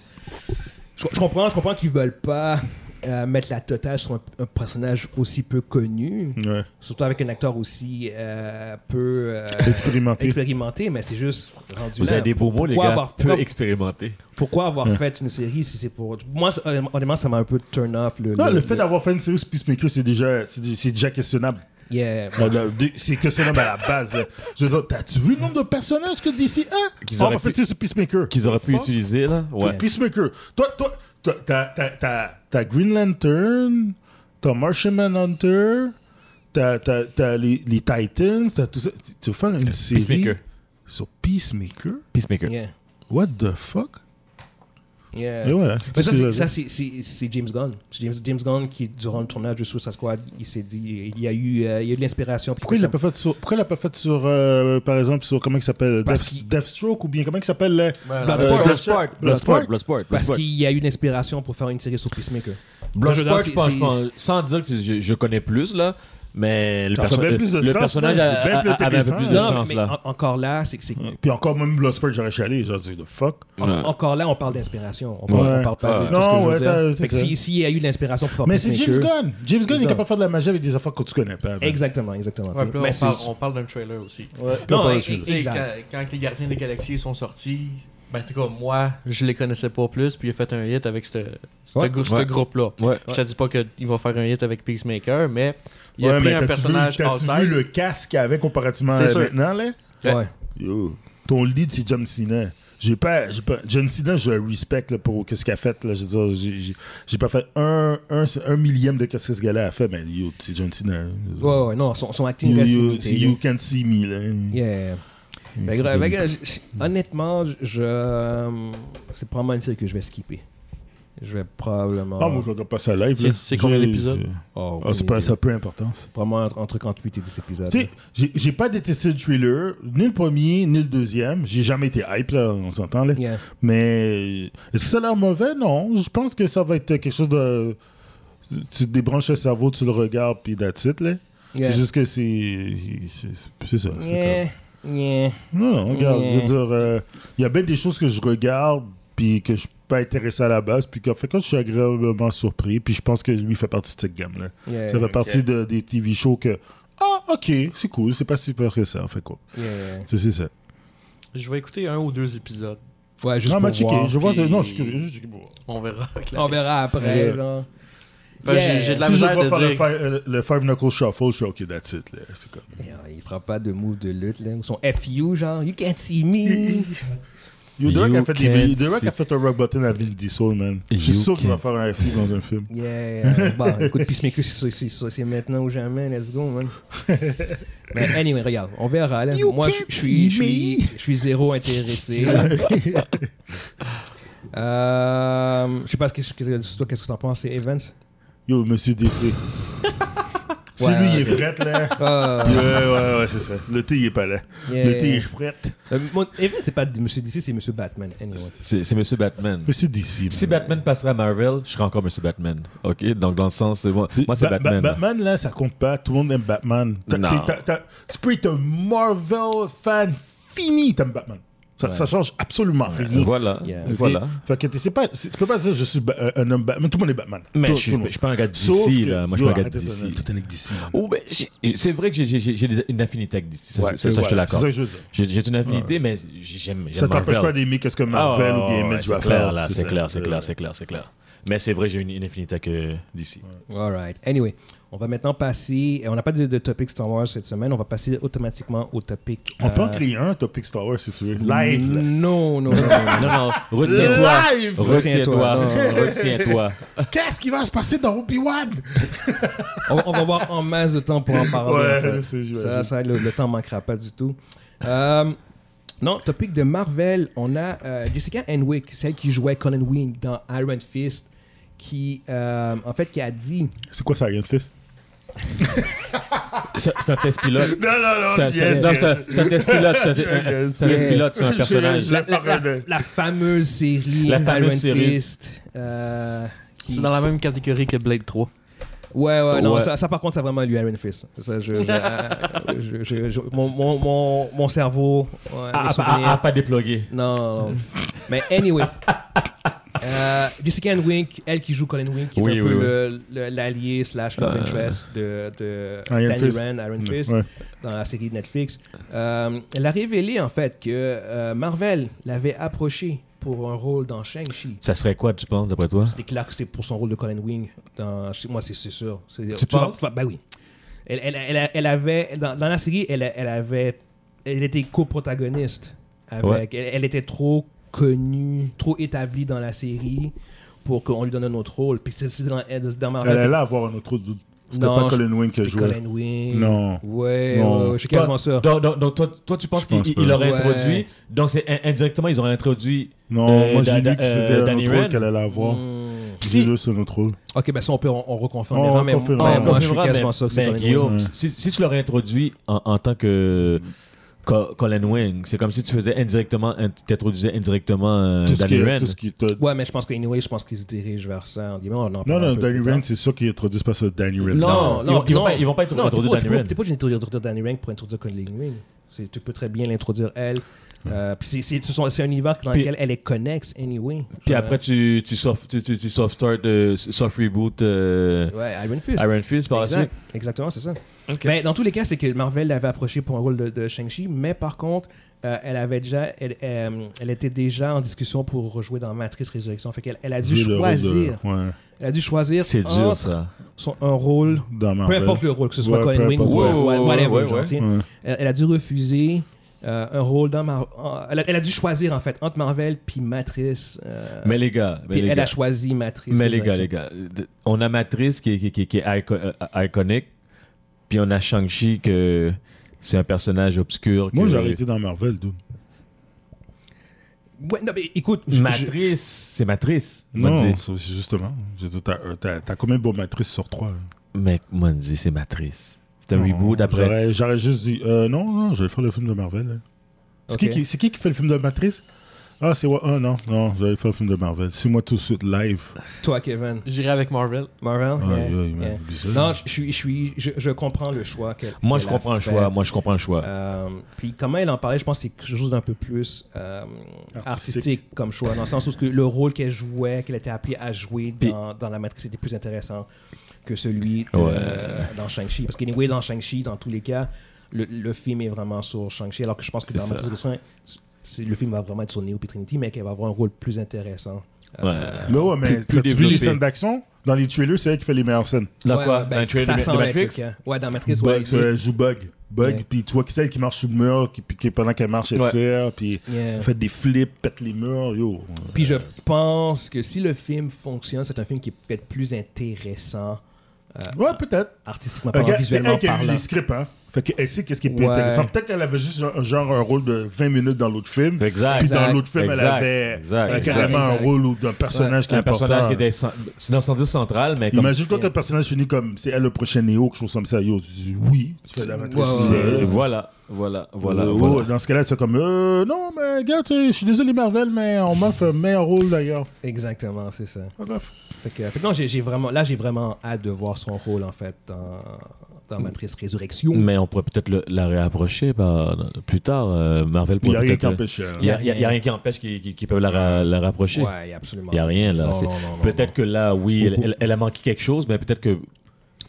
Je, je comprends, je comprends qu'ils veulent pas euh, mettre la totale sur un, un personnage aussi peu connu, connaissais pas. [laughs] Ouais. surtout avec un acteur aussi euh, peu euh, Expérimenté. expérimenté, mais c'est juste rendu Vous là. avez des beaux mots, les Pourquoi gars. avoir- Peu Hein. pourquoi- expérimenté. Pourquoi avoir fait une série si c'est pour. Moi, c'est- honnêtement, honnêtement, ça m'a un peu turn off. Le, Non, le fait d'avoir fait une série sur Peacemaker, c'est déjà, c'est dé- c'est déjà questionnable. Yeah. Là, là, dé- C'est questionnable à la base. là. Je veux dire, t'as-tu vu le nombre de personnages que d'ici un Qu'ils Ah, On auraient va faire pu- une série sur Peacemaker. Qu'ils auraient pu Fuck. utiliser, là. Ouais. Peacemaker. Toi, toi, toi, t'as- t'as- t'as t'as Green Lantern, t'as Martian Hunter, t'as t'as- t'as les, les Titans, t'as tout ça. Tu- Tu veux faire une série Peacemaker. sur Peacemaker? Peacemaker. Yeah. What the fuck? Yeah. Et ouais, c'est tout Mais ce ça, que j'avais. c'est, ça, c'est- c'est- c'est James Gunn. C'est James, James Gunn qui, durant le tournage de Suicide Squad, il s'est dit, il y a eu, euh, il y a eu de l'inspiration. puis Pourquoi il l'a pas fait sur, pourquoi il l'a pas fait sur, euh, par exemple, sur, comment il s'appelle, Parce Death- qu'il- Deathstroke ou bien comment il s'appelle, euh, Ouais, Blood- là, Bloodsport. Bloodsport. Bloodsport. Bloodsport. Parce Bloodsport. qu'il y a eu l'inspiration pour faire une série sur Peacemaker. Bloodsport, c'est- je pense, c'est- je pense- sans dire que je, je connais plus, là, mais le, Ça fait perso- bien plus de le sens, personnage man. a- Bien a- plus a- avait un peu plus de intéressant. Non, sens, mais là. en- encore là, c'est, c'est- Puis encore, même Bloodsport, j'aurais chialé, j'aurais dit, the fuck. en- Ouais. encore là, on parle d'inspiration. On parle, Ouais. on parle pas de Ouais. tout ce que Non, je veux ouais, t'as- dire. c'est Fait que ça. si- s'il y a eu l'inspiration pour faire Mais c'est James Peacemaker- Gunn. James Gunn, il est Gunn. capable de faire de la magie avec des affaires que tu connais pas. man. Exactement, exactement. Ouais, tu sais. puis là, Mais on, c'est- parle, on parle d'un trailer aussi. Ouais. Non, Là, et- t'as- et- Tu sais, exact. Quand, quand les Gardiens des Galaxies sont sortis, ben, en tout cas, moi, je les connaissais pas plus, puis il a fait un hit avec ce ce Ouais. grou- ce Ouais. groupe-là. Ouais. Je te dis pas qu'il va faire un hit avec Peacemaker, mais il Ouais, a mais pris un t'as-tu personnage vu, T'as-tu vu outside. le casque qu'il avait comparativement C'est à sûr. maintenant, là? Ouais. ouais. Yo. Ton lead, c'est John Cena. J'ai pas, j'ai pas, John Cena, je le respecte là, pour ce qu'il a fait. Là, je veux dire, j'ai- j'ai- j'ai pas fait un, un, un millième de ce que ce gars-là a fait, mais yo, c'est John Cena. hein. Je veux dire. Ouais, ouais, non, son, son acting You, reste you- limité, you can see me, là. Yeah. Fait que, fait que, j- j- honnêtement, j- je. euh, C'est probablement une série que je vais skipper. Je vais probablement. Ah, moi, je regarde pas ça live. C'est- là. c'est combien Je- d'épisodes? je- Oh, Ah, c'est oui, pas, oui. ça a peu d'importance. Probablement entre, entre 38 et 10 épisodes. Tu sais, j'ai- j'ai pas détesté le thriller, ni le premier, ni le deuxième. J'ai jamais été hype, là, on s'entend, là. Yeah. Mais est-ce que ça a l'air mauvais? Non. Je pense que ça va être quelque chose de. Tu te débranches le cerveau, tu le regardes, puis that's it, là. Yeah. C'est juste que c'est. c'est- C'est ça. c'est Yeah. Yeah. comme- Non, non, regarde. Yeah. Je veux dire, euh, il y a bien des choses que je regarde, puis que je suis pas intéressé à la base, puis qu'en fait, quand je suis agréablement surpris, puis je pense que lui fait partie de cette gamme-là. Yeah. Ça fait partie de- des TV shows que. Ah, ok, c'est cool, c'est pas si peur que ça. Fait quoi? Yeah. C'est c'est ça. Je vais écouter un ou deux épisodes. Ouais, juste non, pour mais checker, voir. je vois. puis- Non, je suis curieux. je suis curieux. On verra. avec la On reste. verra après. Yeah. genre. Ben, j'ai- Yeah. j'ai de la- si je misère vois de faire le, dire- five, euh, le five knuckle shuffle, je suis ok, that's it. Là. C'est comme... Yeah, Ben, euh, Il fera pas de move de lutte, là. Ou son FU, genre, You can't see [laughs] me. Yo, The You Rock a fait, can't des, The Rock a see- fait un rock button à Vin Diesel, man. Je suis You sûr qu'il va can't- faire un film dans un film. Yeah. euh, bon, écoute, Peacemaker, c'est, c'est, c'est, c'est maintenant ou jamais. Let's go, [laughs] man. Mais anyway, regarde, on verra. Là. You Moi, je- can't je suis- je see suis je suis zéro [laughs] intéressé. euh, je sais pas ce que, qu'est-ce que- toi, qu'est-ce que t'en penses, Evans? Yo, Monsieur DC. Si lui, il est ok. frette, là. Ah, Ouais, ouais, ouais, c'est ça. Le thé, il est pas là. yeah. Le thé, il est frette. Euh, mon- Evan, c'est pas Monsieur DC, c'est Monsieur Batman. Anyway. C'est c'est Monsieur Batman. Mais c'est d'ici. Si Batman passerait à Marvel, je serais encore Monsieur Batman. OK? Donc, dans le sens, c'est moi, moi, c'est Ba- Ba- Batman. là. Batman, là, ça compte pas. Tout le monde aime Batman. T'as- Non. t'es- t'as- t'as- Tu peux être un Marvel fan fini, t'aimes Batman. Ça, ça change absolument rien. Voilà. Yeah. Ok? Voilà. Fait que t'es- c'est pas, c'est- tu peux pas dire je suis ba- un- un homme Batman. Tout le monde est Batman. Mais Tout- je tout suis, le monde. je suis pas un gars de Sauf DC, que- là. Moi, je Yo, suis pas un gars arrête de de- DC. Tout un mec d'ici. Oh, ben, j'ai- j'ai- c'est vrai que j'ai- j'ai j'ai des- une affinité avec DC. Ça, Ouais, c'est- ça, je te voilà, l'accorde. C'est ça que je veux dire. J'ai j'ai une affinité, mais j'aime j'aime Ça t'empêche Marvel. pas d'aimer qu'est-ce que Marvel Ah, ou bien ouais, Image va C'est clair, faire. là, c'est ça. clair, c'est Euh, clair, c'est clair, c'est clair. Mais c'est vrai, j'ai une, une infinité avec euh, DC. All right. Anyway, on va maintenant passer. On n'a pas de, de topic Star Wars cette semaine. On va passer automatiquement au topic. On peut en euh, créer un, Topic Star Wars, si tu veux. Live, [laughs] là. Non, non, non. non, Non, non. non, [laughs] retiens-toi. Live! Retiens-toi. Retiens-toi. Retiens-toi. Qu'est-ce qui va se passer dans Obi-Wan? on, on va avoir en masse de temps pour en parler. Ouais, en fait. c'est- j'imagine. ça, ça, le, le temps manquera pas du tout. Euh, non, topic de Marvel, on a euh, Jessica Henwick, celle qui jouait Colin Wing dans Iron Fist, qui, euh, en fait, qui a dit... C'est quoi ça, Iron Fist? C'est c'est un test pilote. Non, non, non, C'est un- c'est un- non, c'est un c'est un test pilote. c'est un- un- un- C'est un test pilote, c'est un Yes. personnage. La- La, la- la- fameuse- la fameuse série La fameuse Iron série. Fist. euh, qui- C'est dans la même catégorie que Blade 3. Ouais, ouais, non, Ouais. Ça, ça, par contre, ça vraiment lui Iron Fist. Ça, je, je- [laughs] euh, je- je- je- mon, mon, mon, mon cerveau, Ah, ouais, À, mes à- à- souvenirs. à pas déploguer. Non, non, [laughs] non. Mais anyway. Euh, Jessica Anne Wink, elle qui joue Colin Wink, qui est Oui, un peu oui, Euh, le- le- l'allié slash love interest de, de Iron Danny Fist. Rand, Mm. Iron Fist, Ouais. dans la série de Netflix. Euh, elle a révélé en fait que euh, Marvel l'avait approché pour un rôle dans Shang-Chi. Ça serait quoi, tu penses, d'après toi C'était clair que c'était pour son rôle de Colin Wing. Dans, chez moi, c'est c'est sûr. C'est- Tu vas- penses? vas- Ben oui. Elle, elle, elle, elle avait, dans, dans la série, elle, elle avait, elle était coprotagoniste avec. Ouais. Elle, elle était trop connue, trop établie dans la série pour qu'on lui donne un autre rôle. Puis c'est c'est dans, elle- dans Marvel. Elle allait avoir un autre doute. C'était Non, pas je- Colin Wing qui a c'était joué. Colin Wing. Non. Ouais, Non. ouais, ouais, je suis quasiment sûr. Toi- Donc, donc- donc, toi, toi, tu penses Je pense qu'il pas. il aurait Ouais. introduit. Donc, c'est in- indirectement, ils auraient introduit. Non, euh, moi j'ai Da- lu Da- que euh, c'était un Danny autre rôle Rand. qu'elle allait avoir. Hmm. J'ai Si- lu c'est un autre rôle. Ok, ben ça, on, peut, on, on reconfirme. On les gens, mais- reconfirme. mais Ouais, on Ben, moi, je suis verra, quasiment Ah, mais- sûr que c'est Mm. mais Colin Wing. Guillaume, Ouais. si, si tu l'aurais introduit en, en tant que Co- Colin Wing, c'est comme si tu faisais indirectement, in- t'introduisais indirectement euh, Tout ce Danny qui Rand. tout ce qui te- Ouais, mais je pense que anyway, je pense qu'ils se dirigent vers ça. On dit, mais on en Non, parle un non, peu Danny plus tard. Rand, c'est sûr qu'ils introduisent pas ça, Danny Rand. Non, Non, ils vont- non, ils vont non. pas- ils vont pas être- Non, introduire t'es pas- Danny t'es pas- Rand. T'es pas obligé d'introduire Danny Rang pour introduire Colin Wing. C'est- Tu peux très bien l'introduire elle. Euh, puis c'est- c'est ce sont- c'est un univers dans Puis- lequel elle est connexe, anyway. Puis Euh, après, tu, tu soft, tu, tu, tu soft start, euh, soft reboot euh, Ouais, Iron Fist. Iron Fist par la Exact. suite. Exactement, c'est ça. Mais dans tous les cas, c'est que Marvel l'avait approché pour un rôle de, de Shang-Chi, mais par contre, euh, elle avait déjà, elle, euh, elle était déjà en discussion pour rejouer dans Matrix Résurrection. Fait qu'elle elle a dû J'ai le rôle de- choisir. ouais, Elle a dû choisir. C'est dur, entre ça. son- un rôle dans Peu Marvel. importe le rôle, que ce soit Ouais, Colin peu Wing ou euh, importe. Ouais, ouais, whatever, ouais, ouais, genre, ouais. tu sais. Ouais. Elle, elle a dû refuser euh, un rôle dans Mar- en- elle, a, elle a dû choisir, en fait, entre Marvel puis Matrice. euh, Mais les gars, mais puis les elle gars, a choisi Matrice. mais les gars, Résurrection. les gars, de- on a Matrice qui, est- qui, qui, qui est ico- euh, iconique, puis on a Shang-Chi que c'est un personnage obscur. Moi, que- j'ai arrêté dans Marvel, dude. Ouais, non, mais écoute, je- je- Matrice, c'est Matrice. Non, Mondi. c'est- justement. Je veux dire, t'as- euh, t'as t'as combien de bonnes matrices sur trois? hein? là? Mec, Mondi, c'est Matrice. C'est un Non, reboot après. Oh, j'aurais- J'aurais juste dit, euh, non, non, je vais faire le film de Marvel. là. C'est Ok. qui qui, c'est qui qui fait le film de Matrice Ah, c'est moi. Ah, non, non, je vais faire le film de Marvel. C'est moi tout de suite live. toi, Kevin, J'irai avec Marvel. Marvel. Ah, yeah, yeah, il m'a yeah. bizarre. Non, je, je suis, je, suis- je- je comprends le choix. qu'elle- Moi, qu'elle je a comprends le fait. choix. Moi, je comprends le choix. Euh, puis comment elle en parlait, je pense que c'est quelque chose d'un peu plus euh, artistique. Artistique. comme choix, dans le sens où ce que le rôle qu'elle jouait, qu'elle était appelée à jouer Puis- dans, dans la matrice était plus intéressant que celui de- euh, Ouais. dans Shang-Chi. Parce qu'anyway, dans Shang-Chi, dans tous les cas, le, le film est vraiment sur Shang-Chi, alors que je pense que C'est dans ça. Matrix Resurrection, c'est- le film va vraiment être sur Neo et Trinity, mais qu'elle va avoir un rôle plus intéressant. Euh, Ouais. Mais ouais, mais Plus- plus tu vu les développé. scènes d'action Dans les trailers, c'est elle qui fait les meilleures scènes. Dans quoi ben, Dans le trailer ça euh, de- semble de être Matrix le cas. Ouais, dans Matrix, ouais, Bug, il- elle joue Bug. Bug, Ouais. puis tu vois que c'est elle qui marche sous le mur, qui, puis qui- pendant qu'elle marche, elle Ouais. tire, puis yeah. fait des flips, pète les murs, yo. Puis Euh, je pense que si le film fonctionne, c'est un film qui est peut-être plus intéressant. euh, Ouais, peut-être. artistiquement parlant, Regarde, Euh, C'est visuellement elle qui a eu parlant. les scripts, hein. Fait qu'elle sait qu'est-ce qui est plus Ouais. intéressant. Peut-être qu'elle avait juste un- genre un rôle de 20 minutes dans l'autre film. Exact. Puis dans Exact. l'autre film, elle Exact. avait Exact. euh, carrément Exact. un rôle ou d'un personnage qui est un important. personnage qui était cen- c'est dans le sens central, mais comme Imagine-toi que le personnage finit comme c'est elle le prochain Néo, quelque chose comme ça. Yo, tu dis oui, tu fais la Ouais, matrice. ouais, C'est- Euh, voilà, voilà, voilà, euh, voilà. ouais, Dans ce cas-là, tu fais comme euh, non, mais gars, tu sais, je suis désolé, Marvel, mais on m'offre un meilleur rôle d'ailleurs. Exactement, c'est ça. Pas grave. Fait que, fait que non, j'ai j'ai vraiment, là, j'ai vraiment hâte de voir son rôle, en fait, dans, dans Matrice Résurrection. Mais on pourrait peut-être le- la réapprocher par- plus tard. euh, Marvel Il n'y a pourrait rien qui peut-être. empêche. euh, Il n'y a, il y a- il y a rien qui empêche qu'ils qu'ils- qu'ils peuvent la, ra- la rapprocher. Ouais, absolument. Il n'y a rien là. Non, C'est- non, non, non, Peut-être non. que là, oui, elle, Beaucoup. elle- elle a manqué quelque chose, mais peut-être que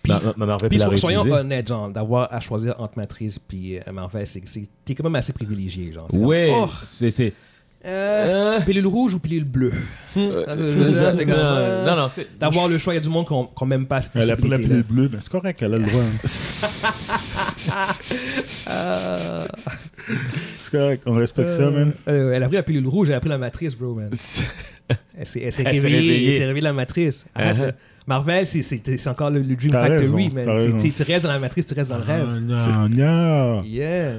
Puis- Ma- Ma- Marvel Puis l'a so- soyons refusé. honnêtes, genre, d'avoir à choisir entre Matrice puis euh, Marvel, c'est c'est- t'es quand même assez privilégié, genre. C'est comme, Ouais, oh, c'est. c'est- euh, Euh, pilule rouge ou pilule bleue Ça, c'est- ça, c'est non, comme, euh, non, Euh, non, c'est. D'avoir le choix, il y a du monde qu'on qu'on m'aime pas cette Elle a pris Euh, la possibilité-là. pilule bleue, mais c'est correct, elle a le droit. hein. C'est correct, on respecte ça, man. Euh, elle a pris la pilule rouge, elle a pris la matrice, bro, man. Elle s'est elle s'est Elle s'est réveillée, elle réveillée. s'est réveillée de la matrice. Arrête, Uh-huh. là. Marvel, c'est- c'est c'est encore le, le Dream T'as Factory, raison, t'as man. Tu- raison. Tu, tu restes dans la matrice, tu restes dans le rêve. Ah, non, non. Yeah.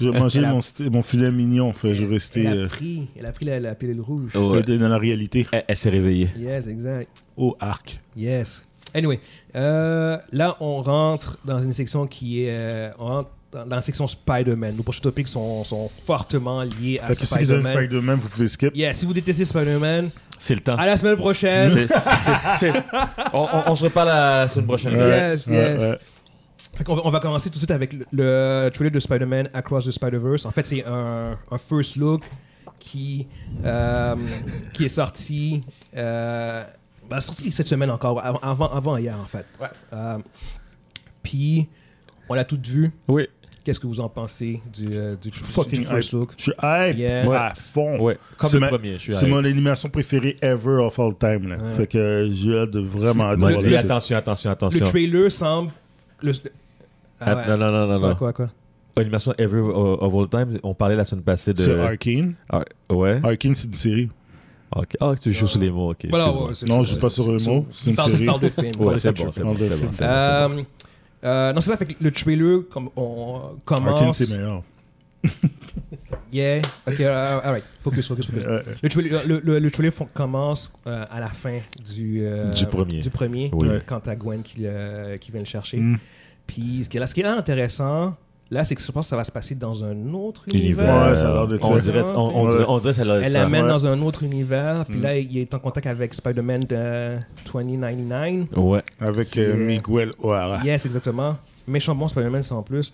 J'ai mangé Elle a- mon, sti- mon filet mignon, fait, je restais Elle a pris, elle a pris la, la pilule rouge. Oh, ouais. dans la réalité. Elle, elle s'est réveillée. Yes, exact. Au arc. Yes. Anyway, euh, là, on rentre dans une section qui est. euh, on rentre dans dans la section Spider-Man. Nos prochains topics sont, sont fortement liés à Fait que si vous avez Spider-Man. Spider-Man, vous pouvez skip. Yeah, si vous détestez Spider-Man, C'est le temps. à la Ah. semaine prochaine. C'est- c'est- c'est- on, on- on se reparle la semaine prochaine. Ouais. guys. Yes, yes. Fait qu'on va- on va commencer tout de suite avec le, le trailer de Spider-Man Across the Spider-Verse. En fait, c'est un, un first look qui, euh, qui est sorti, euh, bah, sorti cette semaine encore, avant, avant, avant hier en fait. Euh, Puis, on l'a toutes vu. Oui. Qu'est-ce que vous en pensez du, euh, du, du Fucking first hype. look? Je suis hype Yeah. Ouais. à fond. Ouais. Comme C'est le ma- premier, je suis C'est hype. mon animation préférée ever of all time. là. Ouais. Fait que euh, j'ai hâte de vraiment hâte de Mon voir Dieu, la suite. attention, attention, Le attention. trailer semble. le- Ah ouais. Ah, Non, non, non, non. Quoi, non. quoi, quoi? Animation Every of All Time, on parlait la semaine passée de. C'est Arkane. Ah, ouais. Arkane, c'est une série. Ok. Ah, tu es chaud sur les mots. Ok. Voilà, excuse-moi. ouais, c'est- Non, c'est- je suis pas sur un mot. C'est Il une parle- il série. parle de film. Ouais, Ouais, c'est c'est bon, c'est bon, bon, c'est le bon, film. c'est bon, c'est Euh, bon. euh, non, c'est ça, fait que le trailer, comme on Arkane, commence. c'est meilleur. Yeah. Ok, uh, alright. Focus, focus, focus. Euh, Le trailer, le, le- le trailer fon- commence euh, à la fin du, euh, Du premier. Du premier. Oui. Ouais. Quant à Gwen qui, euh, qui vient le chercher. Mm. Puis ce qui est là, ce qui est là intéressant, là, c'est que je pense que ça va se passer dans un autre univers. Univers. Ouais, ça a l'air d'être on ça. Dirait, on, on Ouais. dirait, on dirait ça a l'air d'être Elle ça. l'amène ouais. dans un autre univers. Puis Mm. là, il est en contact avec Spider-Man de 2099. Ouais. Avec euh, Yeah. Miguel O'Hara. Yes, exactement. Méchant bon Spider-Man, c'est en plus.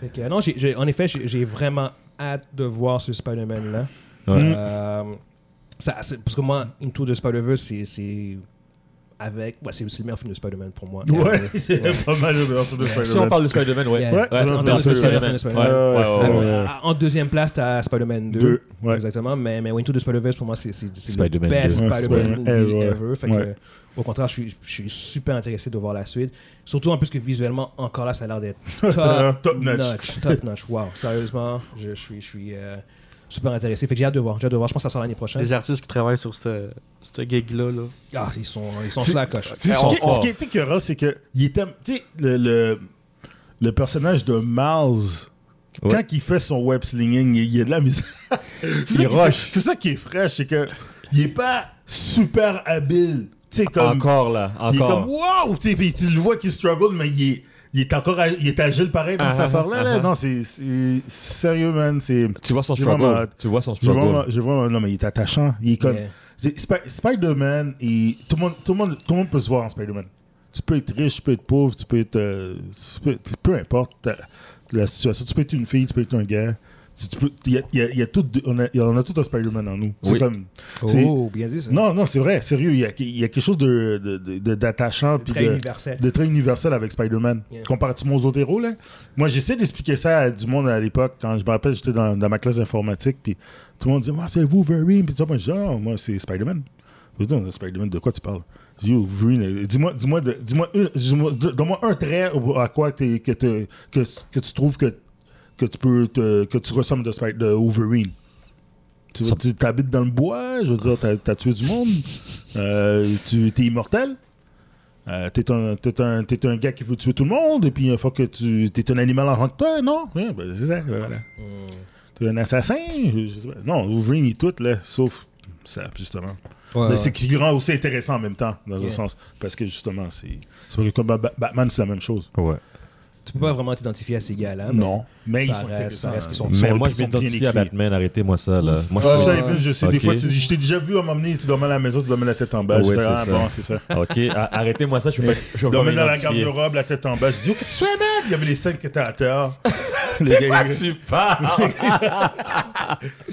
Fait que, euh, non, j'ai- j'ai- en effet, j'ai j'ai vraiment hâte de voir ce Spider-Man-là. Ouais. Euh, Mm. ça- c'est- parce que moi, Into the Spider-Verse, c'est- c'est avec... Ouais, c'est c'est le meilleur film de Spider-man pour moi. Euh, Ouais, [laughs] c'est pas mal le meilleur film de Si on Spider-Man. parle de Spider-Man, ouais. Yeah. Ouais, Ouais, on on parle parle de de Spider-Man. Spider-Man. Ouais, ouais, Euh, ouais, ouais. euh, En deuxième place, t'as Spider-Man 2. Deux, ouais. [laughs] Exactement, mais, mais Into the Spider-Verse, pour moi, c'est c'est- c'est le Spider-Man best 2. Spider-Man Ouais, Eh, movie ouais. ever. Fait que, Ouais. au contraire, je suis, je suis super intéressé de voir la suite. Surtout en plus que visuellement, encore là, ça a l'air d'être [laughs] Ça a l'air top, top-notch. notch. Top notch, wow. Sérieusement, je, je suis, je suis euh, super intéressé. Fait que j'ai hâte de voir. J'ai hâte de voir. Je pense que ça sort l'année prochaine. Les artistes qui travaillent sur ce, ce gig-là, là. Ah, ils sont, ils sont C'est- sur la coche. C'est- Eh, ce, on- qui, on- ce qui était écœurant, c'est que il était, tu sais, le, le, le personnage de Miles, Ouais. quand il fait son web slinging, il, il y a de la [laughs] misère. C'est ça qui- rush. C'est ça qui est fraîche, c'est que il est pas super habile. Tu sais, comme. Encore là, il est comme encore. wow! Tu sais, puis tu le vois qu'il struggle, mais il est, il est encore ag- il est agile pareil dans Ah, cette ah, affaire-là. ah, là. ah. Non, c'est c'est- sérieux, man. C'est. Tu vois son J'ai vraiment struggle. hâte. Tu vois son Je vois, struggle. je vois, non, mais il est attachant. Il est comme. Yeah. c'est- Spi- Spider-Man, il- tout, le monde, tout, le monde, tout le monde peut se voir en Spider-Man. Tu peux être riche, tu peux être pauvre, tu peux être. euh, tu peux- tu- peu importe ta- la situation. Tu peux être une fille, tu peux être un gars. Tu, tu peux, il y a, il y a- il y a tout, de- on, a, on a tout un Spider-Man en nous. C'est Oui. comme. c'est- Oh, bien dit ça. Non, non, c'est vrai, sérieux. Il y a, il y a quelque chose d'attachant. De, de, d'attachant puis Très de- universel. de très universel avec Spider-Man, Yeah. comparativement aux autres héros. Là. Moi, j'essaie d'expliquer ça à du monde à l'époque. Quand je me rappelle, j'étais dans, dans ma classe d'informatique, puis tout le monde disait « Ah, c'est Wolverine », puis tout ça. Moi, je dis « Ah, moi, c'est Spider-Man ». Je dis « Spider-Man, de quoi tu parles ?» Je dis « Oh, Wolverine, euh, dis-moi, dis-moi, de- dis-moi, une- dis-moi- de- donne-moi un trait au- à quoi t'es- que, t'es- que, que tu trouves que, que tu peux, te- que tu ressembles de, Spider- de Wolverine. Tu veux Ça- dire, t'habites dans le bois, je veux dire, t'as, t'as tué du monde, Euh, tu t'es immortel. Euh, t'es un, t'es un, t'es un gars qui veut tuer tout le monde, et puis une fois que tu t'es un animal en tant que toi, non? Ouais, ben, c'est ça, voilà. Hmm. T'es un assassin? je- je sais pas. Non, vous réunissez tout, là, sauf ça, justement. Ouais, Mais ouais. c'est qui rend aussi intéressant en même temps, dans un Yeah. sens. Parce que justement, c'est. C'est vrai que comme Ba- Ba- Batman, c'est la même chose. Ouais. Tu peux pas vraiment t'identifier à ces Ah, gars-là. mais non. ça Mais ils sont reste- intéressants. ça reste qu'ils sont- Ils Mais moi, ils je sont bien m'identifie à écrits. Batman, arrêtez-moi ça, là. Moi, je Ah, trouve- ça, Evan, je sais, des Ok. fois, tu dis, je t'ai déjà vu à m'emmener, tu dormais à la maison, tu dormais la tête en bas. Ah je ouais, fais, c'est ah, ça. bon, c'est ça. Ok, a- arrêtez-moi ça, je peux pas- je peux pas Dormais dans la m'identifier. garde-robe, la tête en bas. Je dis, oh, qu'est-ce que tu fais, man? Il y avait les cinq qui étaient à terre. Les gars, Ah, super!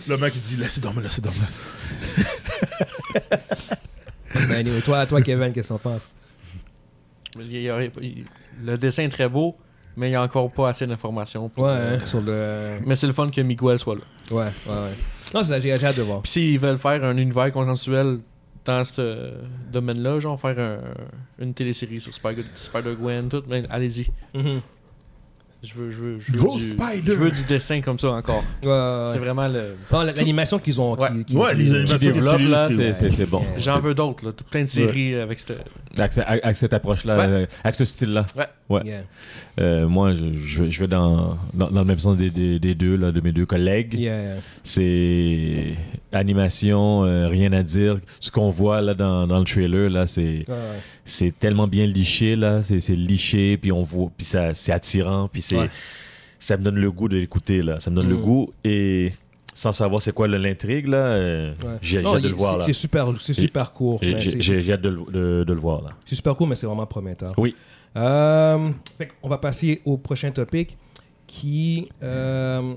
le mec, il dit, laissez dormir, laissez dormir. [laughs] Ben, anyway, toi, toi, Kevin, qu'est-ce que t'en penses? Il y aurait- il- le dessin est très beau, mais il n'y a encore pas assez d'informations. pour- Ouais, hein, sur le. Mais c'est le fun que Miguel soit là. Ouais, ouais, ouais. Non, c'est- j'ai j'ai hâte de voir. Puis s'ils veulent faire un univers consensuel dans ce euh, domaine-là, genre faire un- une télésérie sur Spider- Spider-Gwen, tout, mais allez-y. Mhm. Je veux, je veux, je veux Go du, Spider! je veux du dessin comme ça encore. Ouais, ouais, ouais. C'est vraiment le. Non, la- l'animation qu'ils ont. Ouais. qui- qui- Ouais, qui- les animations Qui que tu développe, lis, là, c'est- c'est- c'est c'est bon. J'en veux d'autres, là. Tout plein de séries avec cette. Avec, ce- avec cette approche-là, Ouais. euh, avec ce style-là. Ouais. Yeah. Euh, moi, je, je, je vais dans, dans, dans le même sens des, des, des deux, là, de mes deux collègues. Yeah, yeah. C'est animation, euh, rien à dire. Ce qu'on voit là dans, dans le trailer, là, c'est Ouais, ouais. c'est tellement bien liché là, c'est c'est liché, puis on voit, puis ça c'est attirant, puis c'est Ouais. ça me donne le goût de l'écouter là, ça me donne le Mm. goût et sans savoir c'est quoi le- l'intrigue là, euh, Ouais. j'ai j'ai Non, hâte de il- le voir c'est- là. C'est super, c'est super court. J'ai- mais J'ai c'est- j'ai- j'ai hâte de, le- de- de le voir là. C'est super court, mais c'est vraiment prometteur. Oui. Euh, fait qu'on va passer au prochain topic qui, euh,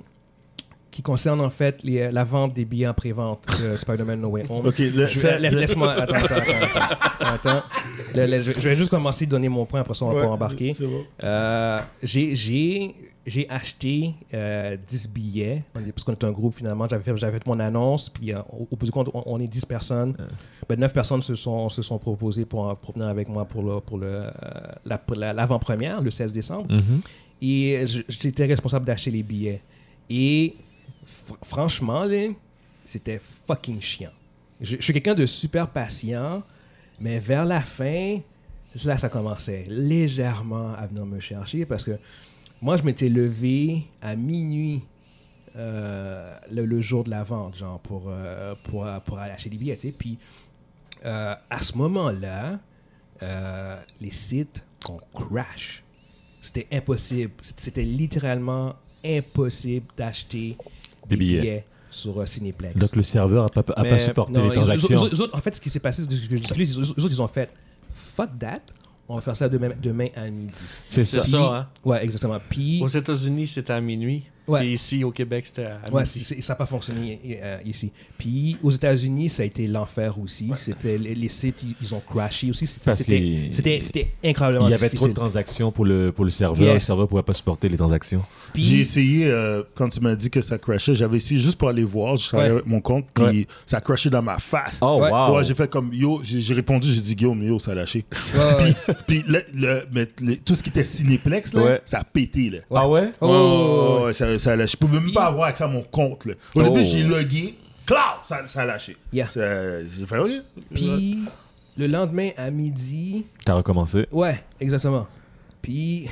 qui concerne en fait les- la vente des billets en pré-vente de [laughs] Spider-Man No Way Home. Ok, le- Je- ça- laisse- Laisse-moi. Attends, attends, attends. attends. Attends. Le- le- je je vais juste commencer de donner mon point, après ça, on va Ouais, pas embarquer. c'est bon. Euh, j'ai- J'ai j'ai acheté euh, 10 billets, on est- parce qu'on est un groupe finalement. J'avais fait, j'avais fait mon annonce, puis euh, au, au bout du compte, on, on est 10 personnes. Ben, 9 personnes se sont, se sont proposées pour, pour venir avec moi pour l'avant-première, le, pour le, euh, la- pour la- l'avant-première, le 16 décembre. Et je- j'étais responsable d'acheter les billets. Et fr- franchement, là, c'était fucking chiant. Je, je suis quelqu'un de super patient, mais vers la fin, là, ça commençait légèrement à venir me chercher parce que moi, je m'étais levé à minuit euh, le, le jour de la vente, genre, pour, euh, pour, pour aller acheter les billets, tu sais. Puis euh, à ce moment-là, euh, les sites ont crash. C'était impossible. C'était- C'était littéralement impossible d'acheter Des billets. sur euh, Cineplex. Donc le serveur a pas, a Mais- pas supporté Non, les ils- transactions. eux- eux- eux autres, en fait, ce qui s'est passé, c'est que je- je- les eux- eux autres, ils ont fait fuck that, on va faire ça demain, demain à midi. c'est C'est ça. Puis- ça, hein. Ouais, exactement. Puis, Aux États-Unis, c'était à minuit. Ouais. Et ici, au Québec, c'était Ah, à ouais, midi. c'est- c'est- ça n'a pas fonctionné euh, ici. Puis, aux États-Unis, ça a été l'enfer aussi. C'était les, les sites, ils- ils ont crashé aussi. C'était- Parce C'était qu'il- c'était- c'était incroyablement Il y avait trop difficile. de transactions pour le pour le serveur, Yes. le serveur pouvait pas supporter les transactions. Puis- J'ai essayé, euh, quand tu m'as dit que ça crashait, j'avais essayé juste pour aller voir, je travaillais Ouais. avec mon compte, puis ça crashait dans ma face. Oh Ouais. wow. Ouais, j'ai fait comme yo, j'ai j'ai répondu, j'ai dit Guillaume, yo, ça a lâché. Ouais, ouais, ouais. Puis le, le- mais le- tout ce qui était cinéplex, là, Ouais. ça a pété. Là. Ah ouais. Oh, Ouais, ouais, ouais, ça, ça a lâché. Je pouvais même pas avoir accès à mon compte. là. Au début, Oh. j'ai logué, clac, ça, ça a lâché. Yeah. Ça- J'ai fait, oui. Puis, le lendemain à midi, T'as recommencé. Ouais, exactement. Puis,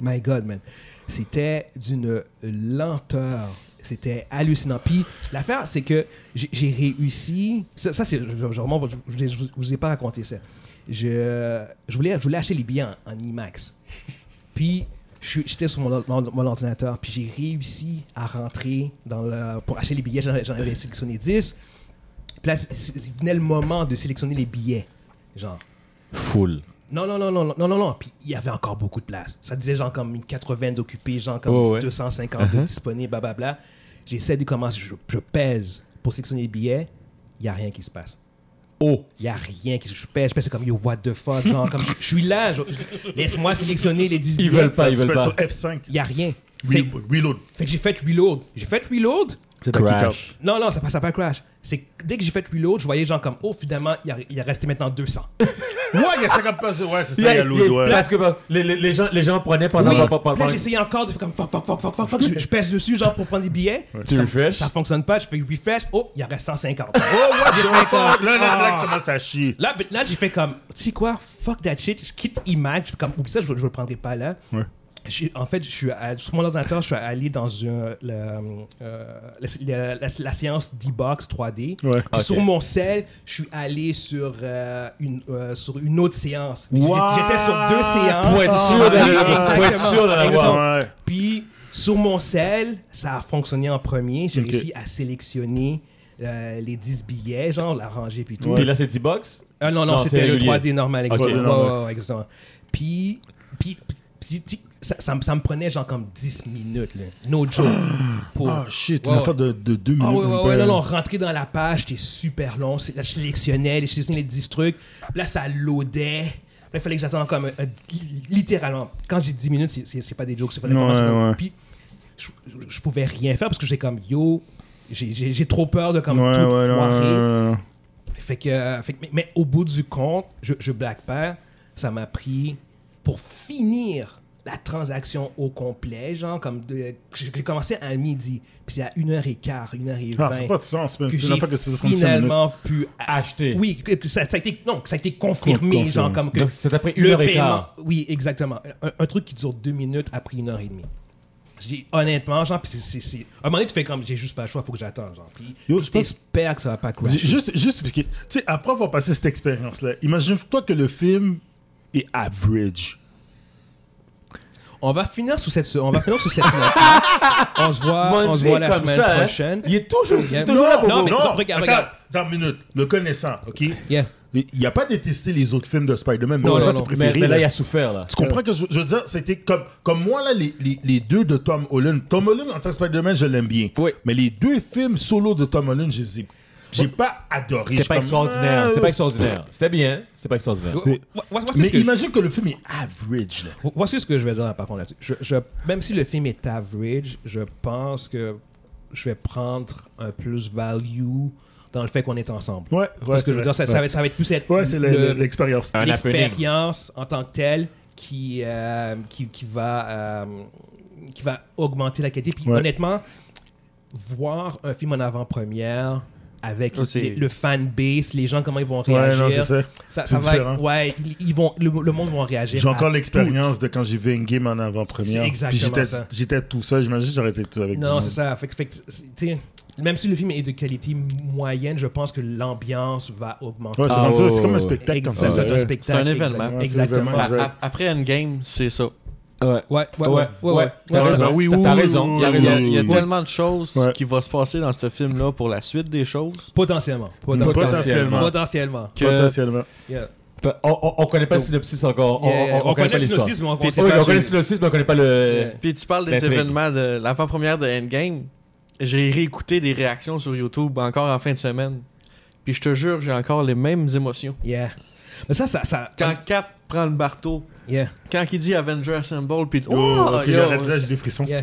my God, man, c'était d'une lenteur. C'était hallucinant. Puis, l'affaire, c'est que j'ai- j'ai réussi. Ça, ça, c'est. Je, je, remonte, je- je- je vous- je vous ai pas raconté ça. Je, je, voulais, je voulais acheter les billets en, en IMAX. Puis, je suis- j'étais sur mon, or- mon- mon ordinateur. Puis, j'ai réussi à rentrer dans le, pour acheter les billets. J'en j'en avais sélectionné 10. Puis là, c'est- c'est- venait le moment de sélectionner les billets. Genre. Full. Non, non, non, non, non, non, non, non. Puis il y avait encore beaucoup de place. Ça disait genre comme une 80 d'occupés, genre comme Ouais, Uh-huh. ouais. 250 de disponibles, blablabla. J'essaie de commencer, je, je pèse pour sélectionner les billets, il n'y a rien qui se passe. Oh, il n'y a rien qui se je pèse, je pèse, c'est comme yo, what the fuck, genre comme je je suis là, je- laisse-moi sélectionner les 10 Ils billets. veulent pas, ils Tu veulent fais sur pas. F5, Il n'y a rien. Fait, re- reload. fait que j'ai fait reload. J'ai fait reload. C'est un kick-out. Crash. Non, non, ça passe à pas crash. c'est que dès que j'ai fait Reload, je voyais genre comme, oh, finalement, il, a- il est resté maintenant 200. Ouais, il y a 50%. Ouais, c'est ça, il y a l'autre, ouais. Parce que bah, les, les- les gens, les gens prenaient pendant. Oui, pendant- pendant- puis là, j'essayais encore de faire comme, fuck, fuck, fuck, fuck, fuck, fuck, je, je pèse dessus genre pour prendre des billets. Tu refresh. Ça fonctionne pas, je fais refresh, oh, il en reste 150. [laughs] Oh, ouais, j'ai fait Fuck, comme, [laughs] Là, là, c'est là ah. que commence à chier. Là, ben, là j'ai fait comme, tu sais quoi, fuck that shit, je quitte Image, je fais comme, oublie ça, je, je le prendrai pas là. Ouais. J'ai- En fait, je suis à- sur mon ordinateur, je suis allé dans une, la, euh, la, la- la- la séance D-Box 3D. Ouais. Ah, Puis sur mon cell, je suis allé sur, euh, une, euh, sur une autre séance. Mais What? j'étais- J'étais sur deux séances. Pour être sûr d'aller- Exactement. pour être sûr d'aller Exactement. voir. Ouais. Puis sur mon cell, ça a fonctionné en premier. J'ai Ok. réussi à sélectionner euh, les 10 billets, genre la ranger puis tout. Puis là, c'est D-Box. Ah non, non, Non, c'est c'était le régulier. 3D normal. exactement. Ok. Ouais, ouais, ouais, exactement. Puis, puis, puis- puis- ça, ça me- ça me prenait genre comme 10 minutes, là. no joke. Pour... Ah, shit, Ouais, une affaire ouais. de, de deux minutes. Ah ouais, ouais, même pas, ouais, là. non, non, rentrer dans la page, c'était super long. C'est- Là, je sélectionnais, je sélectionnais les 10 trucs. Là, ça loadait. Là, il fallait que j'attende comme. euh, euh, li- littéralement. Quand j'ai 10 minutes, c'est- c'est c'est pas des jokes. c'est pas des Ouais, commentaires. ouais. Puis, je, je- je pouvais rien faire parce que j'ai comme yo, j'ai- j'ai j'ai trop peur de comme Ouais, tout ouais, non, foirer. non, non, Fait que, euh, fait que- mais, mais au bout du compte, je, je blague pas, ça m'a pris pour finir la transaction au complet, genre comme de- j'ai j'ai commencé à midi, puis c'est à 1h15, 1h20 Ah, c'est pas de sens, man. Ben, que C'est une j'ai affaire que c'est 35 minutes. finalement pu a- Acheter. Oui, que- que ça, ça a été non, que ça a été confirmé, Confirmé. genre comme que Donc, ça t'a pris une le heure et paiement- quart. Oui, exactement. Un, un truc qui dure deux minutes a pris une heure et demie. J'ai honnêtement, genre, puis c'est, c'est, c'est- à un moment donné, tu fais comme j'ai juste pas le choix, faut que j'attende, genre. Puis Yo, je pense- j'espère que ça va pas Dis- crasher. Juste, juste parce que, tu sais, après avoir passé cette expérience-là, imagine-toi que le film est average. On va finir sous cette, on va finir sous cette note. hein. [laughs] On se voit, on se voit la comme semaine ça, hein. prochaine. Il est toujours, il est Yeah. toujours là pour Non, vous. mais- attends, regarde, regarde. attends une minute. Le connaissant, OK? Yeah. Il il a pas détesté les autres films de Spider-Man, mais Non, c'est non, pas non. ses Mais- Mais, préférés. mais là, là. il a souffert, là. Tu comprends que je, je veux dire, c'était comme, comme moi, là, les, les, les deux de Tom Holland. Tom Holland, en tant que Spider-Man, je l'aime bien. Oui. Mais les deux films solo de Tom Holland, je les ai- j'ai pas adoré. C'était Je pas suis comme, extraordinaire. ah, C'était pas extraordinaire. C'était bien. C'était pas extraordinaire. Vo- vo- voici Mais ce que je- imagine que le film est average, là. vo- Voici ce que je vais dire par contre là-dessus. Je- je- même si le film est average, je pense que je vais prendre un plus value dans le fait qu'on est ensemble. Ouais, ouais, Parce c'est que je veux vrai. dire, ça, ça Ouais. va, ça va être plus être Ouais, c'est la- le- la- l'expérience. Un happening. l'expérience en tant que telle qui, euh, qui, qui va, euh, qui va augmenter la qualité. Puis Ouais. honnêtement, voir un film en avant-première avec Ça, c'est- les- le fan base, les gens comment ils vont Ouais, réagir. non, c'est ça. Ça- C'est ça va être- différent. ouais, ils- ils vont, le, le monde va réagir. J'ai encore à l'expérience de quand j'ai vu une game en avant-première. C'est Puis exactement j'étais- ça. j'étais tout seul. J'imagine que j'aurais été tout avec tout. du Non, non, monde. c'est ça. Fait que- fait que c'est- tu sais, même si le film est de qualité moyenne, je pense que l'ambiance va augmenter. Ouais, c'est Ah, rendu- ouais, c'est comme ouais, un spectacle comme Exact- ça. c'est un ouais. spectacle, C'est un événement. exact- Ouais, c'est Exactement. vraiment- A- Exact. a- Après Endgame, c'est ça. Ouais, ouais, ouais, Ouais, ouais, ouais, ouais. ouais, Ah, ouais. bah oui, oui, T'as oui, raison. oui, Il y a, oui, il y a- oui, il y a oui. tellement de choses Ouais. qui va se passer dans ce film-là pour la suite des choses Potentiellement. Potentiellement. Potentiellement. que Potentiellement. Yeah. Bah, On, on, on connaît pas le synopsis encore. On, Yeah. on, on connaît pas le l'histoire. synopsis, mais on Puis- connaît Oui, pas on le- connaît le synopsis, mais on connaît pas le. Puis tu Ben, parles des L'intrigue. événements de l'avant-première de Endgame. J'ai réécouté des réactions sur YouTube encore en fin de semaine. Puis je te jure, j'ai encore les mêmes émotions. Yeah. Mais ça, ça, ça. Quand Cap prend le marteau, Yeah. quand il dit Avenger Assemble, puis oh, Oh, ok, yo, j'arrête là, j'ai des frissons. Yeah.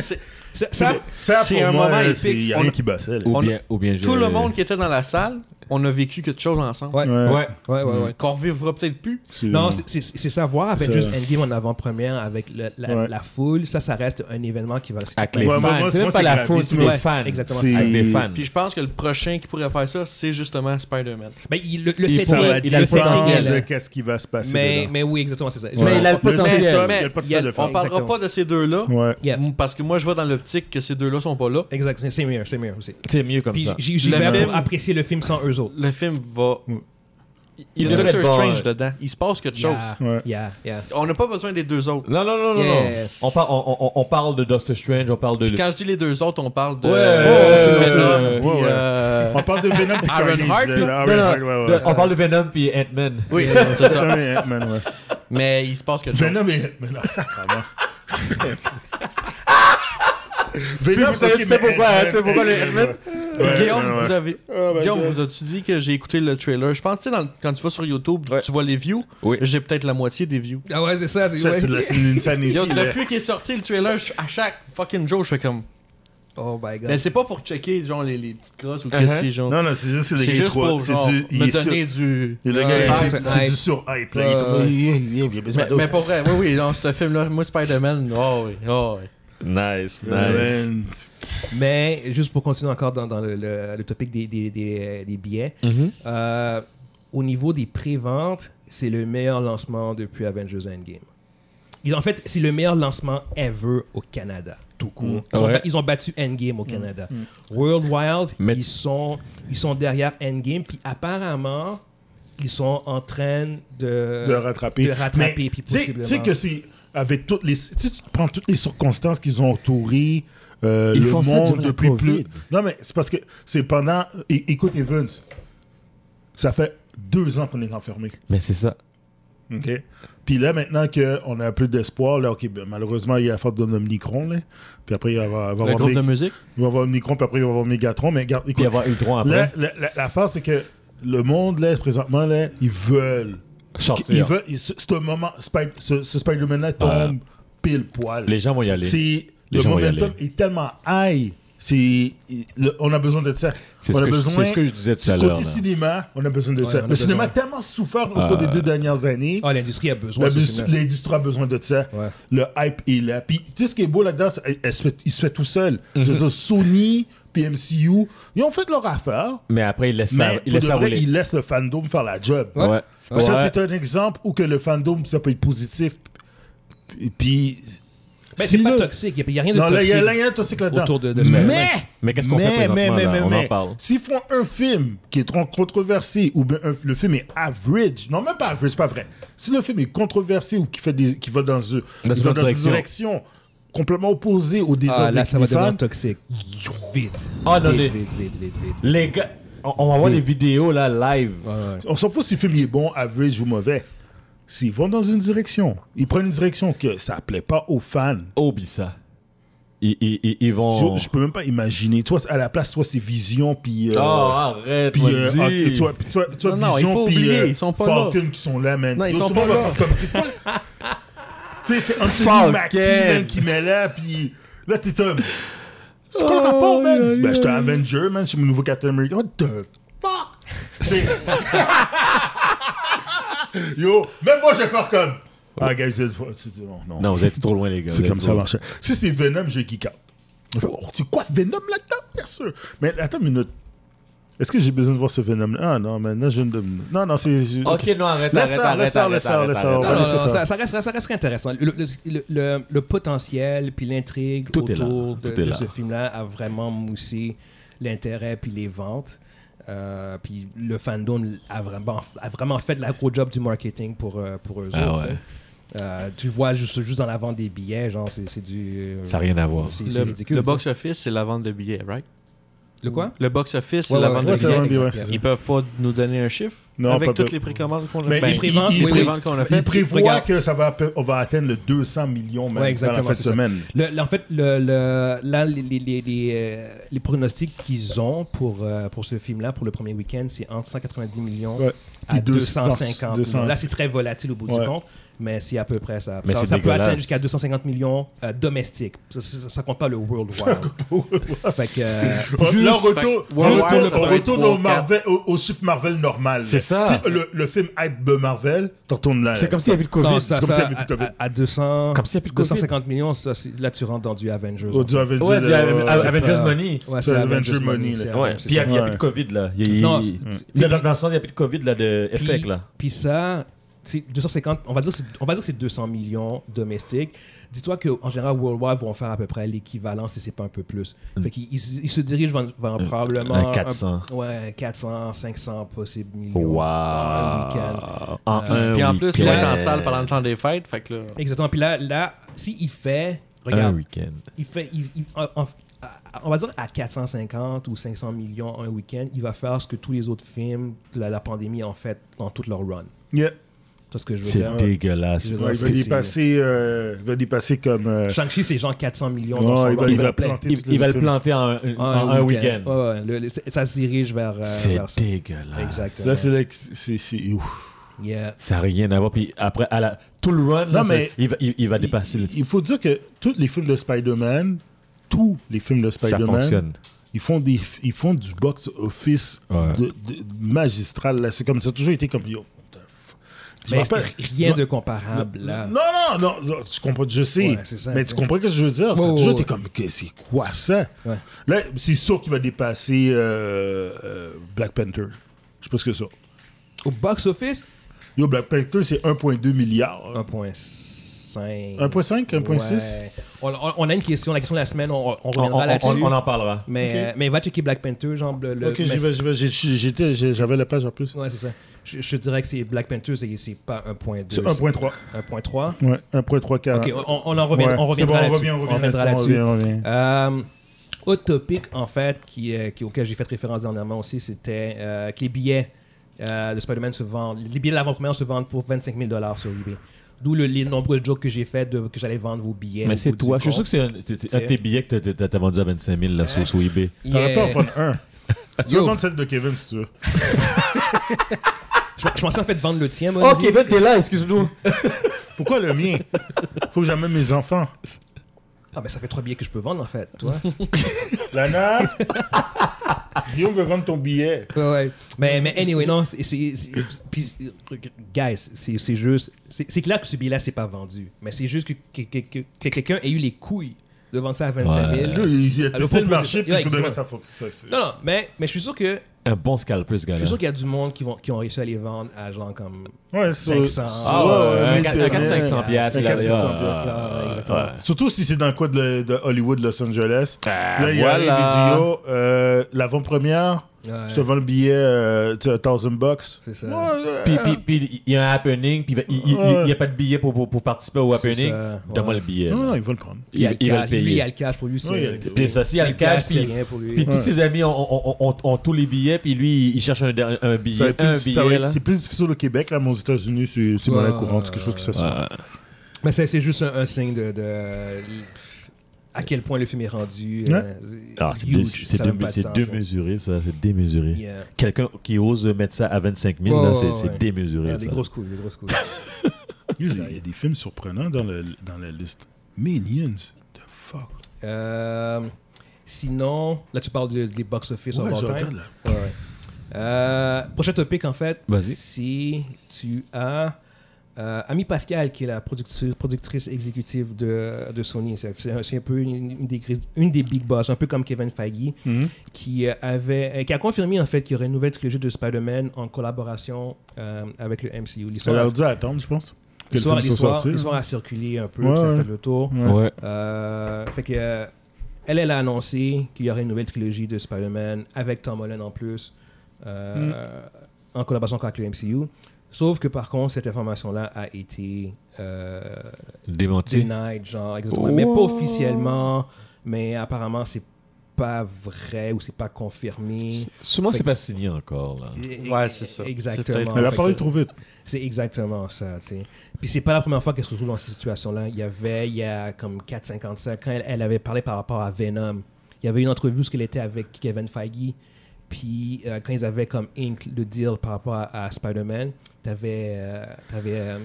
c'est- Ça, ça- Ça, C'est pour un moi, moment là, épique. c'est- Il y a On- rien qui bassait. là. On- ou bien je- tout le monde qui était dans la salle, on a vécu quelque chose ensemble. Ouais. Ouais. Mm. Ouais. Ouais, ouais, ouais. Qu'on revivra peut-être plus. C'est- Non, c'est- c'est c'est savoir avec Ça- juste Endgame en avant-première, avec le- la, Ouais. la foule. Ça, ça reste un événement qui va. Avec les Ouais, fans. moi, moi, C'est moi, même pas c'est la grave. faute, c'est les Ouais, fans. exactement. C'est- Avec les fans. Puis je pense que le prochain qui pourrait faire ça, c'est justement Spider-Man. Mais il- le, le Il setting- Ça va il a le setting est dépendre là. de qu'est-ce qui va se passer. Mais, dedans. mais oui, exactement, c'est ça. Mais il a le Le potentiel. Mais- setup, il y a le potentiel il y a- de On faire. Exactement. parlera pas de ces deux-là. Ouais. Yeah. m- Parce que moi, je vois dans l'optique que ces deux-là sont pas là. Exactement, c'est mieux, c'est mieux aussi. C'est mieux comme Puis ça. j'y j'y Le vais film- pour apprécier le film sans eux autres. Le film va. Mm. Il- Il y Il a devrait Doctor être bon, Strange ouais. dedans. Il se passe quelque chose. Yeah, Ouais. yeah, yeah. On n'a pas besoin des deux autres. Non, non, non, non, non. Yeah. On, par- on, on- on parle de Doctor Strange, on parle de. Quand je dis les deux autres, on parle de. Ouais, euh, ouais, Venom, ouais, puis, ouais. euh, On parle de Venom puis Iron Carnage. Heart, là, puis- Non, Iron non, Heart, Ah ouais, ouais. de- on parle de Venom puis Ant-Man. Oui, c'est ça. Venom et Ant-Man, ouais. Mais il se passe quelque Ben chose. Venom et Ant-Man, ah, sacrément. Venom, vous savez- ok, tu sais mais pourquoi, hein, tu sais pourquoi les Ant-Man, Ant-Man? ouais. Ouais, Guillaume, ouais, ouais. vous avez. Ah, ben, Oh my Guillaume, God. vous as-tu dit que j'ai écouté le trailer Je pense que tu sais, dans le- quand tu vas sur YouTube, Ouais. tu vois les views. Oui. J'ai peut-être la moitié des views. Ah ouais, c'est ça, c'est Ça, ouais. C'est de la- c'est une Yo, insanité. là. depuis qu'il est sorti le trailer, je- à chaque fucking jour, je fais comme. Oh my god. Mais c'est pas pour checker genre les, les petites crosses ou Uh-huh. qu'est-ce que genre. Non, non, c'est juste que le C'est gars est juste trop- pour c'est genre, du- il me est sur- donner du. Le Ouais, gars, ouais, c'est- ouais. c'est du sur-hype. là. Il est Ouais, comme, ouais. Yeah, yeah, j'ai besoin Mais, d'autres. mais pour vrai, oui, oui, dans ce film-là, moi, Spider-Man, oh oui, oh oui. Nice, nice. Ouais, man. Mais juste pour continuer encore dans, dans le, le- le topic des, des, des- des billets, Mm-hmm. Mhm. euh, au niveau des préventes, c'est le meilleur lancement depuis Avengers Endgame. Ils- en fait, c'est le meilleur lancement ever au Canada, tout Mm. court. Ils, ont, Ouais. ba- ils ont battu Endgame au Canada. World Wild, Mais- ils, sont, ils sont derrière Endgame, puis apparemment, ils sont en train de... Euh, de le rattraper. de rattraper, Mais puis tu sais- possiblement- Tu sais que c'est avec toutes les, tu sais, tu prends toutes les circonstances qu'ils ont entouré euh, Ils le font ça durant monde la depuis COVID. plus. Non mais c'est parce que c'est pendant. é- Écoute Evans, ça fait deux ans qu'on est enfermé. Mais c'est ça. OK? Puis là, maintenant qu'on a un peu d'espoir, là, OK, ben, malheureusement, il y a la faute d'un Omnicron, là. Puis après, il va, il va Le avoir groupe Meg- de musique. il va avoir Omnicron, puis après, il va avoir Megatron. Mais regarde, Puis écoute, avoir Ultron après. là, la, la, l'affaire, c'est que le monde, là, présentement, là, ils veulent sortir. il veut, il- ce, ce moment, Spike- ce, ce Spider-Man-là tombe pile poil. Euh, Les gens vont y aller. C'est- Les le gens vont y momentum est tellement high. C'est, il- le- on a besoin de ça. C'est on ce, a que je- besoin. c'est ce que je disais tout à côté l'heure. là. cinéma, on a besoin de Ouais, ça. on a Le cinéma a besoin. tellement souffert au cours des Ah. deux dernières années. Ah, l'industrie a besoin La de ce bus- film-là. L'industrie a besoin de ça. Ouais. Le hype est là. Puis, tu sais ce qui est beau là-dedans, c'est- elle- elle se fait- il se fait tout seul. Mhm. Je veux dire, Sony, PMCU, ils ont fait leur affaire. Mais après, il laisse ça, Mais il pour laisse de ça vrai, rouler. ils laissent le fandom faire la job. Ouais. Ouais. Mais Ça, Ouais. c'est un exemple où que le fandom, ça peut être positif. Et puis. Mais si c'est pas le- toxique, il n'y a rien de Non, là, il toxique. y a là, il y a un toxique là-dedans. Autour de- de mais, Spider-Man. Mais qu'est-ce qu'on fait présentement, là? On en parle. S'ils font un film qui est trop controversé, ou bien un- le film est average, non, même pas average, c'est pas vrai. Si le film est controversé ou qui, fait des, qui va dans, une- Dans qui une va autre dans une direction. direction complètement opposée aux désordres Ah, là, des- ça des va devenir fans, toxique. Vite. Ah, non, les- vite, vite, vite, vite, vite. Les gars, on, on va voir des vidéos là live. On s'en fout si le film il est bon, average ou mauvais. S'ils vont dans une direction, ils prennent une direction que ça plaît pas aux fans. Obissa. Ils, ils, ils, ils vont. Tu- Je peux même pas imaginer. Toi, à la place, toi, c'est Vision, puis. euh, Oh, arrête, puis, moi, euh, dis. ah, tu vois- puis tu vois- tu vois Non, non, il faut Vision, puis oublier, euh, ils sont pas Falcon qui sont là, man. Non, ils Yo, sont tout le pas monde va là. faire comme c'est quoi Tu sais, c'est Anthony Falcon. Mackie man, qui met là, puis là, t'es comme. C'est Oh, quoi le Ah, rapport, man Ben, j'étais un Avenger, man, je suis mon nouveau Captain America. What the fuck C'est- Yo, même moi, je vais faire comme. Ah, guys, c'est c'est- non, non. Non, vous êtes trop loin, les gars. C'est Vous comme êtes ça trop- marche. Si c'est Venom, je geek out. Enfin, oh, c'est quoi Venom là-dedans, bien sûr. Mais attends une minute. Est-ce que j'ai besoin de voir ce Venom là Ah non, maintenant je viens de. Non, non, c'est. je- Ok, non, arrête, Laisse arrête, ça, arrête, laisse ça, arrête, laisse ça, arrête, laisse arrête, ça, on Non, va arrête. non, laisser non, faire. ça, ça reste, ça reste intéressant. Le, le- le- le potentiel puis l'intrigue Tout est là. autour de, Tout est de là. ce film-là a vraiment moussé l'intérêt puis les ventes. Euh, puis le fandom a vraiment, a vraiment fait la gros job du marketing pour, euh, pour eux Ah autres. ouais. tu sais. Euh, tu vois, juste, juste dans la vente des billets, genre, c'est c'est du. euh, Ça n'a rien à voir. C'est c'est Le, ridicule. le tu sais. box-office, c'est la vente de billets, right? Le quoi Le box-office, c'est Ouais, la ouais, vente ouais, de c'est la billets. vente des- ouais, exact, c'est ça. Ils peuvent pas nous donner un chiffre Non, avec pas- toutes les précommandes qu'on a Mais Ben, il- ils- prévente, ils- les ils oui, pré- préventes qu'on a ils fait. prévoient Regarde. que ça va, on va atteindre le 200 millions Ouais, même dans la exactement, fin de c'est ça. semaine. Le- le- en fait, le, le- là, les, les- les- les, euh, les pronostics qu'ils ont pour, euh, pour ce film-là, pour le premier week-end, c'est entre 190 millions Ouais. à Et 250 millions. 200. Là, c'est très volatile au bout Ouais. du compte, mais c'est à peu près ça. Mais ça c'est ça peut dégueulasse. atteindre jusqu'à 250 millions euh, domestiques. Ça, ça, ça compte pas le World Wild. [laughs] fait que, euh, Là, Juste- on retourne- fait- on ouais, retourne- ouais, ça on va être retourne trois, au Marvel- au- au chiffre Marvel normal. C'est ça. Tu sais, Le le film Hype Marvel, tu retournes là. C'est comme s'il y avait le non, COVID. ça, c'est comme ça, s'il y avait plus de à, COVID. à- à 200, Comme s'il y a plus de COVID. 250 millions, ça, c'est- là, tu rentres dans du Avengers. Au en fait. Oh, Dieu Avenger, Ouais, du- là, avec- ouais, avec- c'est avec pas- Just Money. Ouais, C'est c'est Avengers Avenger Money. Money, c'est là. Avengers, Ouais. c'est Puis il n'y a, ça. il y a Ouais. plus de COVID, là. Il y a- il- Non, c'est- il y a- dans, dans le sens, il n'y a plus de COVID, là, de effect, là. Puis ça, c'est 250, on va dire c'est- on va dire que c'est 200 millions domestiques. Dis-toi qu'en général, Worldwide vont faire à peu près l'équivalent si c'est pas un peu plus. Fait qu'ils ils- ils se dirigent vers, vers probablement... Mm. un 400. un- ouais, 400, 500 possibles millions. Wow. Ah, Un week-end. En un Puis en plus, il va être week-end. en salle pendant le temps des fêtes. Fait que là, Exactement. Puis là, là s'il fait... Un Regarde, week-end. il fait... il- il- en- en- à- on va dire à 450 ou 500 millions un week-end, il va faire ce que tous les autres films de la, la pandémie ont fait dans toute leur run. Yeah. C'est ce que je veux C'est dire. dégueulasse. Je veux Ouais, dire, il c'est- va c'est- dépasser, euh, il va dépasser comme. euh, Shang-Chi, c'est genre 400 millions. non, dans son il run, va, il va plaire. planter. Il, toutes les il va le autres films. planter en un, en un week-end. Ouais, ouais, le- le- c'est- ça se dirige vers. euh, C'est vers ça. dégueulasse. Exactement. Là, c'est là que c'est- c'est ouf. Yeah. Ça n'a rien à voir. Puis après, à la, tout le run, là, Non, c'est- mais- il, va, il, il va dépasser le. Il, il faut dire que tous les films de Spider-Man, tous les films de Ça Spider-Man. fonctionne. Ils font, des, ils font du box-office Ouais. de- de- magistral. là. C'est comme ça. a toujours été comme. Yo, what the f- Je Mais me rappelle- rien je me- de comparable, là. Non, non, non, non, tu comprends, je sais. Ouais, c'est ça, mais tu tu sais. comprends ce que je veux dire? Ouais, ça a ouais, toujours ouais. été comme, que c'est quoi ça? Ouais. Là, c'est sûr qu'il va dépasser euh, euh, Black Panther. Je sais pas ce que c'est. ça. Au box-office, Yo, Black Panther, c'est 1,2 milliard. 1.5. 1,5, 1,6? Ouais. On, on- on a une question, la question de la semaine, on, on On, reviendra on- là-dessus. on- on en parlera. Mais, Ok. euh, mais va checker Black Panther, genre le. le- Ok, j'y mais- vais, j'y vais. J'ai- j'ai- j'étais- j'ai- J'avais la page en plus. Ouais, c'est ça. Je, je te dirais que c'est Black Panther, c'est c'est pas 1.2. C'est 1,3. 1.3. Ouais, 1,34. Ok, on, on en reviendra, Ouais, on c'est bon, reviendra on là-dessus. revient, on revient reviendra là-dessus, là-dessus. on revient, on Euh, revient. autre topic, en fait, qui, euh, qui- auquel j'ai fait référence dernièrement aussi, c'était euh, que les billets euh, de Spider-Man se vendent, les billets d'avant-première se vendent pour 25 000 sur eBay. D'où le, les nombreux jokes que j'ai fait de, que j'allais vendre vos billets. Mais c'est toi. Je suis sûr que c'est un, c'est- c'est un de C'est- tes billets que t'as- t'as t'as vendu à 25 000 là, sur, sur eBay. c'est. T'aurais pas en prendre un. Tu peux prendre celle de Kevin si tu veux. je, je pensais en fait vendre le tien, moi. Oh, Kevin, t'es là, excuse-nous. Pourquoi [laughs] le mien? Faut que j'amène mes enfants. Ah, ben ça fait trois billets que je peux vendre, en fait, [laughs] toi. Lana, [laughs] Guillaume veut vendre ton billet. Mais, mais anyway, non, c'est. c'est- c'est- puis, Guys, c'est c'est juste. C'est c'est clair que ce billet-là, c'est pas vendu. Mais c'est juste que, que- que- que- que quelqu'un ait eu les couilles de vendre ça à 25 000. Ouais. Lui, Il a Ah, Alors, testé le proposer- marché, puis Ouais, tout de même, exactement. ça fonctionne. Ça, c'est- Non, non, mais, mais je suis sûr que. Un bon scalper, ce Je gars-là. suis sûr qu'il y a du monde qui, vont, qui ont réussi à les vendre à genre comme Ouais, c'est- 500. Ah ouais, Ouais, ouais, ouais, un quatre- c'est- un 400-500 piastres. c'est il a- 400-500 ah, piastres, là, ouais. exactement. Surtout si c'est dans le coin de, de Hollywood, Los Angeles. Ah, là, il y a les Ben, voilà. vidéos. euh, L'avant-première, Ouais. je te vends le billet euh, tu sais, 1000 bucks. C'est ça. Ouais, ouais. Puis, puis, puis il y a un happening, puis il va- il- il il- il y a pas de billet pour, pour, pour participer au C'est happening. ça, Donne-moi ouais. le billet. Non, là. non, ils veulent le prendre. Il, y a Il, il va le le cash. Lui, il y a payer. le cash pour lui. c'est- il y a le- C'est ça, s'il y a le cash, c'est puis rien pour lui. Puis tous ses amis ont, ont- ont- ont- ont tous les billets, puis lui, il cherche un, der- un Ça va billet. être Un plus- ça va billet, être- là. C'est plus difficile au Québec, là, mais aux États-Unis, c'est c'est Ouais, monnaie courante, ouais, c'est quelque chose qui se sent. Ouais. Mais c'est c'est juste un, un signe de, de- à quel point le film est rendu. euh, Alors, Ah, c'est huge. dé- c'est Ça a même pas dé- de c'est sens, démesuré, ça. C'est démesuré. ça. Yeah. Quelqu'un qui ose mettre ça à 25 000, Ouais, là, ouais, c'est ouais. c'est démesuré. Ah, des ça. grosses couilles, des grosses couilles. Il y a- il y a des films surprenants dans, le, dans la liste. Minions. The fuck. Euh, sinon, là tu parles de- des box-office Ouais, en je all regarde, time. là. Ouais, ouais. Euh, prochain topic, en fait. Vas-y. Si tu as euh, Ami Pascal, qui est la productrice, productrice exécutive de, de Sony, c'est c'est un, c'est un peu une, une des, gris- une des big boss, un peu comme Kevin Feige, Mhm. qui, euh, avait, euh, qui a confirmé en fait qu'il y aurait une nouvelle trilogie de Spider-Man en collaboration euh, avec le MCU. Ça leur L'histoire dit à attendre, je pense. Que le l'histoire- film soit l'histoire- sorti. l'histoire a circulé un peu, Ouais, ça a ouais. fait le tour. Ouais. Ouais. Euh, fait que, euh, elle, elle a annoncé qu'il y aurait une nouvelle trilogie de Spider-Man avec Tom Holland en plus, euh, Mm. en collaboration avec le MCU. Sauf que par contre, cette information-là a été euh, Démenti. denied, genre, exactement. Mais pas officiellement, mais apparemment, c'est pas vrai ou c'est pas confirmé. Sûrement, c'est pas signé encore, là. Ah, Ouais, c'est ça. C'est Exactement. peut-être- Elle a Fait parlé que- trop vite. c'est exactement ça, tu sais. Puis c'est pas la première fois qu'elle se retrouve dans cette situation-là. Il y avait, il y a comme 4-5 ans, quand elle, elle avait parlé par rapport à Venom, il y avait une entrevue où elle était avec Kevin Feige. Puis euh, quand ils avaient comme Inc. le deal par rapport à, à Spider-Man, t'avais, euh, t'avais euh,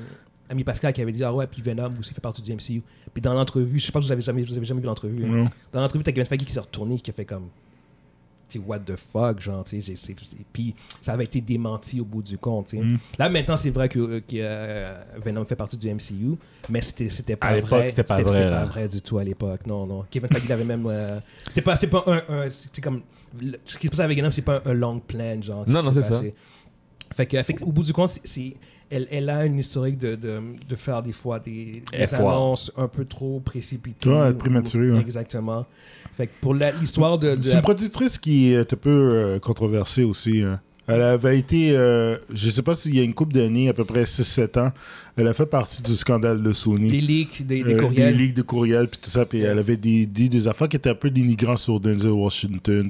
Ami Pascal qui avait dit Ah ouais, puis Venom aussi fait partie du MCU. Puis dans l'entrevue, je sais pas si vous avez jamais, vous avez jamais vu l'entrevue. hein. Non. Dans l'entrevue, t'as Kevin Feige qui s'est retourné qui a fait comme tu sais, what the fuck, genre, tu sais, j'ai- c'est- c'est- puis ça avait été démenti au bout du compte, tu sais. Mm. Là, maintenant, c'est vrai que, euh, que, euh, Venom fait partie du MCU, mais c'était, c'était pas À l'époque, vrai. c'était pas vrai, C'était là. pas vrai du tout à l'époque, non, non. Kevin Feige avait même... euh, c'était pas, c'est pas un... un- c'est comme... le- ce qui se passe avec Venom, c'est pas un, un long plan, genre. qui Non, non, s'est c'est ça. passé. Fait que, fait que, au bout du compte, c'est- c'est- elle, elle a une historique de, de, de faire des fois des, des Elle foire. annonces un peu trop précipitées. Ouais, ou- prématurée, ouais. Exactement. Fait que pour la- l'histoire de... de C'est une productrice qui est un peu euh, controversée aussi. hein. Elle avait été, euh, je sais pas s'il y a une couple d'années, à peu près 6-7 ans, elle a fait partie du scandale de Sony. les leaks, des, des Euh, courriels. Les ligues de courriels, puis tout ça. Puis elle avait dit des, des affaires qui étaient un peu dénigrants sur Denzel Washington.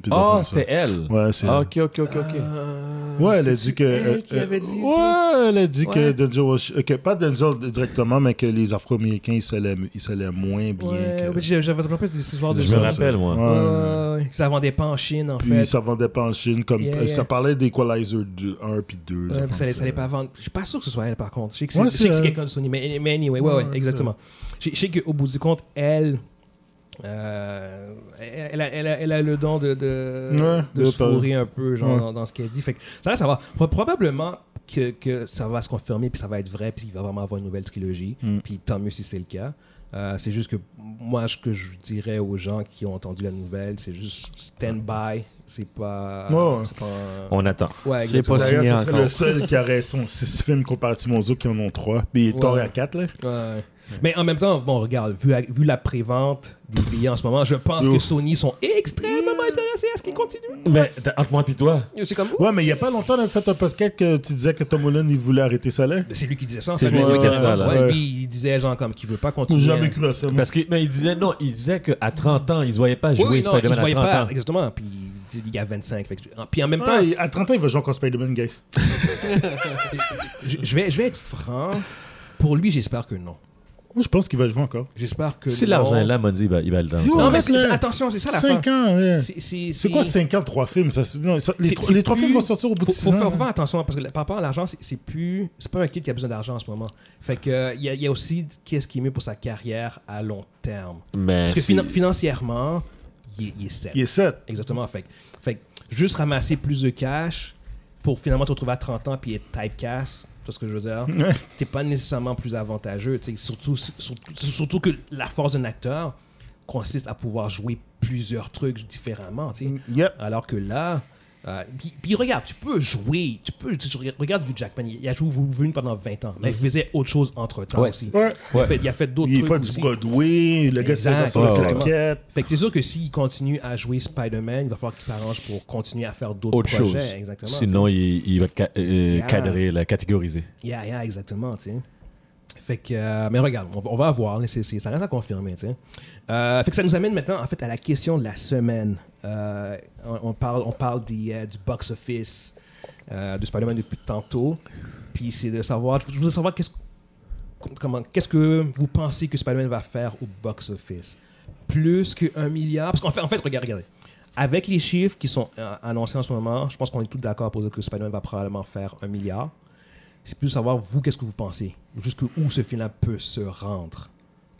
Ah, Puis des affaires Oh, comme ça. c'était elle. Ouais, c'est. Ah, ok, ok, ok, ok. Euh, Ouais, elle a c'est-tu dit que. euh, qui avait dit- ouais, elle a dit que Ouais. Denzel Washington. Que pas Denzel directement, mais que les Afro-Américains, ils salaient, ils salaient moins bien. Ouais, que... ouais, j'ai- j'avais entendu des histoires de Je ça. me rappelle, moi. Ouais, Ouais. ouais, ouais. Ça vendait pas en Chine, en Puis fait. ça vendait pas en Chine. Comme, Yeah, euh, yeah. Ça parlait d'Equalizer 2, 1 puis Ouais, 2. ça puis Euh, ça allait, ça allait pensait. pas vendre. Je suis pas sûr que ce soit elle, par contre. Je sais que c'est Ouais, je sais que c'est euh, c'est elle. quelqu'un de Sony. Mais, mais anyway, ouais, Ouais, ouais, ouais, exactement. Je je sais qu'au bout du compte, elle, Euh, elle, a, elle a- elle a le don de, de, Ouais, de de se parler. fourrer un peu genre, Ouais. dans, dans ce qu'elle dit. Fait que, ça, va, ça va. Pro- probablement que, que ça va se confirmer, puis ça va être vrai, puis il va vraiment avoir une nouvelle trilogie. Mm. Puis tant mieux si c'est le cas. Euh, c'est juste que moi, ce que je dirais aux gens qui ont entendu la nouvelle, c'est juste stand by. C'est pas. Ouais, ouais. c'est pas un- On attend. Ouais, C'est exactement. pas D'ailleurs, signé ce serait encore. le seul qui [laughs] aurait son 6 films comparativement aux autres qui en ont 3. Puis il t'aurait Ouais. à 4, là. Ouais. Mais en même temps, bon, regarde, vu, la- vu la prévente des billets en ce moment, je pense Ouf. que Sony sont extrêmement intéressés à ce qu'ils continuent. Mais t'as- entre moi et toi, C'est comme, ouh, Ouais, mais il n'y a pas longtemps, on a fait un podcast que tu disais que Tom Holland, il voulait arrêter ça, là. c'est lui qui disait ça. en C'est fait. lui, Ouais, oui, ouais, qui a ça, là. ouais, Ouais. lui, il disait genre comme qu'il veut pas J'ai continuer. jamais cru à ça, Mm. moi. Parce que, mais il disait non, il disait qu'à 30 ans, ils ne se voyaient pas Oui, jouer oui, non, il Spider-Man se voyait à 30 pas, ans. exactement. Puis il dit, il y a 25. fait que je- ah, Puis en même temps, Ouais, à 30 ans, il va jouer encore Spider-Man, guys. je, je vais, je vais être franc. Pour lui, j'espère que non. Moi, je pense qu'il va jouer encore. J'espère que Si non. l'argent est là, Mondi, il va, il va le Yo, donner. Non, mais reste c'est- là. attention, c'est ça la 5 fin. ans, ouais. C'est- c'est- C'est quoi 5 ans, 3 films ça, se- non, ça- Les, C'est- trois- c'est les 3 plus- films vont sortir au bout faut, de hein. 6 faut ans. faire faire attention parce que le- par rapport à l'argent, c'est c'est plus c'est pas un kid qui a besoin d'argent en ce moment. Fait que euh, il y, a- il y a aussi qu'est-ce qui est mieux pour sa carrière à long terme. Mais Parce que c'est- finan- financièrement, il est, il est set. Il est 7. Exactement. Fait, que- fait que juste ramasser plus de cash pour finalement te retrouver à 30 ans puis être typecast, tu vois ce que je veux dire? T'es pas nécessairement plus avantageux. tu sais, Surtout, surtout, surtout que la force d'un acteur consiste à pouvoir jouer plusieurs trucs différemment. tu sais. Yep. Alors que là, euh, puis, puis regarde, tu peux jouer, tu peux, tu- tu- regarde Hugh Jackman, il il a joué Wolverine pendant 20 ans, mais il faisait autre chose entre temps Mhm. Ouais. aussi. Ouais. Il, a fait, il a fait d'autres Il trucs fait du aussi. Broadway, le gars c'est Exact. dans son Ouais, ouais, claquette. Fait que c'est sûr que s'il continue à jouer Spider-Man, il va falloir qu'il s'arrange pour continuer à faire d'autres autre projets. chose. Exactement. Sinon, il, il va ca- euh, Yeah. cadrer, la catégoriser. tu sais. Yeah, yeah, exactement, tu sais. Fait que, euh, mais regarde, on va, on va voir, là, c'est- c'est- ça reste à confirmer, tu sais. Euh, fait que ça nous amène maintenant, en fait, à la question de la semaine. Euh, on, on parle, on parle des, euh, du box-office euh, de Spider-Man depuis tantôt. Puis c'est de savoir, je, je voudrais savoir qu'est-ce com- comment- qu'est-ce que vous pensez que Spider-Man va faire au box-office. Plus qu'un milliard, parce qu'en fait, en fait, regarde, regardez. Avec les chiffres qui sont euh, annoncés en ce moment, je pense qu'on est tous d'accord pour dire que Spider-Man va probablement faire un milliard. C'est plus savoir, vous, qu'est-ce que vous pensez Jusqu'où ce film-là peut se rendre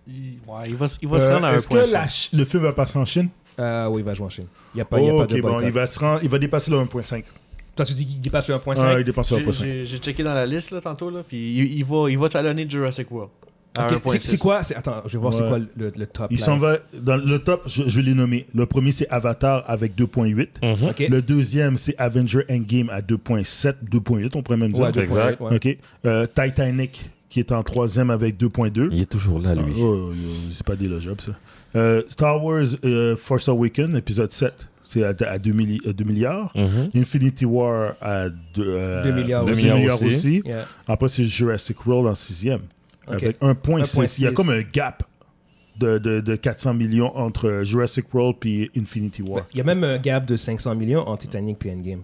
Il, ouais, il va, s- il va se rendre à Euh, un Est-ce point. que la Ch- le film va passer en Chine Euh, Oui, il va jouer en Chine. Il n'y a pas, il y a Oh, pas Ok, de bon, boycott. il va se rendre- il va dépasser le 1.5. Toi, tu dis qu'il dépasse le 1.5. Ah, il dépasse le J'ai- 1.5. J'ai j'ai checké dans la liste là, tantôt, là, puis il, il va, il va talonner Jurassic World. à Ok, c'est- 1.6. C'est quoi c'est- Attends, je vais voir c'est Ouais. quoi le, le- le top. Il là. s'en va dans le top, je, je vais les nommer. Le premier, c'est Avatar avec 2.8. Ok. Le deuxième, c'est Avenger Endgame à 2.7, 2.8, on pourrait même dire. Ouais, 2.8, ouais. Ok. Euh, Titanic, qui est en troisième avec 2.2. Il est toujours là, lui. Ah, oh, oh, c'est pas délogeable, ça. Euh, Star Wars euh, Force Awakens, épisode 7, c'est à, à 2, milli- à 2 milliards. Mhm. Infinity War à 2, euh, 2 milliards deux aussi. aussi. Yeah. Après, c'est Jurassic World en sixième, Ok. avec 1.6. Il y a 1.6. comme un gap de, de, de 400 millions entre Jurassic World et Infinity War. Il y a même un gap de 500 millions en Titanic puis Endgame.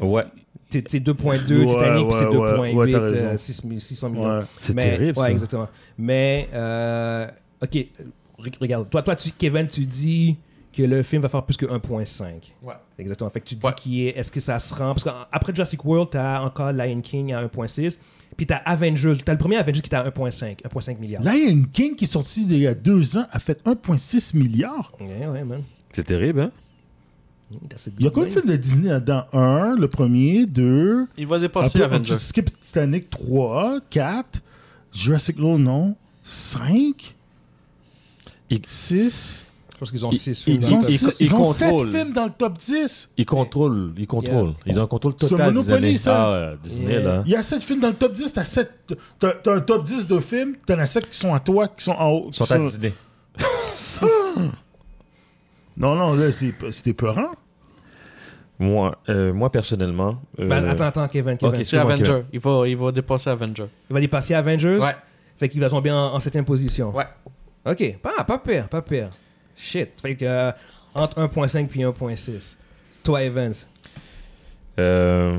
Ouais. C'est c'est 2.2 Ouais, Titanic, puis c'est ouais, 2.8, ouais, ouais, t'as euh, raison. 6 000, 600 millions. Ouais. C'est Mais- terrible, Ouais, ça. exactement. Mais, euh, OK, euh, re- regarde. Toi, toi tu, Kevin, tu dis que le film va faire plus que 1.5. Ouais. Exactement. Fait que tu dis Ouais. qui est, est-ce que ça se rend Parce qu'après Jurassic World, t'as encore Lion King à 1.6, puis t'as Avengers, t'as le premier Avengers qui est à 1.5, 1.5 milliard. Lion King, qui est sorti il y a deux ans, a fait 1,6 milliard. Ouais, ouais, man. C'est terrible, hein? That's a good Il y a combien de one. films de Disney là-dedans? Un, le premier, deux. Il va dépasser Après, on Avengers. tu skip Titanic 3, 4. Jurassic World, non. 5. Il- 6. Je pense qu'ils ont Ils- 6 ils films. hein. dans Ils le ont, top. ils- six- ils ils ont 7 contrôlent. films dans le top 10. Ils contrôlent, ils contrôlent. Ils ont un contrôle C'est un total. Monopoly, Disney. ça. Ah, euh, Disney, Yeah. là. Il y a 7 films dans le top 10. T'as sept- t'as- t'as un top 10 de films. T'en as 7 qui sont à toi, qui sont en haut. Ils qui sont à Disney. Non, non, là, c'est- c'était peurant. Moi, euh, moi personnellement. euh, Ben, attends, attends, Kevin, Kevin. Ok, C'est excuse-moi, Kevin. Avenger. Il va, il va dépasser Avenger. Il va dépasser Avengers. Ouais. Fait qu'il va tomber en, en septième position. Ouais. OK. Pas, pas pire, pas pire. Shit. Fait que euh, entre 1.5 puis 1.6. Toi, Evans. euh,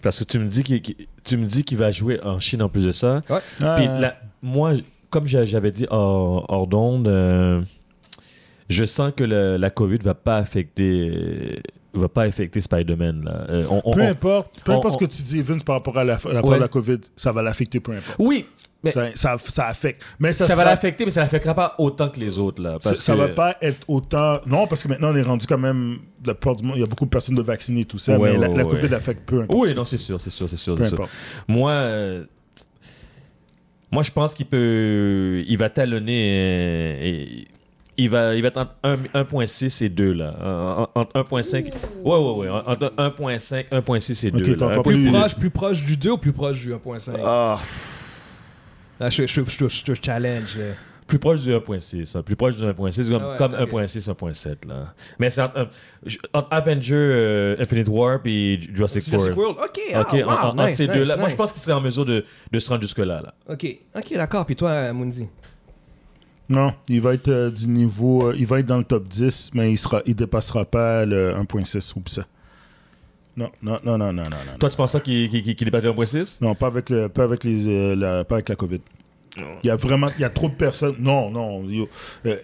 parce que tu me dis qu'il qu'il- tu me dis qu'il va jouer en Chine en plus de ça. Ah, Puis la- moi, j- comme j'a- j'avais dit hors, hors d'onde, euh, je sens que le- la COVID va pas affecter euh, va pas affecter Spider-Man. là. Euh, on- on- Peu on- importe, peu on- importe on- ce que tu dis, Vince, par rapport à la, à la, Ouais. la COVID, ça va l'affecter, peu importe. Oui, mais ça, Ça, ça, ça affecte. Mais ça, va sera- l'affecter, mais ça l'affectera pas autant que les autres. Là, Ça, parce ça que- va pas être autant. Non, parce que maintenant, on est rendu quand même. La plupart du monde, il y a beaucoup de personnes de vaccinées, tout ça, Ouais, mais la, ouais, la ouais. COVID l'affecte peu importe. Oui, non, c'est sûr, c'est sûr, c'est sûr. peu c'est sûr. importe. Moi, euh, moi, je pense qu'il peut, il va talonner. euh, et- il va, il va être entre un- 1.6 et 2 là, En- en- entre 1.5. Ouais, ouais, ouais, entre 1.5, 1.6 et 2 Ok, t'es là. encore Un- Plus Oui. proche, plus proche du 2 ou plus proche du 1.5 Ah, Ah, je, je, je, je te challenge. euh. plus proche du 1.6, hein, plus proche du 1.6, comme, Ah ouais, comme ok. 1.6, 1.7 là. Mais c'est entre, euh, je- entre Avenger, euh, Infinite War et Jurassic Jurassic World. World. Ok, ah, Ok, en- en- wow, entre nice, ces nice, deux là, moi nice. je pense qu'il serait en mesure de, de se rendre jusque là là. Ok, ok, d'accord. Puis toi, Mundi Non, il va être euh, du niveau. euh, il va être dans le top 10, mais il sera, il dépassera pas le 1.6 ou pis ça. Non, non, non, non, non, non. non, Toi, tu penses pas qu'il qu'il- qu'il- qu'il est battu en 1.6 Non, pas avec, le, pas avec, les, euh, la, pas avec la COVID. Il y a vraiment il y a trop de personnes. Non, non. yo, euh,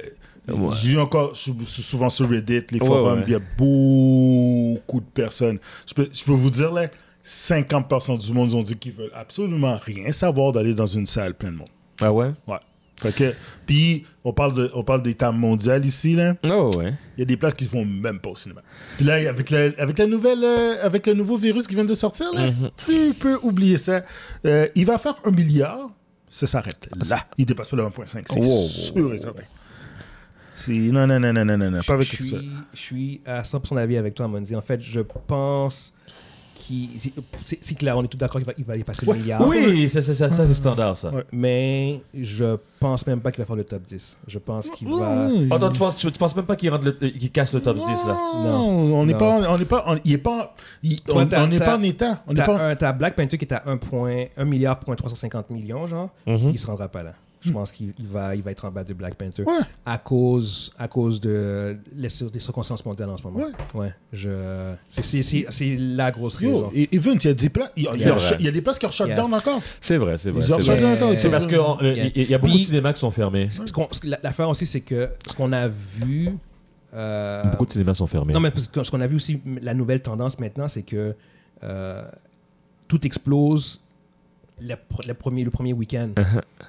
J'ai vu encore je suis souvent sur Reddit, les forums, ouais. il y a beaucoup de personnes. Je peux, je peux vous dire, là, 50% du monde ont dit qu'ils veulent absolument rien savoir d'aller dans une salle pleine de monde. Ah ouais Ouais. Fait que, puis, on parle, de, on parle des tables mondiales ici, là. Ah Oh ouais. Il y a des places qui ne vont même pas au cinéma. Puis là, avec, la, avec, la nouvelle, euh, avec le nouveau virus qui vient de sortir, là, Mhm. tu peux oublier ça. Euh, il va faire un milliard, ça s'arrête là. Il dépasse pas le 1,5. Oh, C'est Wow. sûr et certain. C'est- Non, non, non, non, non, non, non. Pas avec je, ce que- suis, je suis à 100% d'avis avec toi, Mundi. En fait, je pense qu'il. c'est- C'est c'est clair, on est tous d'accord qu'il va, il va y passer le milliard. Oui, ça, ça, ça, ça, c'est standard ça. Ouais. Mais je pense même pas qu'il va faire le top 10. Je pense qu'il va. Attends, tu penses, tu, tu penses même pas qu'il rentre le- qu'il casse le top 10 là Non, on n'est Non. pas, on n'est pas, on il est pas, il- Toi, on- t'as- on n'est pas t'as- en état. Mmh. On n'est pas. T'as un- t'as Black Panther qui est à 1, point, 1 milliard point 350 millions, genre. Mhm. Il se rendra pas là. Je pense qu'il il va, il va être en bas de Black Panther Ouais. à cause, à cause de les, cir- des circonstances mondiales en ce moment. Ouais. je, c'est- c'est- c'est c'est la grosse raison. Yo, et, et Vince, il y a des places, il y a, il y a- C'est vrai. il y a des places qui ont shut Yeah. down encore. C'est vrai, c'est vrai. Ils ont Euh, c'est vrai. shut down encore. C'est parce que on- le- Yeah. il il y a beaucoup Puis- de cinémas qui sont fermés. Ce qu'on- ce que- la- L'affaire aussi, c'est que ce qu'on a vu. euh, Beaucoup de cinémas sont fermés. Non, mais parce que ce qu'on a vu aussi, m- la nouvelle tendance maintenant, c'est que euh, tout explose le, pr- le premier, le premier week-end.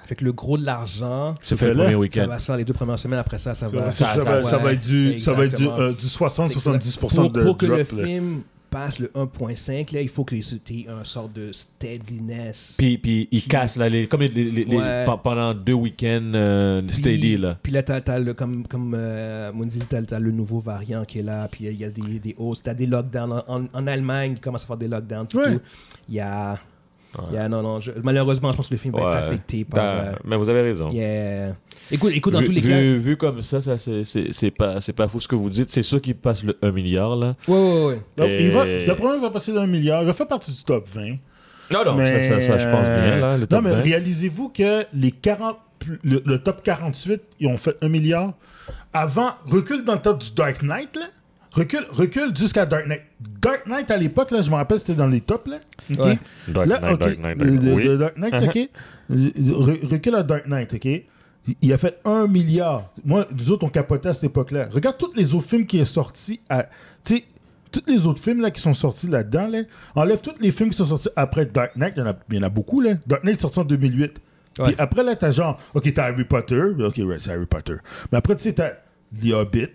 fait que le gros de l'argent, se fait le Fais-le. premier ça Uh-huh. week-end. va se faire les deux premières semaines. Après Ah bah, ça, ça va. Ça, ça va, ça va être du, ça va être du, Exactement. euh, du 60-70% pour, de pour que le drop. là. film passe le 1.5, là, il faut que c'était un sorte de steadiness. Puis, puis ils cassent là, les, comme les, les- les- les- Ouais. pe- pendant deux week-ends euh, Puis- steady là. Puis là, t'as, t'as le, comme, comme euh, Mundi, t'as, t'as le nouveau variant qui est là, puis il y a des, des hausses, t'as des lockdowns. En, en- en Allemagne, ils commencent à faire des lockdowns. puis Ouais. tout. Il y a. il y a- non, non, je- malheureusement, je pense que le film va Ouais. être affecté par. Ben, Mais vous avez raison. euh, yeah. Écoute, écoute dans vu, tous les vu- cas. vu comme ça, ça c'est- c'est c'est pas, c'est pas fou ce que vous dites. C'est sûr qu'ils passent le 1 milliard là. Ouais, ouais, ouais. Donc, il va, Et- d'après moi, il va passer d'un milliard. Il va faire partie du top 20. Non, non, mais, ça, ça, ça, je pense bien là. Le non, top mais 20. réalisez-vous que les 40, plus- le, le top 48, ils ont fait un milliard. Avant, recule dans le top du Dark Knight, là. Recule, recule jusqu'à Dark Knight. Dark Knight, à l'époque, là, je me rappelle, c'était dans les tops, là. OK? Ouais. Dark Là, Knight, OK, Dark Knight, Dark le- Knight. le- Oui. Uh-huh. le Dark Knight, OK? Re- recule à Dark Knight, OK? Il a fait un milliard. Moi, nous autres, on capotait à cette époque-là. Regarde tous les autres films qui sont sortis à... Tu sais, tous les autres films là, qui sont sortis là-dedans, là, enlève tous les films qui sont sortis après Dark Knight. Il y en a, il y en a beaucoup, là. Dark Knight est sorti en 2008. Ouais. Puis après, là, t'as genre... OK, t'as Harry Potter. OK, ouais, c'est Harry Potter. Mais après, tu sais, t'as The Hobbit.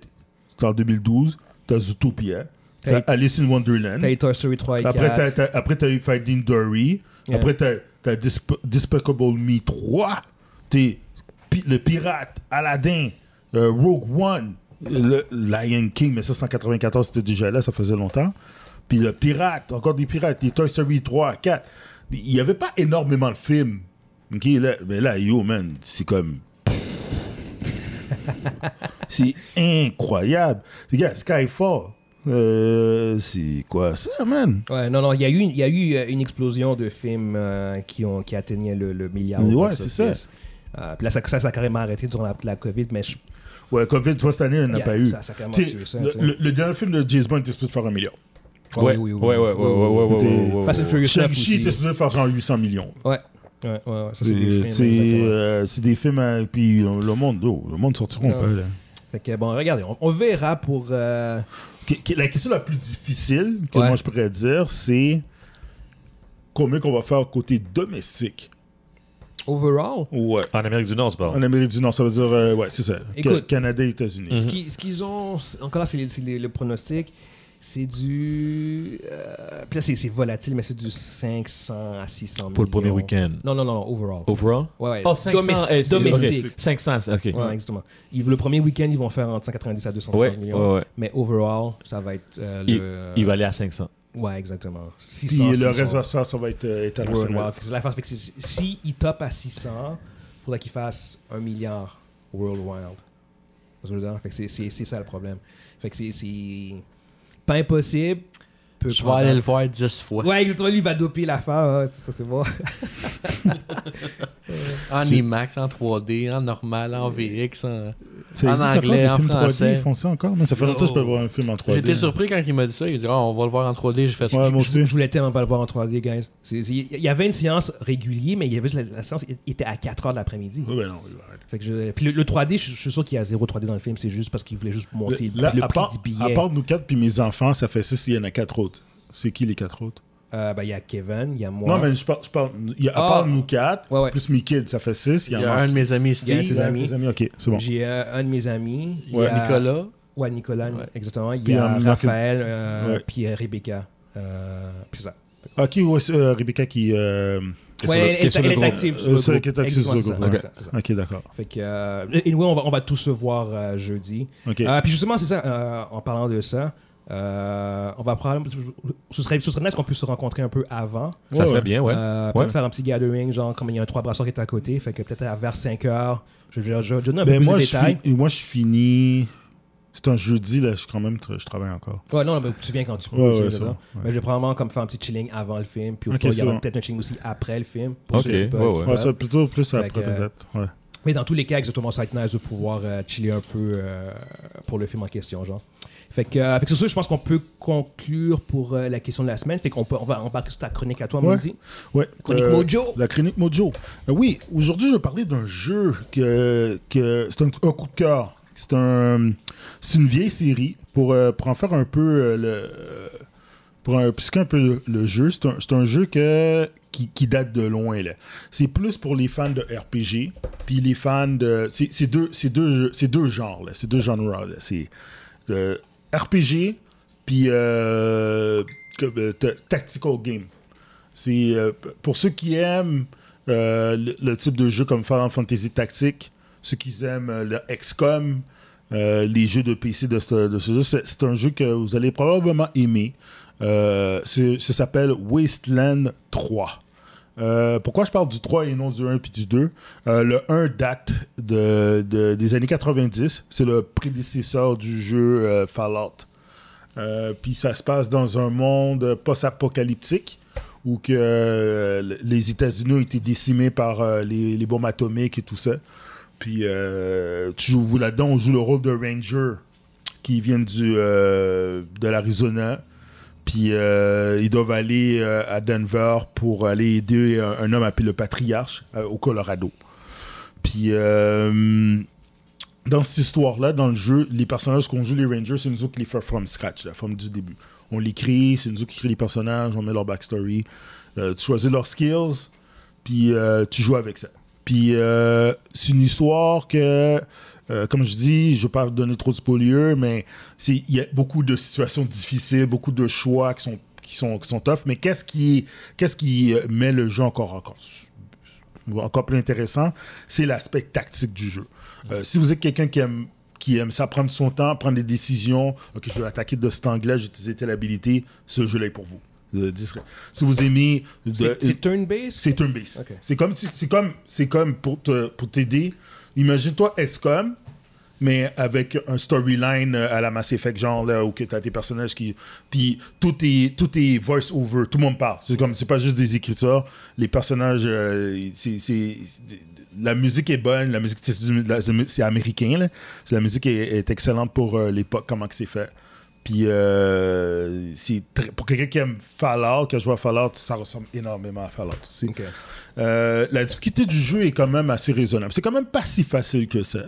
C'était en 2012. T'as Zootopia. T'as T'as- Alice in Wonderland. T'as eu Toy Story 3 et Après, 4. t'as, t'as- après, t'as eu Finding Dory. Yeah. Après, t'as, t'as Disp- Despicable Me 3. T'es pi- le pirate, Aladdin, euh, Rogue One, le Lion King, mais ça, c'est en 94, c'était déjà là, ça faisait longtemps. Puis le pirate, encore des pirates, les Toy Story 3, 4. Il n'y avait pas énormément de films. Ok, là, mais là, yo, man, c'est comme [laughs] c'est incroyable. Regarde, Skyfall. Euh, c'est quoi ça, man? Ouais, non, non, il y a eu, une- il y a eu euh, une explosion de films euh, qui, ont, qui atteignaient le, le milliard. au Ouais, box c'est ça. office. Euh, puis là, ça, ça, ça a carrément arrêté durant la, la COVID, mais je- Ouais, COVID, toi, cette année, on n'a Yeah, pas eu. ça- ça a carrément T'sais, tué ça, le, t'sais. le- le dernier film de James Bond était supposé faire un million. Ah Ouais, oui, oui, oui. ouais, ouais, ouais, ouais, ouais, ouais, ouais, ouais, Fast and ouais. Furious 9 Shang-Chi aussi. était supposé faire genre 800 millions. Euh, Ouais. Ouais, ouais, ouais, ça c'est C'est des films. c'est, hein, exactement. euh, c'est des films, à- puis euh, le monde, oh, le monde sortiront Ah. pas. là. Fait Fait que bon, regardez, on, on verra pour. euh, Qui- qui- La question la plus difficile que Ouais. moi je pourrais dire, c'est combien qu'on va faire côté domestique. overall. Ouais. En Amérique du Nord, c'est pas En Amérique du Nord, ça veut dire, euh, ouais, c'est ça. Ca- Écoute. Mm. Canada et États-Unis. Mm-hmm. Ce qui- Ce qu'ils ont, c'est- encore là, c'est les- c'est les- le pronostic, c'est du. euh, puis là, c'est c'est volatile, mais c'est du 500 à 600 Pour le premier millions. week-end. Non, non, non, non, overall. Overall? Ouais, ouais. Oh, 500. Domestique. eh, c'est- Domestique. ok. 500, ok. Ouais, exactement. Ils- le premier week-end, ils vont faire entre 190 à 250 Ouais, millions. ouais, ouais. Mais overall, ça va être euh, Il, le. il va aller à 500. Ouais, exactement. 600, Puis le 600. reste va se faire, ça va être euh, international. Worldwide. Fait que c'est l'affaire. Fait que c'est- Si il top à 600, il faudrait qu'il fasse 1 milliard worldwide. Tu vois ce que je veux dire? Fait que c'est- C'est c'est ça le problème. Fait que c'est- c'est pas impossible. peu Je vais probable. aller le voir 10 fois. Ouais, exactement. Lui, il va doper l'affaire. ouais, ça, c'est bon. [laughs] En IMAX, en 3D, en normal, en VX. en- Ça En existe encore, anglais, des en films 3D, français. ils font ça encore. Mais ça fait longtemps que je peux Oh. voir un film en 3D. J'étais surpris quand il m'a dit ça. Il dit Ah, on va le voir en 3D. J'ai fait Ouais, moi Je, aussi. je voulais tellement pas le voir en 3D, guys. C'est- c'est- Il y avait une séance régulière, mais il y avait juste la, la séance il était à 4h de l'après-midi. Ouais, ben non, ouais, arrête. Fait que je- puis le, le 3D, je, je suis sûr qu'il y a zéro 3D dans le film. C'est juste parce qu'il voulait juste monter le, Là, le à, prix part, du à billet. part nous quatre puis mes enfants, ça fait 6, il y en a quatre autres. C'est qui les quatre autres Euh, ben, il y a Kevin, il y a moi. Non, mais je parle. Je parle il y a, à Ah. part nous quatre, Ouais, ouais. plus mes kids, ça fait 6. Il y Il en y a un de mes amis, Il y a Steve, tes amis. Tes amis, ok, c'est bon. J'ai euh, un de mes amis. il y Ouais. a- Nicolas. Ouais, Nicolas, exactement. Il Puis, y a euh, Raphaël, euh, Ouais. puis euh, Rebecca. Euh, puis ça. Ok, ouais, c'est, euh, Rebecca qui. euh, Ouais, le- elle, qu'est-ce elle- que elle le est groupe? active sur Euh, le c'est groupe. qui est active sur le Exactement, groupe, c'est ça, c'est ça. Ok, d'accord. Fait que, euh, anyway, on va, on va tous se voir euh, jeudi. Ok. Euh, puis justement, c'est ça, euh, en parlant de ça, euh, on va probablement. Ce serait, ce serait nice qu'on puisse se rencontrer un peu avant. Ça Ouais, serait ouais. bien, Eh ouais. Euh, peut-être Ouais. faire un petit gathering, genre, comme il y a un trois brasseurs qui est à côté, fait que peut-être à vers 5 heures, je vais je vais donner un peu Ben plus moi, de je détails. fi- moi, je finis. C'est un jeudi, là, je, quand même, tra- je travaille encore. Ouais, non, mais tu viens quand tu peux. Ouais, c'est ouais, ça. c'est bon, ouais. Mais je vais probablement comme faire un petit chilling avant le film, puis au Ok, pire, il y c'est aura bon. peut-être un chilling aussi après le film. Ok, ceux qui peuvent, ouais, qui ouais. Ouais, peuvent. ça plutôt plus Fait après, que, euh, peut-être. Ouais. Mais dans tous les cas, exactement, ça va être nice de pouvoir euh, chiller un peu euh, pour le film en question, genre. Fait que, euh, fait que c'est ça, je pense qu'on peut conclure pour euh, la question de la semaine. Fait qu'on peut, on va embarquer sur ta chronique à toi, Ouais. Mondi. Ouais, Chronique euh, Mojo. La chronique Mojo. Euh, oui, aujourd'hui, je vais parler d'un jeu que, que c'est un, un coup de cœur. C'est un, c'est une vieille série pour, euh, pour en faire un peu euh, le euh, pour un, puisqu'un peu le, le jeu. C'est un, c'est un jeu que qui, qui date de loin là. C'est plus pour les fans de RPG puis les fans de c'est c'est deux c'est deux jeux- c'est deux genres là, c'est deux genres là. C'est euh, RPG puis euh, que- euh, ta- tactical game. C'est euh, p- pour ceux qui aiment euh, le, le type de jeu comme Final Fantasy Tactique, ceux qui aiment euh, le XCOM, euh, les jeux de PC de ce, de ce jeu, c'est c'est un jeu que vous allez probablement aimer. Euh, c'est- ça s'appelle Wasteland 3. Euh, pourquoi je parle du 3 et non du 1 puis du 2 Euh, Le 1 date de, de- des années 90. C'est le prédécesseur du jeu euh, Fallout. Euh, puis ça se passe dans un monde post-apocalyptique où que euh, les États-Unis ont été décimés par euh, les, les bombes atomiques et tout ça. Puis euh, tu joues vous, là-dedans, on joue le rôle de ranger qui viennent du euh, de l'Arizona. Puis euh, ils doivent aller euh, à Denver pour aller aider un, un homme appelé le patriarche euh, au Colorado. Puis euh, dans cette histoire-là, dans le jeu, les personnages qu'on joue, les Rangers, c'est nous autres qui les fait from scratch, la forme du début. On les crée, c'est nous autres qui crée les personnages, on met leur backstory. Euh, tu choisis leurs skills, puis euh, tu joues avec ça. Puis euh, c'est une histoire que, euh, comme je dis, je ne vais pas donner trop de spoilers, mais c'est- il y a beaucoup de situations difficiles, beaucoup de choix qui sont, qui sont, qui sont tough. Mais qu'est-ce qui, qu'est-ce qui euh, met le jeu encore, encore encore plus intéressant, c'est l'aspect tactique du jeu. Euh, si vous êtes quelqu'un qui aime, qui aime ça, prendre son temps, prendre des décisions, ok, je vais attaquer de cet angle-là, j'utilise telle habilité, ce jeu-là est pour vous. Euh, discret. si vous aimez. de- C'est- C'est turn-based? c'est turn based. Ok. C'est comme si- c'est comme c'est comme pour te pour t'aider. Imagine-toi XCOM mais avec un storyline euh, à la Mass Effect genre là où que tu as tes personnages qui puis tout est tout est voice over, tout le monde parle. C'est comme c'est pas juste des écritures, les personnages euh, c'est c'est- c'est- la musique est bonne, la musique c'est du- la- c'est américain là. C'est- La musique est, est excellente pour euh, l'époque comment que c'est fait. Puis euh, c'est très- pour quelqu'un qui aime Fallout, qui a joué à Fallout, ça ressemble énormément à Fallout. C'est- Ok. euh, la difficulté du jeu est quand même assez raisonnable. C'est quand même pas si facile que ça.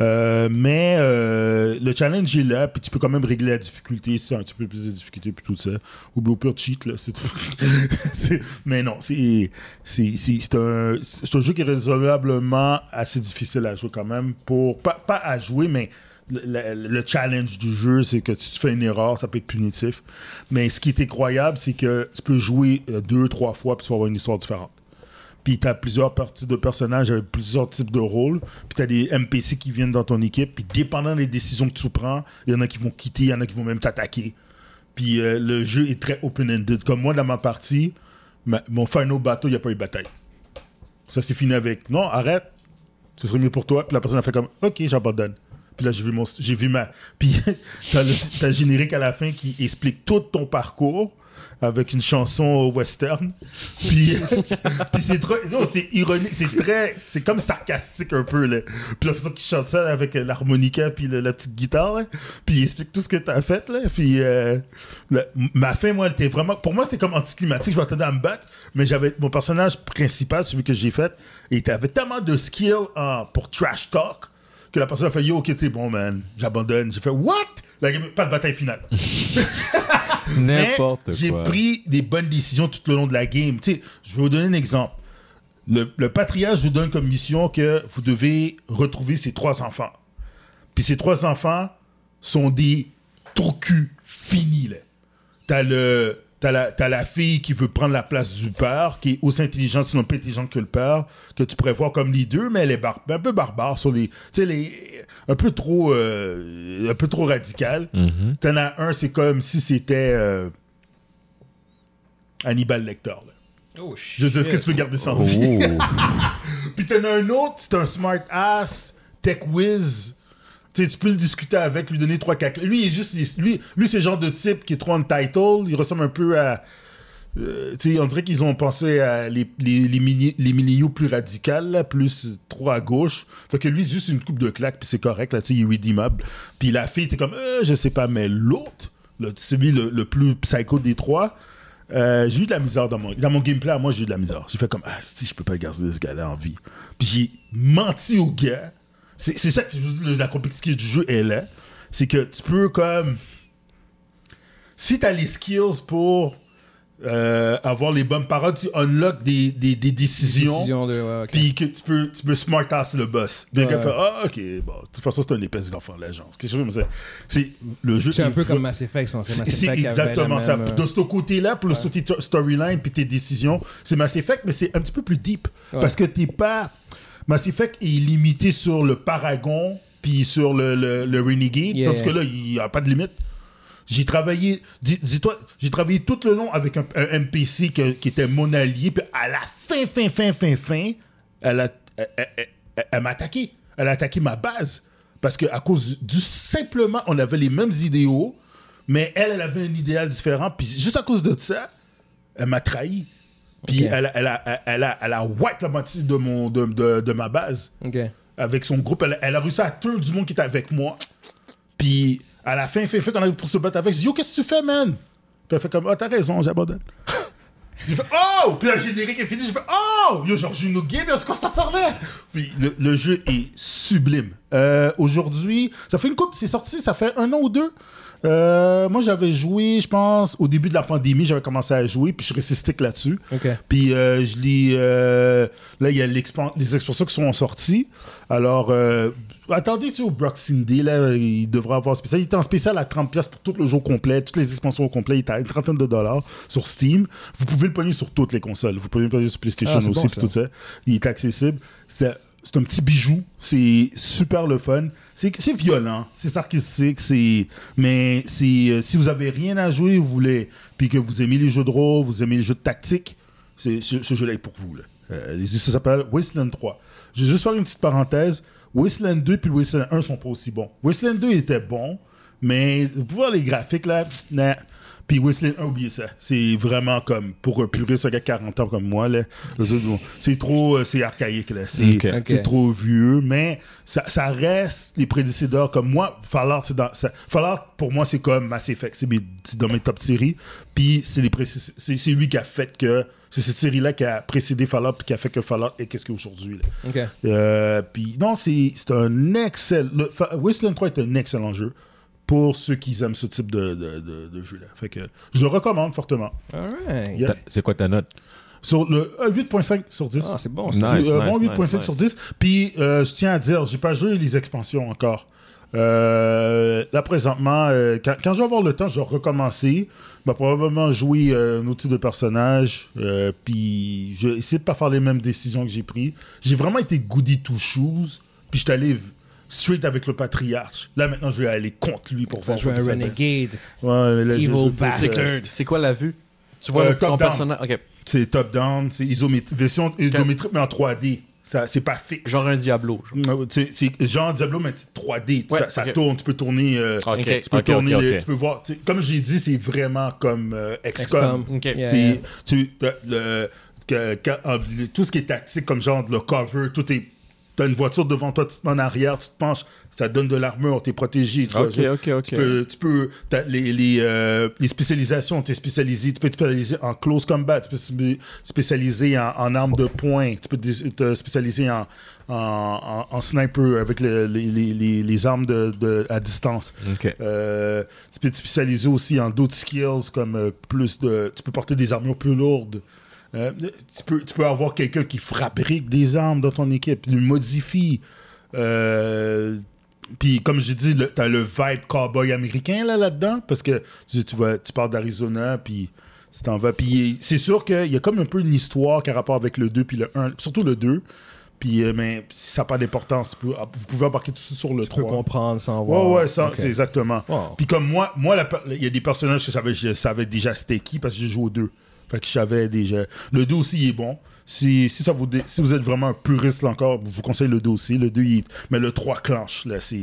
Euh, mais euh, le challenge est là, puis tu peux quand même régler la difficulté si c'est un petit peu plus de difficulté, puis tout ça. Ou bien au pire cheat, là. c'est tout. [laughs] C'est- mais non, c'est c'est- c'est- c'est un, c'est un jeu qui est raisonnablement assez difficile à jouer quand même. pour Pas, pas à jouer, mais le, le- le challenge du jeu, c'est que si tu fais une erreur, ça peut être punitif. Mais ce qui est incroyable, c'est que tu peux jouer euh, deux, trois fois, puis tu vas avoir une histoire différente. Puis t'as plusieurs parties de personnages avec plusieurs types de rôles. Puis t'as des NPC qui viennent dans ton équipe. Puis dépendant des décisions que tu prends, il y en a qui vont quitter, il y en a qui vont même t'attaquer. Puis euh, le jeu est très open-ended. Comme moi, dans ma partie, ma- mon final bateau, il n'y a pas eu de bataille. Ça s'est fini avec non, arrête, ce serait mieux pour toi. Puis la personne a fait comme ok, j'abandonne. Puis là, j'ai vu, mon, j'ai vu ma. [laughs] Puis t'as le, t'as le générique à la fin qui explique tout ton parcours avec une chanson western. Puis, [laughs] puis c'est trop. non, c'est ironique, c'est très. C'est comme sarcastique un peu, là. Puis la façon qu'il chante ça avec euh, l'harmonica puis le- la petite guitare, là. Puis il explique tout ce que t'as fait, là. Puis euh, le- ma fin, moi, elle était vraiment. Pour moi, c'était comme anticlimatique. Je m'attendais à me battre, mais j'avais mon personnage principal, celui que j'ai fait, il avait tellement de skill en- pour trash talk que la personne a fait Yo, ok, t'es bon, man. J'abandonne. J'ai fait What? La game- pas de bataille finale. Mais N'importe quoi. J'ai pris des bonnes décisions tout le long de la game. Tu sais, je vais vous donner un exemple. Le, le patriarche vous donne comme mission que vous devez retrouver ses trois enfants. Puis ces trois enfants sont des trous culs finis. là. T'as le. T'as la, t'as la fille qui veut prendre la place du père, qui est aussi intelligente, sinon plus intelligente que le père, que tu pourrais voir comme les deux, mais elle est bar- un peu barbare sur les. Tu sais, les- un peu trop. euh, un peu trop radicale. Mhm. T'en as un, c'est comme si c'était euh, Hannibal Lecter. là. Oh, Je sais ce que shit. tu peux garder sans [laughs] Oh. vie. Puis t'en as un autre, c'est un smart ass, tech whiz. Tu sais, tu peux le discuter avec, lui donner trois quatre. Lui, il est juste, lui, lui, c'est le genre de type qui est trop untitled. Il ressemble un peu à. euh, tu sais, on dirait qu'ils ont pensé à les, les, les, mini- les milléniaux plus radicales, là, plus trop à gauche. Fait que lui, c'est juste une coupe de claque, puis c'est correct, là, tu sais, il est redeemable. Puis la fille, t'es comme, euh, je sais pas, mais l'autre, le- celui le, le plus psycho des trois, euh, j'ai eu de la misère dans mon, dans mon gameplay. Moi, j'ai eu de la misère. J'ai fait comme, ah, si, je peux pas garder ce gars-là en vie. Puis j'ai menti au gars. C'est c'est ça que je vous dis, le- la complexité du jeu est là. C'est que tu peux, comme, si t'as les skills pour euh, avoir les bonnes paroles, tu unlock des, des, des décisions. Décision de. ouais, ok. Puis que tu peux, tu peux smart ass le boss. Puis le gars Ouais. fait Ah, ok, bon, de toute façon, c'est un épaisse d'enfant de l'agence. Quelque chose comme ça. C'est le jeu. C'est un est peu vra- comme Mass Effect, en fait. c'est Mass c'est Effect avait exactement la ça. même, euh, De ce côté-là, pour le story- storyline puis tes décisions, c'est Mass Effect, mais c'est un petit peu plus deep. Ouais. Parce que t'es pas. Mass Effect est limité sur le Paragon puis sur le, le, le Renegade. Yeah. Tandis que là, il n'y a pas de limite. J'ai travaillé, dis- dis-toi, j'ai travaillé tout le long avec un, un NPC que- qui était mon allié, puis à la fin, fin, fin, fin, fin, elle a- elle- elle- elle- elle- elle m'a attaqué. Elle a attaqué ma base. Parce qu'à cause du simplement, on avait les mêmes idéaux, mais elle, elle avait un idéal différent. Puis juste à cause de ça, elle m'a trahi. Puis Ok. elle, a- elle, a- elle, a, elle a wipe la moitié de, mon, de, de- de ma base Ok. avec son groupe. Elle, elle a réussi à tuer du monde qui était avec moi. Puis à la fin, fin, fin, quand on arrive pour se battre avec, je dis Yo, qu'est-ce que tu fais, man Puis elle fait comme Ah, t'as raison, j'abandonne. [laughs] j'ai fait Oh Puis la générique est finie, j'ai fait Oh Yo, genre, j'ai une autre game, c'est quoi ça faire là Puis le, le jeu est sublime. Euh, Aujourd'hui, ça fait une coupe, c'est sorti, ça fait un an ou deux. Euh, moi, j'avais joué, je pense, au début de la pandémie, j'avais commencé à jouer, puis je suis resté stick là-dessus. Ok. Puis euh, je lis. euh, là, il y a l'expan- les expansions qui sont sorties. Alors, euh, attendez, tu sais, au Broxing Day, là, il devrait avoir spécial. Il était en spécial à 30$ pour tout le jour complet, toutes les expansions au complet. Il était à une trentaine de dollars sur Steam. Vous pouvez le pogner sur toutes les consoles. Vous pouvez le pogner sur PlayStation Ah, c'est aussi, bon, puis ça. tout ça. Il est accessible. C'est c'est un petit bijou. C'est super le fun. C'est c'est violent, c'est sarcastique, c'est. Mais c'est, euh, si vous avez rien à jouer, vous voulez, puis que vous aimez les jeux de rôle, vous aimez les jeux de tactique, c'est- ce, ce jeu-là est pour vous. Là. Euh, les- ça s'appelle Wasteland 3. Je vais juste faire une petite parenthèse. Wasteland 2 puis Wasteland 1 sont pas aussi bons. Wasteland 2 était bon, mais vous pouvez voir les graphiques là, nah. Puis Wasteland 1, oubliez ça. C'est vraiment comme pour un puriste, un gars de 40 ans comme moi, là. eux autres, bon, c'est trop, euh, c'est archaïque, là. C'est Ok. c'est Ok. trop vieux, mais ça, ça reste les prédécesseurs comme moi. Fallout, c'est dans, ça- Fallout, pour moi, c'est comme Mass Effect. C'est mes- c'est dans mes top séries. Puis c'est les prédécesseurs- c'est c'est lui qui a fait que C'est cette série-là qui a précédé Fallout puis qui a fait que Fallout est qu'est-ce qu'est aujourd'hui. là. OK. Euh, puis non, c'est c'est un excellent. le- fa- Wasteland 3 est un excellent jeu pour ceux qui aiment ce type de, de, de- de jeu-là. Fait que je le recommande fortement. All right. Yes. Ta- C'est quoi ta note Sur le euh, 8.5 sur 10. Ah, c'est bon. Non. ça. Nice, Euh, bon, nice, 8.5 nice, sur nice. 10. Puis euh, je tiens à dire, j'ai pas joué les expansions encore. Euh, là présentement, euh, quand, quand je vais avoir le temps, je vais recommencer. Je vais probablement jouer euh, un outil de personnage. euh, puis je vais essayer de pas faire les mêmes décisions que j'ai prises. J'ai vraiment été goody two shoes. Puis je suis allé v- straight avec le patriarche. Là maintenant, je vais aller contre lui pour On va voir jouer comment un il s'appelle. Renegade. Ouais, là, je- Evil je- je- bastard. c'est- C'est c'est quoi la vue Tu vois Euh, le- ton top-down. personnage Ok, C'est top down, c'est isométrique, version isométrique mais en 3D. Ça, c'est pas fixe. genre un Diablo. genre. Non, tu sais, C'est genre Diablo, mais c'est 3D. Ouais, ça, ça ok. tourne, tu peux tourner. euh, Ok, tu peux tu peux ok, tourner ok, les- ok. tu peux voir. tu sais, Comme j'ai dit, c'est vraiment comme euh, XCOM. XCOM. Ok. Yeah. C'est- tu- t'as le- que- que- euh, le- tout ce qui est tactique, comme genre le cover, tout est. T'as une voiture devant toi, tu te mets en arrière, tu te penches, ça te donne de l'armure, t'es protégé. Tu vois, Ok, je- ok, ok. tu peux, tu peux- t'as les, les, euh, les spécialisations, tu es spécialisé, tu peux te spécialiser en close combat, tu peux te spécialiser en, en armes de poing, tu peux te te spécialiser en, en, en- en sniper avec le- les, les- les- les armes de, de- à distance. Ok. Euh, tu peux te spécialiser aussi en d'autres skills comme euh, plus de. Tu peux porter des armures plus lourdes. Euh, tu, peux, tu peux avoir quelqu'un qui fabrique des armes dans ton équipe, le modifie. Euh, puis comme j'ai dit, le- t'as le vibe cowboy américain là, là-dedans, parce que tu, tu, vas, tu pars d'Arizona, puis tu t'en vas. Puis c'est sûr qu'il y a comme un peu une histoire qui a rapport avec le 2 puis le 1, surtout le 2. Puis euh, mais ça n'a pas d'importance. Tu peux- Vous pouvez embarquer tout de suite sur le Tu peux 3. comprendre sans voir. Ouais, ouais, ça, Ok. c'est exactement. Wow. Puis comme moi, moi la per- il y a des personnages que je savais, je savais déjà c'était qui parce que j'ai joué au 2. Fait que je savais déjà. Le 2 aussi, il est bon. Si, si, ça vous, dé- si vous êtes vraiment un puriste là encore, je vous conseille le 2 aussi. Le 2, il est- mais le 3 clenche, là, c'est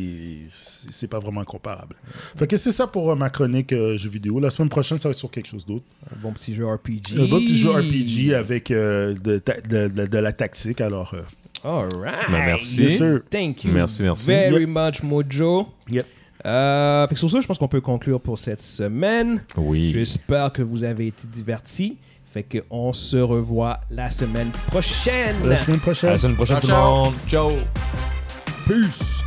c'est pas vraiment comparable. Fait que c'est ça pour euh, ma chronique euh, jeux vidéo. La semaine prochaine, ça va être sur quelque chose d'autre. Un bon petit jeu RPG. Un beau petit jeu RPG avec euh, de, ta- de- de- de la tactique, alors... euh, All right. Ben, merci. Yes, sir. Thank you. Merci, merci. Very much, Mojo. Yep. Euh, fait que sur ça, je pense qu'on peut conclure pour cette semaine. Oui. J'espère que vous avez été divertis. Fait que on se revoit la semaine prochaine. la semaine À prochaine. la semaine Ciao, prochaine, tout le monde. ciao. Ciao. Peace.